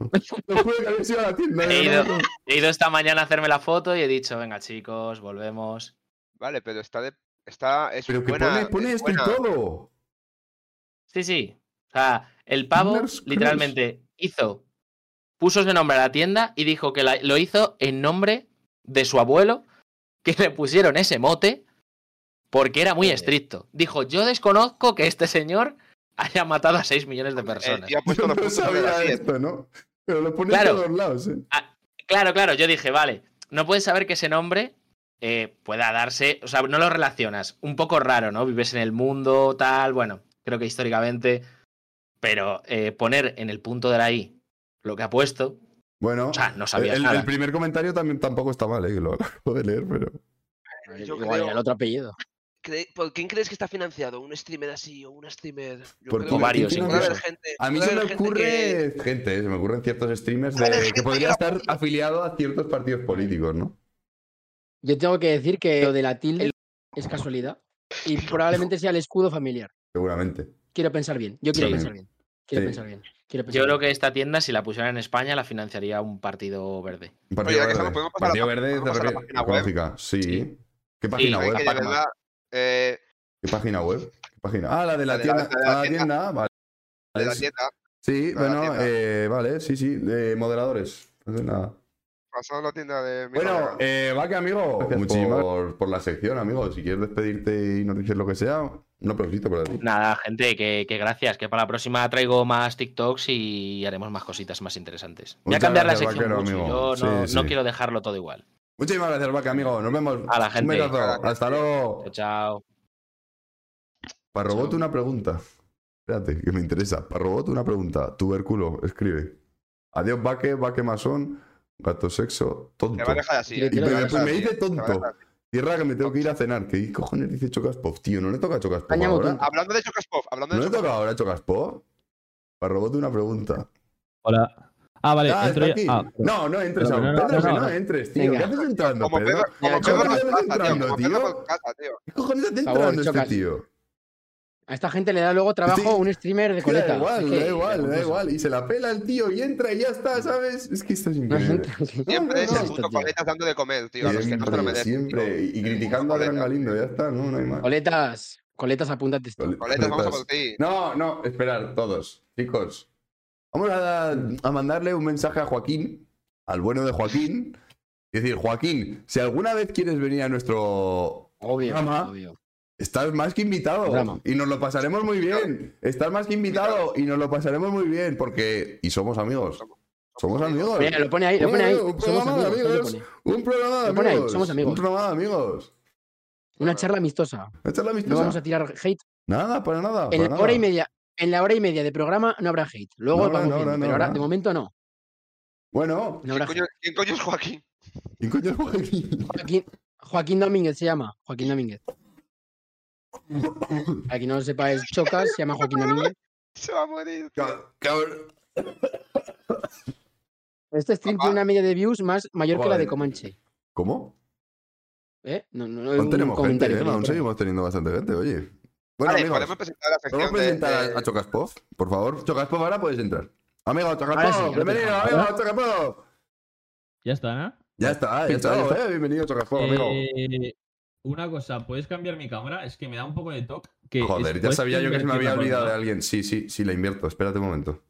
E: No puede que habías ido a la tienda.
D: He
E: de
D: ido,
E: verdad.
D: he ido esta mañana a hacerme la foto y he dicho, venga chicos, volvemos.
R: Vale, pero está de. Está, es
E: Pero que
R: buena.
E: pone, pone
R: es
E: esto y
R: buena.
E: todo.
D: Sí, sí. O sea, el pavo
E: Nurse
D: literalmente hizo, puso ese nombre a la tienda y dijo que la- lo hizo en nombre de su abuelo, que le pusieron ese mote porque era muy estricto. Dijo, yo desconozco que este señor haya matado a 6 millones de
R: El
D: personas.
R: tío ha puesto los
E: No
R: puntos sobre las
E: sabía
R: sillas.
E: esto, ¿no? Pero lo pone
D: Claro. Ah,
E: en todos lados, ¿eh?
D: Claro, claro, yo dije, vale, no puedes saber que ese nombre eh, pueda darse, o sea, no lo relacionas. Un poco raro, ¿no? Vives en el mundo, tal, bueno, creo que históricamente, pero eh, poner en el punto de la I lo que ha puesto,
E: Bueno,
D: o sea, no sabías
E: el,
D: nada.
E: el primer comentario también tampoco está mal, ¿eh? Que lo acabo de leer, pero...
R: Yo
Q: Igual
R: creo-
Q: era el otro apellido.
R: Cre- ¿Por quién crees que está financiado? ¿Un streamer así o una streamer? Yo
E: ¿Por
R: creo
E: qué?
R: que
E: Varios,
R: puede
E: incluso.
R: haber gente-
E: A mí
R: puede
E: se me
R: haber gente que-
E: ocurre... Gente, se me ocurren ciertos streamers de- que podría estar afiliado a ciertos partidos políticos, ¿no?
Q: Yo tengo que decir que lo de la tilde es casualidad y probablemente sea el escudo familiar.
E: Seguramente.
Q: Quiero pensar bien. Yo quiero
D: Sí.
Q: pensar bien. Quiero
E: Sí.
Q: pensar bien. Quiero pensar
D: Yo
Q: bien.
D: creo que esta tienda, si la pusieran en España, la financiaría un partido verde.
E: Un Partido
R: ya que
E: Verde.
R: estamos, podemos pasar a
E: Partido
R: la-
E: Verde,
R: podemos
E: te
R: pasar a la
E: refieres-
R: página web.
E: ecológica, sí. ¿Qué página
R: Sí,
E: web?
R: que de verdad, eh,
E: ¿Qué página web? ¿Qué página? Ah, la de la
R: La de la-
E: tienda.
R: la de la
E: Ah, la
R: tienda.
E: tienda, vale.
R: de la
E: Es-
R: dieta,
E: Sí,
R: la de la
E: bueno,
R: tienda.
E: eh, vale, sí, sí, de moderadores. No sé nada.
R: pasado la tienda de mi
E: Bueno,
R: colega.
E: eh, va que
R: Oh,
E: amigo, muchísimas por, por la sección, amigo. Si quieres despedirte y nos dices lo que sea, un aplausito para ti.
D: Nada, gente, que, que gracias, que para la próxima traigo más TikToks y haremos más cositas más interesantes. Voy a
E: Muchas
D: cambiar
E: gracias,
D: la sección
E: vaquero,
D: mucho,
E: amigo.
D: yo no,
E: Sí,
D: no
E: sí.
D: quiero dejarlo todo igual.
E: Muchísimas gracias, Vaca, amigo. Nos vemos.
D: A la gente.
E: Un besazo. Hasta luego.
D: Chao.
E: Para Robot una pregunta. Espérate, que me interesa. Para Robot una pregunta. Tubérculo, escribe. Adiós, vaque, vaque masón, gato sexo, tonto.
R: Te va a dejar así,
E: Y
R: eh, te
E: me,
R: va a
E: me-
R: dejar así,
E: me
R: eh,
E: dice
R: te va a
E: tonto.
R: dejar
E: Tierra que me tengo que ir a cenar. ¿Qué cojones dice Chocaspov? Tío, no le toca a Chocaspov
R: Caña
E: ahora.
R: botón. Hablando de Chocaspov, Ah, hablando
E: ¿No
R: de
E: le
R: Chocaspov.
E: toca ahora a Chocaspov? Para Robot una pregunta.
M: Hola. Ah, vale,
E: Ah,
M: entro
E: está
M: yo.
E: aquí.
M: Ah,
E: No, no entres
M: no,
E: aún.
M: no, no,
E: Pedro, que
M: no,
E: no
M: no.
E: entres, tío. ¿Qué
M: Venga.
E: haces entrando,
M: Como
E: Pedro?
M: Pedro- como Pedro
E: ¿Qué cojones
M: nos
E: haces
M: pasa, tío,
E: entrando,
M: como
E: tío?
M: Pedro
E: ¿Qué cojones hace
Q: Por favor,
E: entrando este
Q: chocas.
E: tío?
Q: A esta gente le da luego trabajo un streamer de
E: Que
Q: coleta.
E: Da igual,
Q: Es que-
E: da igual, da igual. Y se la pela el tío y entra y ya está, ¿sabes? Es que esto es increíble.
R: Siempre es
E: No,
R: el
E: no,
R: puto coletas dando de comer, tío. A los que no te lo
E: Siempre,
R: merecen.
E: siempre. Y criticando a Adrián Galindo, ya está, no, no hay más.
Q: Coletas, coletas, apúntate esto.
R: Coletas, vamos a por ti.
E: No, no, esperar, todos, chicos. Vamos a, a mandarle un mensaje a Joaquín, al bueno de Joaquín. Es decir, Joaquín, si alguna vez quieres venir a nuestro programa, estás más que invitado.
Q: Programa.
E: Y nos lo pasaremos muy bien. Estás más que invitado y nos lo pasaremos muy bien porque... Y somos amigos. Somos amigos.
Q: Mira, lo pone ahí, lo pone ahí.
E: Un
Q: Somos
E: programa de
Q: amigos, ¿dónde
E: amigos. Un programa de
Q: Lo pone ahí,
E: amigos.
Q: somos amigos.
E: Un programa de amigos.
Q: Una charla amistosa.
E: Una charla
Q: No
E: amistosa.
Q: vamos a tirar hate.
E: Nada, para nada. para
Q: En la
E: nada.
Q: hora y media, en la hora y media de programa no habrá hate. Luego
E: No habrá,
Q: vamos
E: no
Q: viendo,
E: habrá, no
Q: pero ahora
E: habrá.
Q: de momento no.
E: Bueno,
Q: No habrá hate.
R: ¿Quién coño es Joaquín?
E: ¿quién coño es Joaquín?
Q: Joaquín, Joaquín Domínguez se llama. Joaquín Domínguez. Aquí no lo sepa es Chocas, se llama Joaquín Domínguez.
R: Se va a morir.
E: Cabrón.
Q: Este stream tiene una media de views más mayor que la de
E: Joder.
Q: Comanche.
E: ¿Cómo?
Q: ¿Eh? No, no, no.
E: Aún
Q: un
E: tenemos gente,
Q: comentario
E: ¿eh?
Q: que le
E: Aún
Q: pone.
E: seguimos teniendo bastante gente, oye. Bueno,
R: vale,
E: amigos,
R: podemos presentar la
E: ¿podemos
R: sección de-
E: presentar
R: de-
E: a, a Chocaspov? Por favor, Chocaspov, ahora puedes entrar. Amigo,
R: Ahora sí, ahora
E: Chocaspov,
R: sí.
E: bienvenido, amigo, Chocaspov.
M: Ya está, ¿no?
E: Ya está, ya
M: Ya está,
E: está.
M: ya está.
E: eh, bienvenido, Chocaspov, amigo.
M: Eh, una cosa, ¿puedes cambiar mi cámara? Es que me da un poco de toque. que
E: Joder,
M: es-
E: ya
M: ¿puedes
E: sabía yo que se me
M: invertir
E: había
M: la
E: olvidado de
M: pantalla?
E: alguien. Sí, sí, sí, la invierto. Espérate un momento.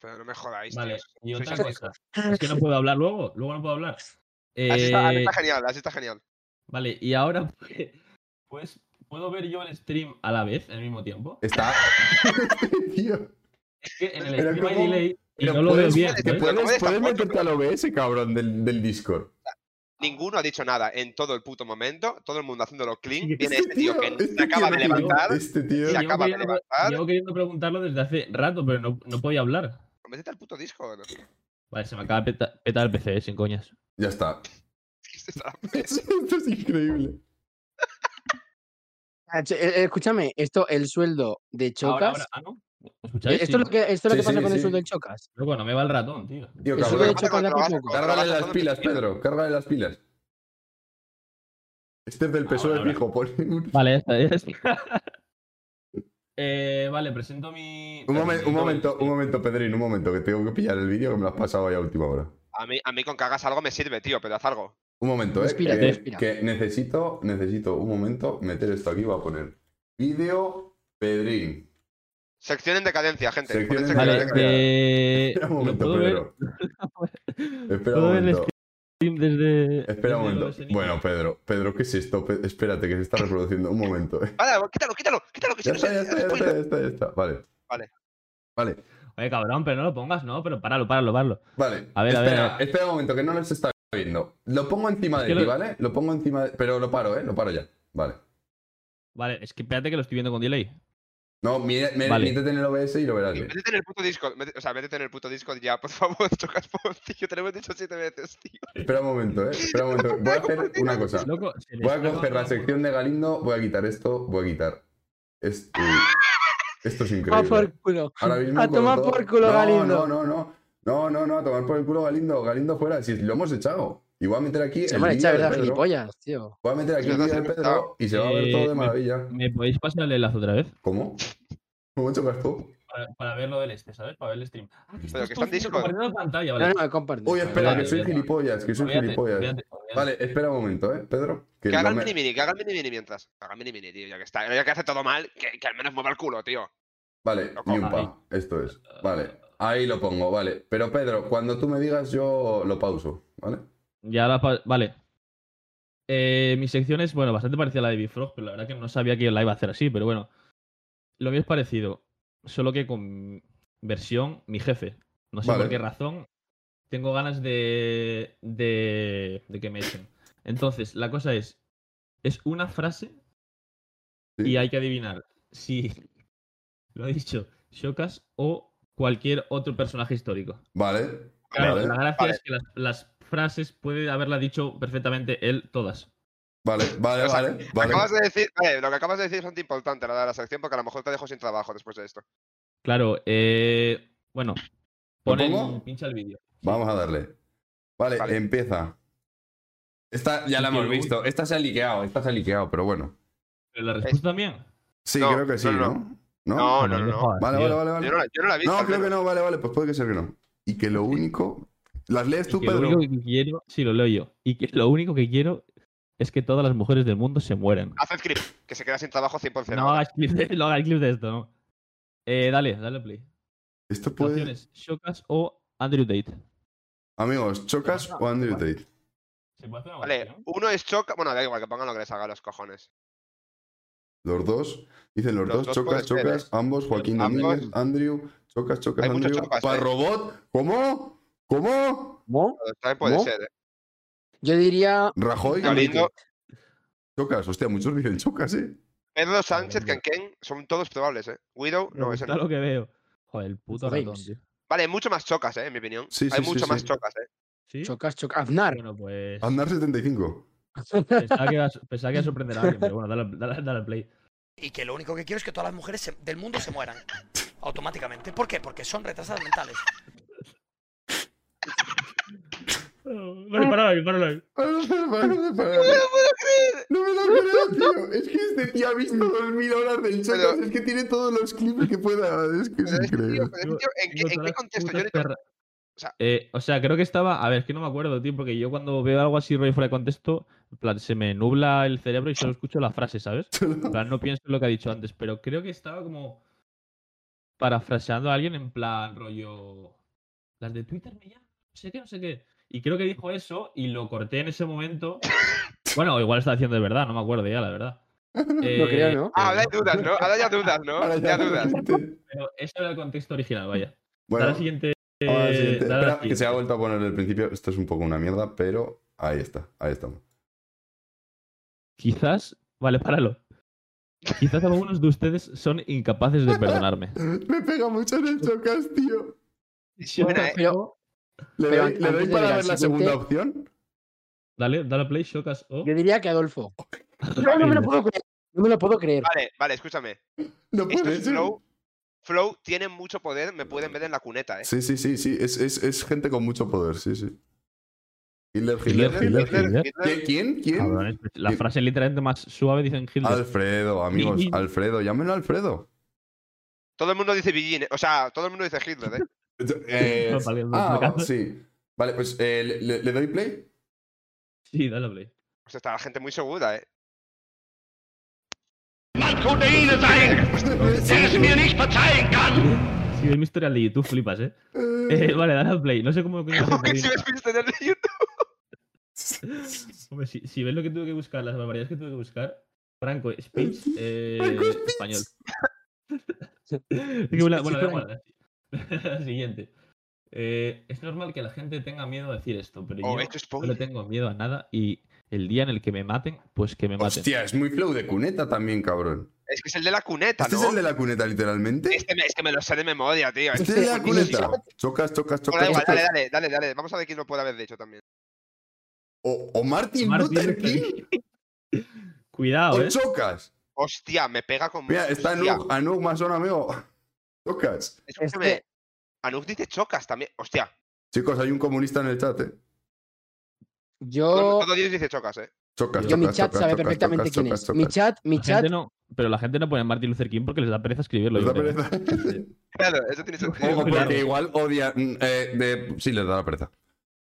R: Pero no me jodáis,
M: Vale, y
R: Sois
M: otra
R: así.
M: cosa. Es que no puedo hablar luego, luego no puedo hablar.
R: Así está, así
M: Eh,
R: está genial, así está genial.
M: Vale, y ahora pues puedo ver yo el stream a la vez, al mismo tiempo.
E: Está.
M: Es que en el
E: Pero
M: stream hay
E: ¿cómo?
M: delay y
E: Pero
M: no lo veo
E: puedes-
M: bien.
E: ¿Te
M: ¿sabes?
E: puedes, puedes meterte al OBS, cabrón, del, del Discord?
R: Ninguno ha dicho nada en todo el puto momento, todo el mundo haciéndolo clean.
M: Sí,
R: Viene
M: este
R: este tío que
M: tío,
R: se acaba de levantar.
E: este
R: Se
M: Llevo
R: acaba de
M: queriendo-
R: levantar.
M: Llevo queriendo preguntarlo desde hace rato, pero no, no podía hablar.
R: Métete al puto Discord.
M: Vale, se me acaba de peta- petar el PC, eh, sin coñas.
E: Ya está.
R: Esto
E: es increíble.
Q: Ah, che, eh, eh, Escúchame, esto, el sueldo de Chocas.
M: Ahora, ahora, ah, ¿no? ¿Me escucháis?
Q: ¿Eh? Esto es lo que, esto es lo que pasa con el sueldo
M: de
Q: del Chocas.
M: Luego no me va el ratón, tío.
E: Tío,
Q: Eso
E: cabrón.
Q: lo he hecho con la Pococo.
E: Cárgale las pilas, Pedro. Cárgale las pilas. Este es del PSOE fijo. pon un-
M: Ah, Vale, ya está, ya está. Eh, vale, presento mi.
E: Un, momen- un momento, un momento, Pedrín, un momento, que tengo que pillar el vídeo que me lo has pasado ya a última hora.
R: A mí, a mí con que hagas algo me sirve, tío, pero haz algo.
E: Un momento, eh.
R: Respira,
E: que,
R: respira.
E: que necesito, necesito un momento meter esto aquí. Voy a poner vídeo Pedrín.
R: Sección en decadencia, gente.
E: Sección
R: Ponen
E: en
R: sección en
E: decadencia.
R: decadencia.
E: Espera un
M: Eh, ¿lo
E: momento,
M: puedo ver?
E: Pedro. Espera un
M: Todo el eh,
E: momento.
M: stream desde.
E: Espera un
M: desde
E: momento.
M: los-
E: Bueno, Pedro, Pedro, ¿qué es esto? Pe- espérate, que se está reproduciendo. Un momento. eh.
R: Vale, quítalo, quítalo, quítalo, que se
E: Ya
R: nos
E: está, ya está, ya está, ya
R: spoiler.
E: está, ya está. Vale.
R: Vale.
E: Vale.
M: Oye, cabrón, pero no lo pongas, no, pero páralo, páralo, páralo.
E: Vale.
M: A ver, a ver,
E: espera,
M: a ver.
E: espera un momento, que no les está viendo. Lo pongo encima
M: Es
E: de
M: que
E: ti,
M: lo-
E: ¿vale? Lo pongo encima de... Pero lo paro, ¿eh? Lo paro ya. Vale.
M: Vale, es que espérate que lo estoy viendo con delay.
E: No, mira, me-
M: Vale.
E: métete en el OBS y lo verás eh. bien.
R: Métete en el puto Discord, mete- o sea, métete en el puto Discord ya, por favor, chocas por tío, te lo hemos dicho siete veces, tío.
E: Espera un momento, ¿eh? Espera un momento. Voy a hacer una cosa.
M: Loco, se le
E: Voy a
M: está
E: coger la
M: bajando
E: sección de Galindo, voy a quitar esto, voy a quitar. Esto, esto es
Q: A
E: increíble.
Q: por culo.
E: Ahora mismo
Q: A
E: con
Q: tomar
E: todo-
Q: por culo,
E: No,
Q: Galindo.
E: No, no, no. No, no, no, a tomar por el culo Galindo. Galindo fuera. Si lo hemos echado. Y voy a meter aquí.
Q: Se
E: el
Q: me han
E: vídeo
Q: echado,
E: de
Q: ¿verdad?
E: Pedro.
Q: Gilipollas, tío.
E: Voy a meter aquí el vídeo de Pedro y se va a ver
M: Eh,
E: todo de
M: me-
E: maravilla.
M: ¿Me podéis pasar el enlace otra vez?
E: ¿Cómo? ¿Cómo chocas tú?
M: Para, para ver lo del este, ¿sabes? Para ver el stream. Ah, que
E: Pero
M: estás
E: que
M: tú
E: está en Discord.
M: compartiendo pantalla,
Q: No,
M: vale.
Q: no, comparte.
E: Uy, espera,
M: Olvídate,
E: que soy
M: olvídate.
E: gilipollas, que soy
M: Olvídate,
E: gilipollas.
M: olvídate,
E: Vale, espera un momento, ¿eh, Pedro?
R: Que
E: no
R: haga el
E: me-
R: mini mini, que haga el mini mini mientras. Que haga el mini mini, tío, ya que está. Ya que hace todo mal, que, que al menos mueva el culo, tío.
E: Vale,
R: Lo
E: ni un
R: cojo.
E: pa, esto es.
M: Eh,
E: Vale, ahí lo pongo, vale. Pero Pedro, cuando tú me digas, yo lo pauso, ¿vale?
M: Ya la pa- Vale. Eh, mi sección es, bueno, bastante parecida a la de Bifrog, pero la verdad que no sabía que la iba a hacer así, pero bueno. Lo mío es parecido, solo que con versión mi jefe. No sé
E: Vale.
M: por qué razón. Tengo ganas de, de, de que me echen. Entonces, la cosa es, es una frase y hay que adivinar si lo ha dicho Shokas o cualquier otro personaje histórico.
E: Vale.
M: Claro,
E: vale,
M: la gracia es que las, las frases puede haberla dicho perfectamente él todas.
E: Vale, vale,
R: O sea,
E: vale, vale.
R: Acabas de decir, vale, lo que acabas de decir es bastante importante, la de la sección, porque a lo mejor te dejo sin trabajo después de esto.
M: Claro, eh, bueno,
E: ¿Lo
M: pon el-
E: pongo?
M: pincha el vídeo.
E: Vamos a darle. Vale, empieza. Esta ya la
M: Sí,
E: hemos
M: me
E: visto. Esta se ha liqueado, esta se ha liqueado, pero bueno.
M: ¿Pero la respuesta también?
E: Sí,
M: No,
E: creo que sí,
M: no, no.
E: ¿no? ¿No?
M: No, no, no, no.
E: Vale,
M: Tío.
E: vale, vale, vale.
M: Yo no la- yo no la he visto, al
E: creo que
M: menos.
E: no, vale, vale, pues puede que sea que no. Y que lo único. ¿Las lees tú,
M: Que lo
E: Pedro?
M: único que quiero, sí, lo leo yo. Y que lo único que quiero es que todas las mujeres del mundo se mueran.
R: Haz el clip, que se queda sin trabajo 100%.
M: No hagas clip de, no hagas clip de esto, ¿no? Eh, dale, dale play.
E: Esto puede-
M: Opciones, Shokas o Andrew Tate.
E: Amigos, ¿Chocas o Andrew Tate?
R: Vale, uno es choca. Bueno, da igual, que pongan lo que les haga a los cojones.
E: Los dos. Dicen los,
R: Los
E: dos,
R: dos
E: chocas,
R: pueden ser,
E: chocas,
R: ¿eh?
E: ambos, Joaquín
R: Ambos.
E: Domínguez, Andrew, chocas, chocas,
R: Hay muchos
E: Andrew.
R: chocas, ¿eh?
E: ¿Para robot? ¿Cómo? ¿Cómo?
R: También puede
E: ¿Cómo?
R: ser, eh.
Q: Yo diría.
E: ¿Rajoy?
R: Galindo.
E: Chocas, hostia, muchos dicen chocas, ¿eh?
R: Pedro Sánchez, Kenken, son todos probables, eh. Widow, no, ese
M: Está
R: no.
M: lo que veo. Joder, el puto ratón, tío.
R: Vale, mucho más chocas, eh, en mi opinión.
E: Sí,
R: Hay
E: sí, sí,
R: mucho más
E: sí.
R: chocas, eh.
Q: Chocas, chocas. Aznar.
M: Bueno, pues.
E: Andar 75.
M: Pensaba que iba a, pensaba que iba a sorprender a alguien, pero bueno, dale, dale, dale al play.
I: y que lo único que quiero es que todas las mujeres se- del mundo se mueran automáticamente. ¿Por qué? Porque son retrasadas mentales.
B: Vale, páralo ahí, páralo ahí.
E: creer! No me lo creo, tío. Es que este tío ha visto 2000 horas del Chocas. Es que tiene todos los clips que pueda. Es que es increíble.
R: ¿En qué, en qué contexto? Yo
M: Perra. Eh, o sea, creo que estaba. A ver, es que no me acuerdo, tío, porque yo cuando veo algo así rollo fuera de contexto, en plan, se me nubla el cerebro y solo escucho la frase, ¿sabes? En plan, no pienso en lo que ha dicho antes, pero creo que estaba como parafraseando a alguien en plan rollo. Las de Twitter me llaman, no sé qué, no sé qué. Y creo que dijo eso y lo corté en ese momento. Bueno, igual está diciendo de verdad, no me acuerdo ya, la verdad. Eh,
R: Ah, ahora hay dudas, ¿no? Ahora ya dudas, ¿no?
M: Ahora
R: ya dudas.
M: Pero ese era el contexto original, vaya.
E: Bueno,
M: Ahora siguiente.
E: Ahora el siguiente.
M: dale a la
E: Espera, que
M: siguiente.
E: se ha vuelto a poner el principio. Esto es un poco una mierda, pero ahí está. Ahí estamos.
M: Quizás. Vale, páralo. Quizás algunos de ustedes son incapaces de perdonarme.
E: Me pega mucho en el Chocas, tío.
M: Buena, eh.
Q: Pero,
E: ¿Le
Q: pero
E: doy, le
Q: antes
E: doy
Q: de
E: para
Q: ir al
E: ver la
Q: siguiente-
E: segunda opción?
M: Dale, dale a play, Oh. Shokas. o
Q: Yo diría que Adolfo. No, no me lo puedo creer. No me lo puedo creer.
R: Vale, vale, escúchame. Esto es Flow. Flow tiene mucho poder, me pueden ver en la cuneta, ¿eh?
E: Sí, sí, sí, sí. Es, es, es gente con mucho poder, sí, sí. Hitler, Hitler,
M: Hitler, Hitler, Hitler.
E: ¿Qui- ¿Quién? ¿Quién?
M: Cabrones, La frase literalmente más suave dicen Hitler.
E: Alfredo, amigos.
M: Sí.
E: Alfredo, llámenlo Alfredo.
R: Todo el mundo dice Billín, ¿eh? o sea, todo el mundo dice Hitler, ¿eh?
E: Eh,
R: No, vale, no,
E: ah,
R: no.
E: sí. Vale, pues eh, le- le, le doy play.
M: Sí, dale play.
R: Pues está la gente muy segura, ¿eh?
N: Proteine sein,
E: Pues,
N: der
E: eh,
N: es mir nicht verzeihen kann.
M: Si ves mi historial de YouTube, flipas, eh. Eh, vale, dale a play. No sé cómo. coño hace play. Hombre, si, si ves lo que tuve que buscar, las barbaridades que tuve que buscar. Franco Speech eh, español. Es Este que bueno, bueno, da igual. ¿eh? La siguiente. Eh, es normal que la gente tenga miedo a decir esto, pero
R: Oh,
M: yo
R: esto es
M: no le tengo miedo a nada y el día en el que me maten, pues que me maten.
E: Hostia, es muy flow de cuneta también, cabrón.
R: Es que es el de la cuneta,
E: ¿Este
R: ¿no?
E: es el de la cuneta, literalmente?
R: Este me, es que me lo sé de memoria, tío.
E: Este
R: es
E: es de la
R: buenísimo.
E: cuneta. Chocas, chocas,
R: Bueno, da
E: chocas.
R: igual,
E: chocas.
R: dale, dale, dale, dale. Vamos a ver quién lo puede haber dicho también.
E: O, o Martin,
R: Martin
E: Luther
R: Luther
E: King.
M: Cuidado, eh.
E: o Chocas.
R: Hostia, me pega con.
E: Mira, está
R: Hostia.
E: Anuk, Anuk Masón, amigo. Chocas.
R: Escúchame. Anuk dice chocas también. Hostia.
E: Chicos, hay un comunista en el chat, eh.
Q: Yo.
R: Todo Dios dice chocas, eh.
E: Chocas,
Q: Yo, mi
E: chocas,
Q: chat
E: chocas,
Q: sabe
E: chocas,
Q: perfectamente
E: chocas,
Q: quién
E: chocas,
Q: es.
E: chocas.
Q: Mi chat, mi
M: La gente
Q: chat.
M: no- pero la gente no pone Martin Luther King porque les da pereza escribirlo. yo creo.
R: Claro, eso tiene sentido.
E: O porque igual odia. mm, eh, de- sí, les da la pereza.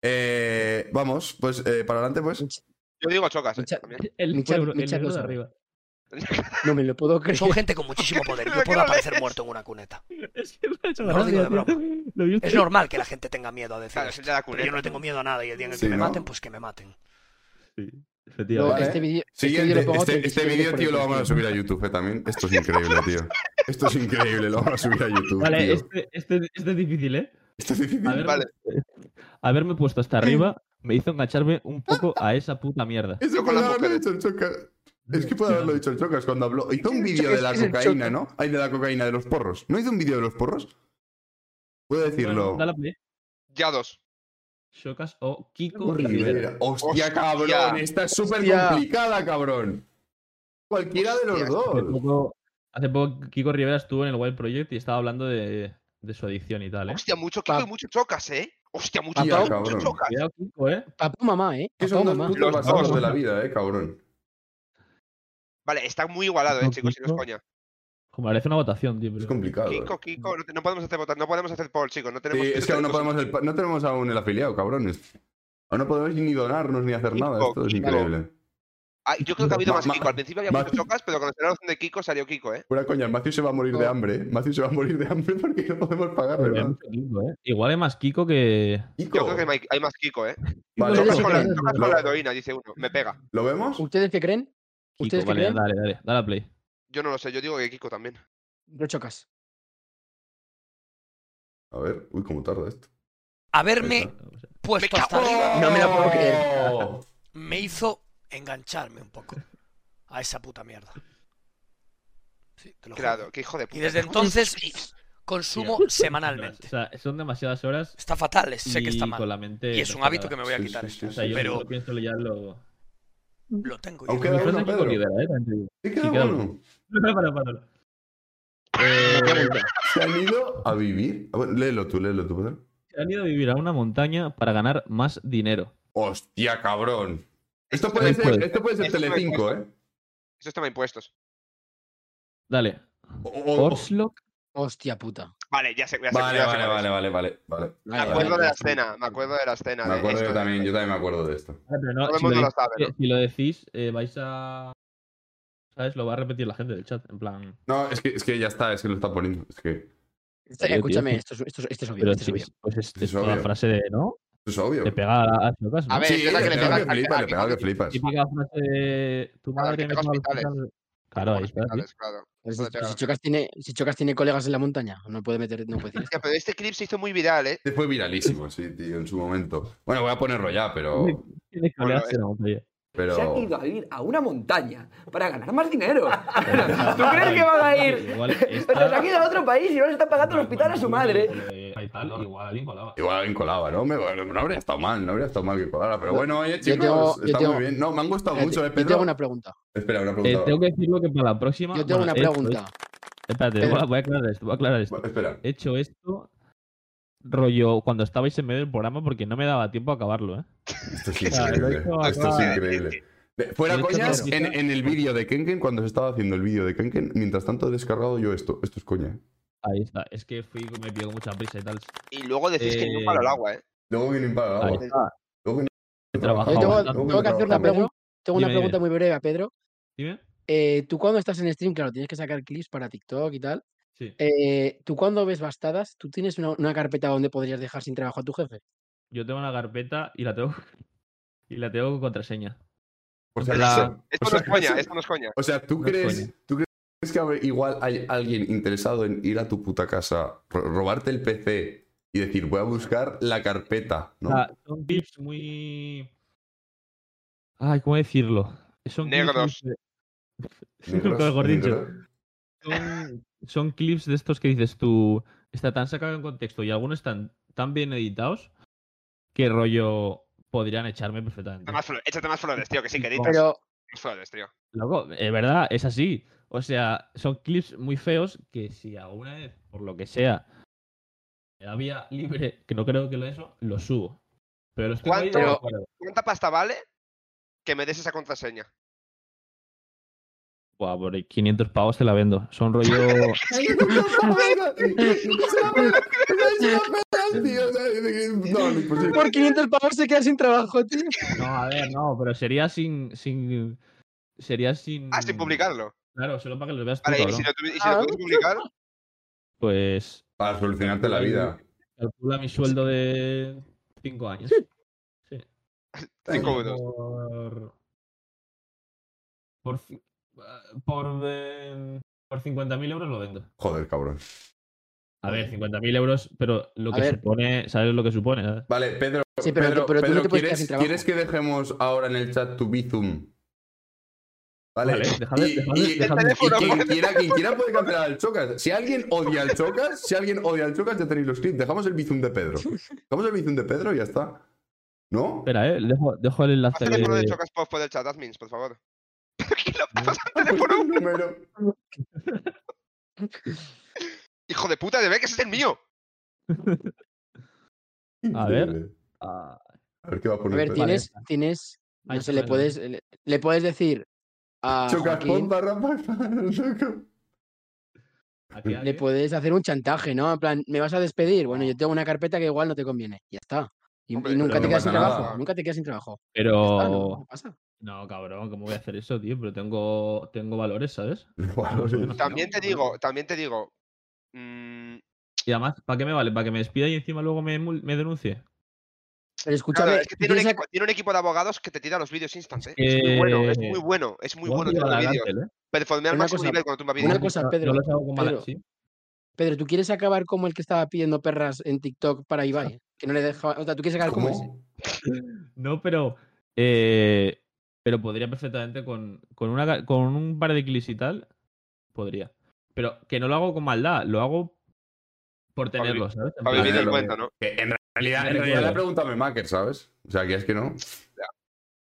E: Eh, vamos, pues eh, para adelante, pues.
R: Yo digo chocas, eh, también.
M: El
Q: Mi chat-
M: pueblo-
Q: mi
M: el
Q: chat lo
M: pueblo de
Q: sabe.
M: arriba.
Q: No me lo puedo creer.
I: Son gente con muchísimo poder. Yo puedo aparecer muerto en una cuneta. No lo digo de broma. Es normal que la gente tenga miedo a decir
R: Claro, es
I: esto,
R: el de la
I: pero yo no
R: cuneta.
I: tengo miedo a nada y el día en el
E: Sí,
I: que me
E: ¿no?
I: maten, pues que me maten.
M: Efectivamente.
E: Vale.
Q: este vídeo- este
E: Siguiente,
Q: vídeo lo pongo
E: este,
Q: 37
E: este vídeo,
Q: por
E: tío, lo vamos a
Q: encima.
E: subir a YouTube eh, también. Esto es increíble, tío. Esto es increíble, lo vamos a subir a YouTube.
M: Vale,
E: tío.
M: este, este, este es difícil, ¿eh? Haber-
E: vale.
M: Haberme puesto hasta arriba me hizo engancharme un poco a esa puta mierda.
E: Eso puede haberlo dicho el Chocas. Es que puede haberlo dicho el Chocas cuando habló. Hizo un vídeo de la
M: Es el
E: cocaína,
M: Chocas.
E: ¿no? Hay de la cocaína de los porros. ¿No hizo un vídeo de los porros? Puedo decirlo.
M: Dale a play.
R: Ya dos.
M: Shokas o Kiko
E: Kiko Rivera.
M: Rivera.
E: Hostia, cabrón. Esta es súper
M: Hostia.
E: complicada, cabrón. Cualquiera de los
M: Hace
E: dos.
M: poco, hace poco Kiko Rivera estuvo en el Wild Project y estaba hablando de, de su adicción y tal, ¿eh?
R: Hostia, mucho Kiko y mucho chocas, eh. Hostia, mucho
M: Tía,
R: Kiko y
M: cabrón.
R: mucho chocas.
M: Cuidado, Kiko, ¿eh?
Q: Papá o mamá, ¿eh?
E: Que
Q: Papá o
E: son dos
Q: mamá.
E: putos pasados de la vida, eh, cabrón.
R: Vale, está muy igualado, eh, chicos, si no es coña.
M: Como parece una votación, tío. Es
E: complicado.
R: Kiko, Kiko, no, te- no podemos hacer votar, no podemos hacer poll, chicos. No tenemos
E: Sí, es que aún no,
R: Kiko,
E: podemos el pa- no tenemos aún el afiliado, cabrones. Aún no podemos ni donarnos ni hacer nada. Esto es
R: Kiko.
E: increíble.
R: Ah, yo creo que ha habido
E: Ma-
R: más
E: ma-
R: Kiko. Al principio había
E: ma-
R: muchos chocas, pero con la opción de Kiko salió Kiko, ¿eh?
E: Pura coña, el Matthew se va a morir
M: Oh.
E: de hambre. ¿eh? Matthew se va a morir de hambre porque no podemos pagarle.
M: Hay
E: ¿verdad?
M: mucho Kiko, ¿eh? Igual hay más Kiko que.
R: Yo creo que hay- hay más Kiko, ¿eh?
E: Vale.
R: Chocas con la,
E: Lo-
R: chocas con la heroína, dice uno. Me pega.
E: ¿Lo vemos?
Q: ¿Ustedes qué creen?
M: Kiko,
Q: ¿Ustedes qué
M: vale,
Q: creen?
M: dale, dale, dale a play.
R: Yo no lo sé, yo digo que Kiko también.
Q: No chocas.
E: A ver, uy, cómo tarda esto.
I: Haberme puesto hasta arriba
E: No me lo puedo creer.
I: me hizo engancharme un poco a esa puta mierda. Sí, te lo juro.
R: Claro, qué hijo de puta.
I: Y desde entonces consumo
M: Mira.
I: semanalmente.
M: O sea, son demasiadas horas.
I: Está fatal, sé que
M: y
I: está mal.
M: con la mente
I: Y es un
M: recargada.
I: hábito que me voy a quitar.
M: O sea, yo
I: pero
M: solo pienso ya lo.
I: Lo tengo.
E: Aunque da uno, Pedro.
M: ¿eh?
E: Sí queda uno.
M: Para, para, para.
E: Se han ido a vivir. A ver, léelo tú, léelo tú, Pedro.
M: Se han ido a vivir a una montaña para ganar más dinero.
E: Hostia, cabrón. Esto puede
M: Sí,
E: ser,
M: puede.
E: esto puede ser
R: Esto me
E: Telecinco,
R: cuesta.
E: ¿eh?
R: Eso está impuestos.
M: Dale. Orslock.
Q: Hostia puta.
R: Vale, ya sé. Ya sé
E: Vale,
R: ya sé
E: vale,
R: cuál es.
E: vale, vale, vale, vale.
R: Me acuerdo de la escena, me acuerdo de la escena.
E: Me
R: de
E: acuerdo
R: esto
E: yo
R: de-
E: también, yo también me acuerdo de esto.
M: Ah, pero no,
R: Todo el
M: si, lo
R: mundo lo
M: dices-
R: sabe, ¿no?
M: si lo decís, eh, vais a. ¿Sabes? Lo va a repetir la gente del chat. En plan.
E: No, es que, es que ya está, es que lo está poniendo. Es que.
Q: Este-
M: Tío,
Q: escúchame,
M: tío.
Q: esto, es- esto, es- esto es obvio.
M: Pero
Q: esto es
M: sí,
Q: obvio.
M: Pues es, es
E: es
M: toda
E: obvio.
M: frase de. ¿No?
E: Es obvio.
M: Te pega a, a Chocas, ¿no?
R: A ver,
E: Sí,
R: yo la
E: le
R: que le
E: pega que
R: pega-
E: flipas, le
R: aquí-
E: pega que flipas.
M: Típica frase de. Eh, Tu madre me
R: pega
M: va al
R: hospitales.
M: hospital. Claro, ahí está. tío.
R: Claro. Joder,
Q: Pero Si, si
R: claro.
Q: Chocas tiene, si Chocas tiene colegas en la montaña, no puede meter, no puede decir
R: Hostia, Pero este clip se hizo muy viral, ¿eh?
E: Se fue viralísimo, sí, tío, en su momento. Bueno, voy a ponerlo ya, pero.
M: Tienes que
E: Bueno,
M: hablar de la montaña.
E: pero...
H: Se han ido a vivir a una montaña para ganar más dinero. ¿Tú crees que van a ir?
M: Igual
H: Pero se
M: esta.
H: han ido a otro país y no le están pagando el hospital a su madre.
M: eh, ahí tal, igual alguien colaba.
E: Igual alguien colaba, ¿no? Me- no habría estado mal, no habría estado mal que colara. Pero
Q: Yo-
E: bueno, oye,
Q: yo
E: chicos,
Q: tengo- yo
E: está
Q: tengo-
E: muy bien. No, me han gustado
Q: Espérate,
E: mucho, ¿eh,
Q: Yo tengo
E: Pedro?
Q: una pregunta.
E: Espera, una
M: Eh,
E: pregunta.
M: tengo que decirlo que para la próxima.
Q: Yo tengo una
M: he hecho
Q: pregunta.
M: esto- Espérate,
Q: Pedro.
M: voy a- voy a aclarar esto. Voy a aclarar esto.
E: Espera.
M: He hecho esto rollo cuando estabais en medio del programa porque no me daba tiempo a acabarlo, ¿eh?
E: Esto es
M: Claro, lo
E: increíble.
M: he hecho
E: Esto es
M: acá. eh,
E: increíble. De- Fuera
M: Yo he hecho
E: coñas,
M: otro.
E: en, en el vídeo de Kenken, cuando se estaba haciendo el vídeo de Kenken, mientras tanto he descargado yo esto. Esto es coña.
M: Ahí está. Es que fui, me pilló mucha prisa y tal.
R: Y luego decís que ni un palo al agua, ¿eh?
E: Luego viene impagado.
M: Ahí está.
E: Luego viene
M: He trabajado.
Q: Yo tengo,
M: bastante.
Q: tengo que hacer una pregunta. Tengo una
M: Dime,
Q: pregunta muy breve a Pedro.
M: Dime.
Q: Eh, tú cuando estás en stream, claro, tienes que sacar clips para TikTok y tal.
M: Sí.
Q: Eh, tú cuando ves bastadas, tú tienes una, una carpeta donde podrías dejar sin trabajo a tu jefe.
M: Yo tengo una carpeta y la tengo. Y la tengo con contraseña.
E: Por si
M: La-
E: acaso.
R: Esto no
E: O sea,
R: es coña, esto no es coña.
E: O sea, ¿tú
M: No es
E: crees,
M: coña.
E: ¿tú crees que habrá- igual hay alguien interesado en ir a tu puta casa, ro- robarte el PC y decir, voy a buscar la carpeta, ¿no?
M: O
Q: Ah.
M: sea, son clips muy. Ay, ¿cómo decirlo? Son clips muy
R: Negros.
M: fe-
E: Negros,
M: Nunca mejor dicho.
E: negros.
M: Son, son clips de estos que dices tú. Está tan sacado en contexto y algunos están tan bien editados que rollo podrían echarme perfectamente.
R: Échate más flores, échate más flores, tío, que sí, que editas.
Q: Pero,
R: Más flores, tío.
M: Loco, es verdad, es así. O sea, son clips muy feos que si alguna vez, por lo que sea, me da vía libre, que no creo que lo eso, lo subo. Pero los tengo ahí de
R: ¿Cuánto?
M: recuerdo.
R: ¿Cuánta pasta vale que me des esa contraseña?
M: Buah, por 500 pavos te la vendo. Son rollo.
Q: por 500 pavos se queda sin trabajo, tío.
M: No, a ver, no, pero sería sin. sin sería sin.
R: Ah, sin publicarlo.
M: Claro, solo para que los veas tú,
R: Vale, y
M: cabrón.
R: si lo, tuvi- y
Q: Ah.
R: si lo puedes publicar,
M: Pues.
E: Para solucionarte la vida.
M: Calcula mi sueldo de 5 años. Sí.
R: Cinco euros.
M: Por. Por. ci- Por, eh, por 50.000 euros lo vendo.
E: Joder, cabrón.
M: A ver, 50.000 euros, pero lo
Q: A
M: que
Q: ver.
M: supone. ¿Sabes lo que supone? ¿sabes?
E: Vale, Pedro,
Q: Sí, pero tú-
E: Pedro,
Q: pero tú no
E: Pedro,
Q: te puedes quedar
E: ¿quieres,
Q: sin trabajo.
E: quieres que dejemos ahora en el chat tu Bizum? Vale,
M: Vale, dejadle-
E: y,
M: dejadle-
E: y- este y-
M: dejadle.
E: y quien, quiera, quien quiera puede cancelar al Chocas. Si alguien odia al Chocas, si alguien odia al Chocas, ya tenéis los clips. Dejamos el Bizum de Pedro. Dejamos el Bizum de Pedro y ya está. ¿No?
M: Espera, eh. Dejo, dejo el enlace
R: hazte el foro de
M: de.
R: Chocas Pop por el chat, admins, por favor.
E: Pues un número.
R: Hijo de puta, de ver que ese es el mío.
M: A ver.
E: Increíble.
M: ah,
E: A ver qué va a
Q: A
E: poner.
Q: ver,
E: Pedro.
Q: tienes, tienes,
M: Ahí
Q: no
M: está,
Q: sé, le
M: vale.
Q: puedes, le, le puedes decir a
E: Chocas
Q: Joaquín,
E: con barra para Chocas.
M: aquí
Q: Mm. le
M: alguien-
Q: puedes hacer un chantaje, ¿no? En plan, me vas a despedir. Bueno, yo tengo una carpeta que igual no te conviene. Ya está. Y, y
R: Hombre,
Q: nunca
E: pero
Q: te
E: no
Q: quedas sin
E: pasa nada.
Q: trabajo. Nunca te quedas sin trabajo.
M: Pero.
Q: Ah, no, no pasa.
M: No, cabrón, ¿cómo voy a hacer eso, tío? Pero tengo, tengo valores, ¿sabes?
E: Valores.
R: También te digo, también te digo. mm,
M: Y además, ¿para qué me vale? ¿Para que me despida y encima luego me, mul- me denuncie?
R: claro,
Q: Pero escúchame,
R: es que tiene un,
Q: tienes a-
R: equipo, tiene un equipo de abogados que te tira los vídeos instant, ¿eh?
M: que-
R: Es muy bueno, es muy bueno, es muy
M: Voy a
R: bueno
M: llevar
R: tirar
M: a la
R: vídeos.
M: cárcel, ¿eh?
R: Performear al
Q: Una
R: máximo
Q: cosa-
R: nivel cuando tumba
Q: Una
R: vídeos.
Q: cosa,
M: No- no
Q: Pedro,
M: los hago con mala-
Q: Pedro.
M: ¿sí?
Q: Pedro, ¿tú quieres acabar como el que estaba pidiendo perras en TikTok para Ibai? Que no le dejaba. O sea, ¿tú quieres acabar como ese?
E: ¿Cómo?
M: No, pero. eh, pero podría perfectamente con, con, una, ga- con un par de clics y tal. Podría. Pero que no lo hago con maldad, lo hago por
R: vi-
M: tenerlo, ¿sabes? En
R: Para
M: plan, eh,
R: vivir el
E: Vale,
R: cuento, ¿no?
E: Que en realidad, en realidad la pregunta me maker, ¿sabes? O sea, que es que no.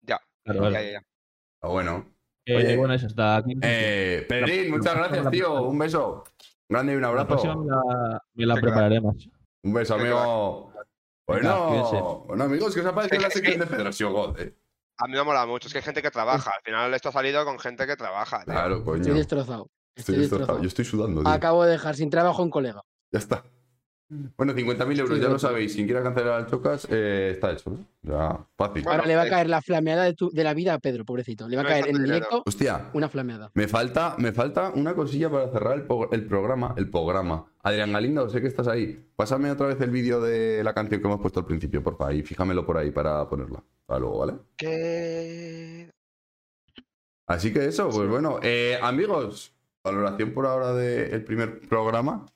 R: Ya,
M: Claro,
R: ya,
M: vale.
R: ya, ya.
E: Pero bueno.
M: Eh, bueno, eso está. aquí.
E: Eh, Pedrín,
M: La-
E: muchas
M: la-
E: gracias,
M: la-
E: tío. Un beso. Grande y un
M: La próxima
E: abrazo.
M: me la, me la prepararé más.
E: Un beso, amigo.
M: Cuídense.
E: Bueno, bueno, amigos, ¿qué os ha parecido la sección de Pedro Siogod? eh?
R: A mí me mola mucho, es que hay gente que trabaja. Al final esto ha salido con gente que trabaja. tío.
E: Claro, coño.
Q: Estoy destrozado. Estoy
E: Estoy destrozado.
Q: destrozado. Ah.
E: Yo estoy sudando, tío.
Q: Acabo de dejar sin trabajo a un colega.
E: Ya está. Bueno, 50.000 euros, ya lo sabéis. Sin quiera cancelar al Chocas, eh, está hecho. ¿no? Ya, fácil. Eh,
Q: Ahora le va a caer la flameada de, tu- de la vida a Pedro, pobrecito. Le va a
E: No es
Q: caer en
E: tanto dinero.
Q: directo
E: Hostia.
Q: una flameada.
E: Me falta, me falta una cosilla para cerrar el, po- el programa. El programa. Adrián Galindo, sé que estás ahí. Pásame otra vez el vídeo de la canción que hemos puesto al principio, por favor. Y fíjamelo por ahí para ponerla. Para luego, ¿vale? Así que eso, pues bueno. Eh, amigos, valoración por ahora del primer programa.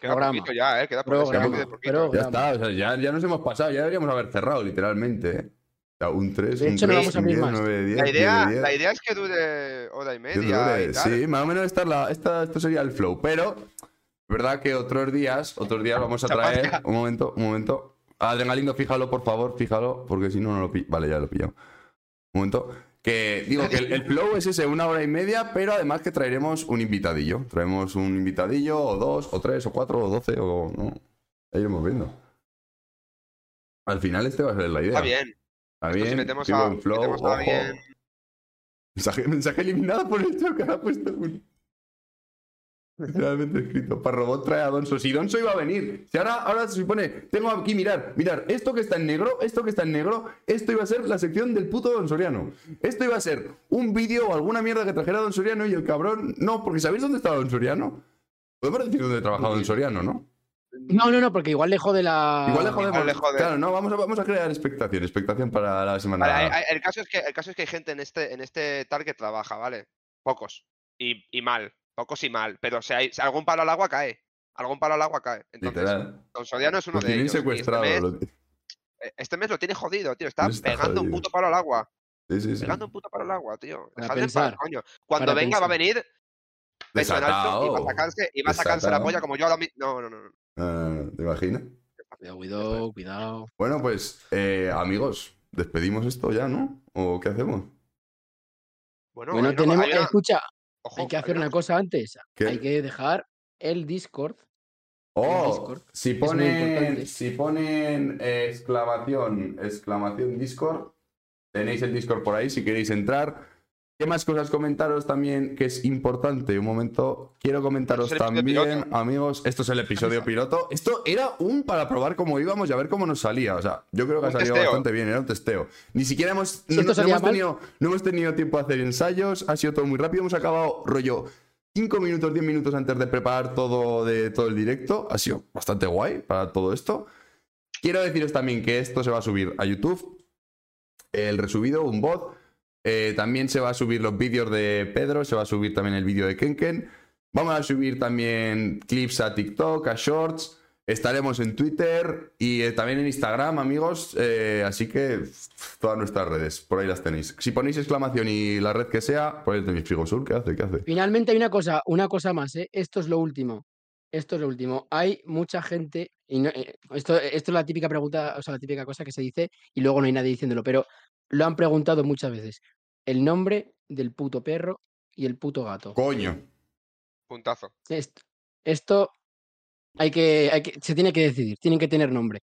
R: Queda poquito ya, ¿eh? Queda poquito, queda poquito.
E: Ya está, o sea, ya, ya nos hemos pasado, ya deberíamos haber cerrado, literalmente. ¿eh? O sea, un 3,
Q: De
E: un
Q: hecho, no
E: 3,
Q: vamos a
E: un
Q: abrir
E: 10,
Q: más.
E: 9, 10,
R: La idea,
E: 10.
R: la idea es que dure hora y
E: Que
R: media.
E: dure,
R: Y tal.
E: Sí, más o menos esta, es la, esta, esto sería el flow. Pero, verdad que otros días, otros días vamos a traer. Un momento, un momento. Adrián Galindo, fíjalo, por favor, fíjalo, porque si no, no lo pillo. Vale, ya lo pillamos. Un momento. Que digo que el, el flow es ese, una hora y media, pero además que traeremos un invitadillo. Traemos un invitadillo, o dos, o tres, o cuatro, o doce, o no. Ahí iremos viendo. Al final, este va a ser la idea.
R: Está bien.
E: Está
R: Esto
E: bien.
R: si metemos
E: tiene
R: a-
E: buen flow,
R: metemos a
E: ojo.
R: alguien-
E: Mensaje, mensaje eliminado por esto que ha puesto un. Literalmente escrito. Para robot trae a Donso. Si Donso iba a venir. Si ahora, ahora se supone. Tengo aquí, mirar, mirar. Esto que está en negro, esto que está en negro. Esto iba a ser la sección del puto Don Soriano. Esto iba a ser un vídeo o alguna mierda que trajera Don Soriano y el cabrón. No, porque ¿sabéis dónde estaba Pues Don Soriano? Podemos decir dónde trabajaba Don Soriano, ¿no?
Q: No, no, no, porque igual le jode la.
E: Mm. Igual le jodemos. Claro, no, vamos a, vamos a crear expectación. Expectación para la semana.
R: Vale, hay- hay- el, caso es que, el caso es que hay gente en este, en este tar que trabaja, ¿vale? Pocos. Y, y mal. Pocos y mal. Pero si, hay, si algún palo al agua cae. Algún palo al agua cae. Entonces,
E: Literal.
R: Don Soriano es uno
E: Lo
R: de
E: tienen
R: ellos. y
E: secuestrado.
R: Este mes,
E: lo- Este
R: eh, este mes lo tiene jodido, tío. Está,
E: Está
R: pegando un
E: jodido.
R: puto palo al agua.
E: Sí, sí, sí.
R: Pegando un puto palo al agua, tío.
E: Para
R: Dejadle en paz,
E: pensar.
R: coño. Cuando
E: Para
R: venga va a
E: pensar.
R: venir pecho en alto y va a
E: Desatado.
R: sacarse, y va a sacarse la
E: Desatado.
R: polla como yo ahora mismo. No, no, no. no.
E: Ah, ¿Te imaginas?
Q: Cuidado, cuidado.
E: Bueno, pues, eh, amigos, despedimos esto ya, ¿no? ¿O qué hacemos?
R: Bueno,
Q: Bueno,
R: hay una-
Q: tenemos.
R: hay una-
Q: Escucha,
R: Ojo,
Q: hay que
R: hay
Q: hacer
R: una-
Q: una cosa antes.
E: ¿Qué?
Q: Hay que dejar el Discord.
E: Oh,
Q: Discord
E: si
Q: es muy
E: ponen,
Q: importante.
E: si ponen eh, exclamación, exclamación Discord, tenéis el Discord por ahí si queréis entrar. ¿Qué más cosas comentaros también que es importante? Un momento, quiero comentaros
U: Esto es el episodio
E: también, amigos, esto es el episodio piloto. Esto era un para probar cómo íbamos y a ver cómo nos salía. O sea, yo creo que
U: Un
E: ha salido
U: testeo.
E: bastante bien, era un testeo. Ni siquiera hemos,
U: Si
E: no,
U: esto
E: no
U: salía
E: hemos
U: mal.
E: tenido, no hemos tenido tiempo a hacer ensayos, ha sido todo muy rápido, hemos acabado rollo 5 minutos, 10 minutos antes de preparar todo, de, todo el directo. Ha sido bastante guay para todo esto. Quiero deciros también que esto se va a subir a YouTube, el resubido, un bot. Eh, también se va a subir los vídeos de Pedro, se va a subir también el vídeo de Kenken. Vamos a subir también clips a TikTok, a Shorts. Estaremos en Twitter y eh, también en Instagram, amigos. Eh, así que pff, todas nuestras redes, por ahí las tenéis. Si ponéis exclamación y la red que sea, por ahí tenéis Frigosur. ¿Qué hace? ¿Qué hace?
Q: Finalmente hay una cosa, una cosa más, ¿eh? Esto es lo último. Esto es lo último. Hay mucha gente, y no- eh, esto, esto es la típica pregunta, o sea, la típica cosa que se dice y luego no hay nadie diciéndolo, pero lo han preguntado muchas veces. El nombre del puto perro y el puto gato.
E: Coño.
R: Puntazo.
Q: Esto, esto hay que, hay que- se tiene que decidir, tienen que tener nombre.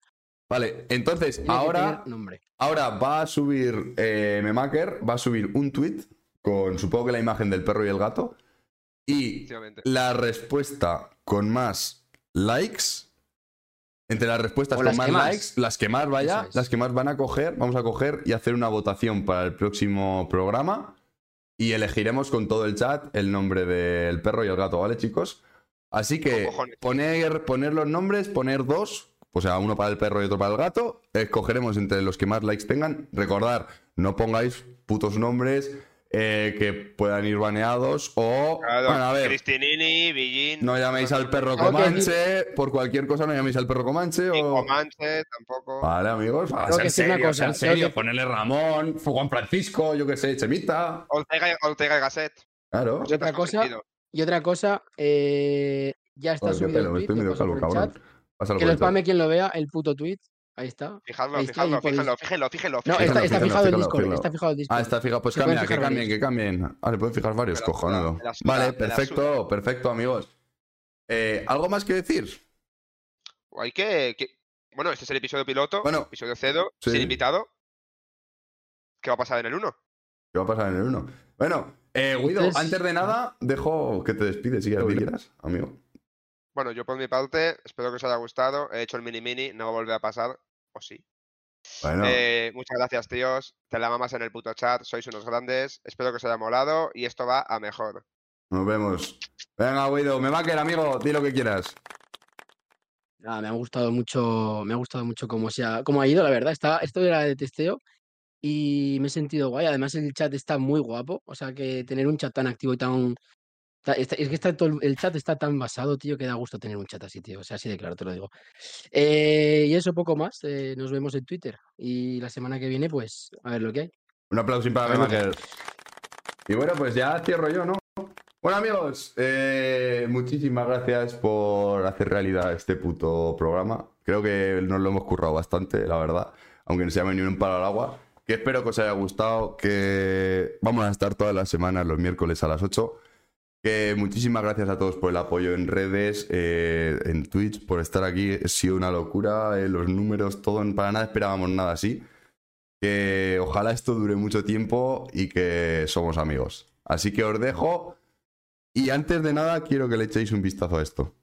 E: Vale, entonces
Q: Tiene que
E: ahora,
Q: tener nombre.
E: ahora va a subir eh, Memaker, va a subir un tweet con supongo que la imagen del perro y el gato. Y la respuesta con más likes, entre las respuestas
U: O
E: con
U: las
E: más
U: que más.
E: likes, las que más vaya, las que más van a coger, vamos a coger y hacer una votación para el próximo programa. Y elegiremos con todo el chat el nombre del perro y el gato, ¿vale, chicos? Así que poner, poner los nombres, poner dos, o sea, uno para el perro y otro para el gato. Escogeremos entre los que más likes tengan. Recordar, no pongáis putos nombres eh, que puedan ir baneados o. bueno, a ver,
R: Cristinini, Villín.
E: no llaméis al perro
R: Tengo que decir-
E: Comanche, por cualquier cosa no llaméis al perro Comanche o.
R: Comanche, tampoco.
E: Vale, amigos, a
R: Tengo
E: ser
R: que decir una
E: serio,
R: cosa,
E: ser
R: tengo
E: serio,
R: que-
E: ponerle Ramón, Juan Francisco, yo qué sé, Chemita.
R: Ortega, Ortega y Gasset.
E: Claro.
Q: Y otra cosa, y otra cosa, eh, ya está
E: Joder, qué
Q: subido el
E: pelo, me
Q: tweet,
E: estoy
Q: lo
E: medio
Q: paso
E: calvo,
Q: por el chat.
E: cabrón. Pásalo
Q: Que
E: por
Q: lo
E: el chat.
Q: spame quien lo vea, el puto tweet. Ahí está.
R: Fijadlo,
Q: Ahí está, y
R: fijadlo,
Q: podéis-
R: fijadlo, fíjelo, fíjelo,
Q: No, está,
R: fíjelo,
Q: está
R: fíjelo,
Q: fijado el
R: fíjelo,
Q: Discord.
R: fíjelo.
Q: Está fijado el Discord.
E: Ah, está fijado. Pues
Q: Se pueden
E: cambia, que
Q: fijar
E: cambien,
Q: varios.
E: que cambien. Ah, le pueden fijar varios, cojonudo.
R: de la suda,
E: Vale,
R: de la
E: perfecto, perfecto, amigos. Eh, ¿Algo más que decir?
R: Hay que, que- Bueno, este es el episodio piloto, episodio cedo,
E: sí.
R: sin invitado. ¿Qué va a pasar en el 1?
E: ¿Qué va a pasar en el 1? Bueno, eh, Guido,
R: Entonces-
E: antes de nada, dejo que te despides si quieras, amigo.
R: Bueno, yo por mi parte, espero que os haya gustado. He hecho el mini mini, no va a volver a pasar, o sí.
E: Bueno.
R: Eh, muchas gracias, tíos. Te la mamas en el puto chat, sois unos grandes. Espero que os haya molado y esto va a mejor.
E: Nos vemos. Venga, Guido, me va a quedar, amigo, di lo que quieras.
Q: Nada, me ha gustado mucho, me ha gustado mucho cómo se ha, cómo ha ido, la verdad. Está, esto era de testeo y me he sentido guay. Además, el chat está muy guapo. O sea que tener un chat tan activo y tan. ta- está- es que está todo el- el chat está tan basado, tío, que da gusto tener un chat así, tío. O sea, así de claro, te lo digo. Eh, y eso, poco más. eh, nos vemos en Twitter. Y la semana que viene, pues, a ver lo que hay.
E: Un aplauso para Memaker. Y bueno, pues ya cierro yo, ¿no? Bueno, amigos, eh, muchísimas gracias por hacer realidad este puto programa. Creo que nos lo hemos currado bastante, la verdad. Aunque no se ha venido un palo al agua. Que espero que os haya gustado. Que vamos a estar todas las semanas, los miércoles a las 8. Que muchísimas gracias a todos por el apoyo en redes, eh, en Twitch, por estar aquí. Ha sido una locura, eh, los números, todo. Para nada esperábamos nada así que ojalá esto dure mucho tiempo y que somos amigos. Así que os dejo y antes de nada quiero que le echéis un vistazo a esto.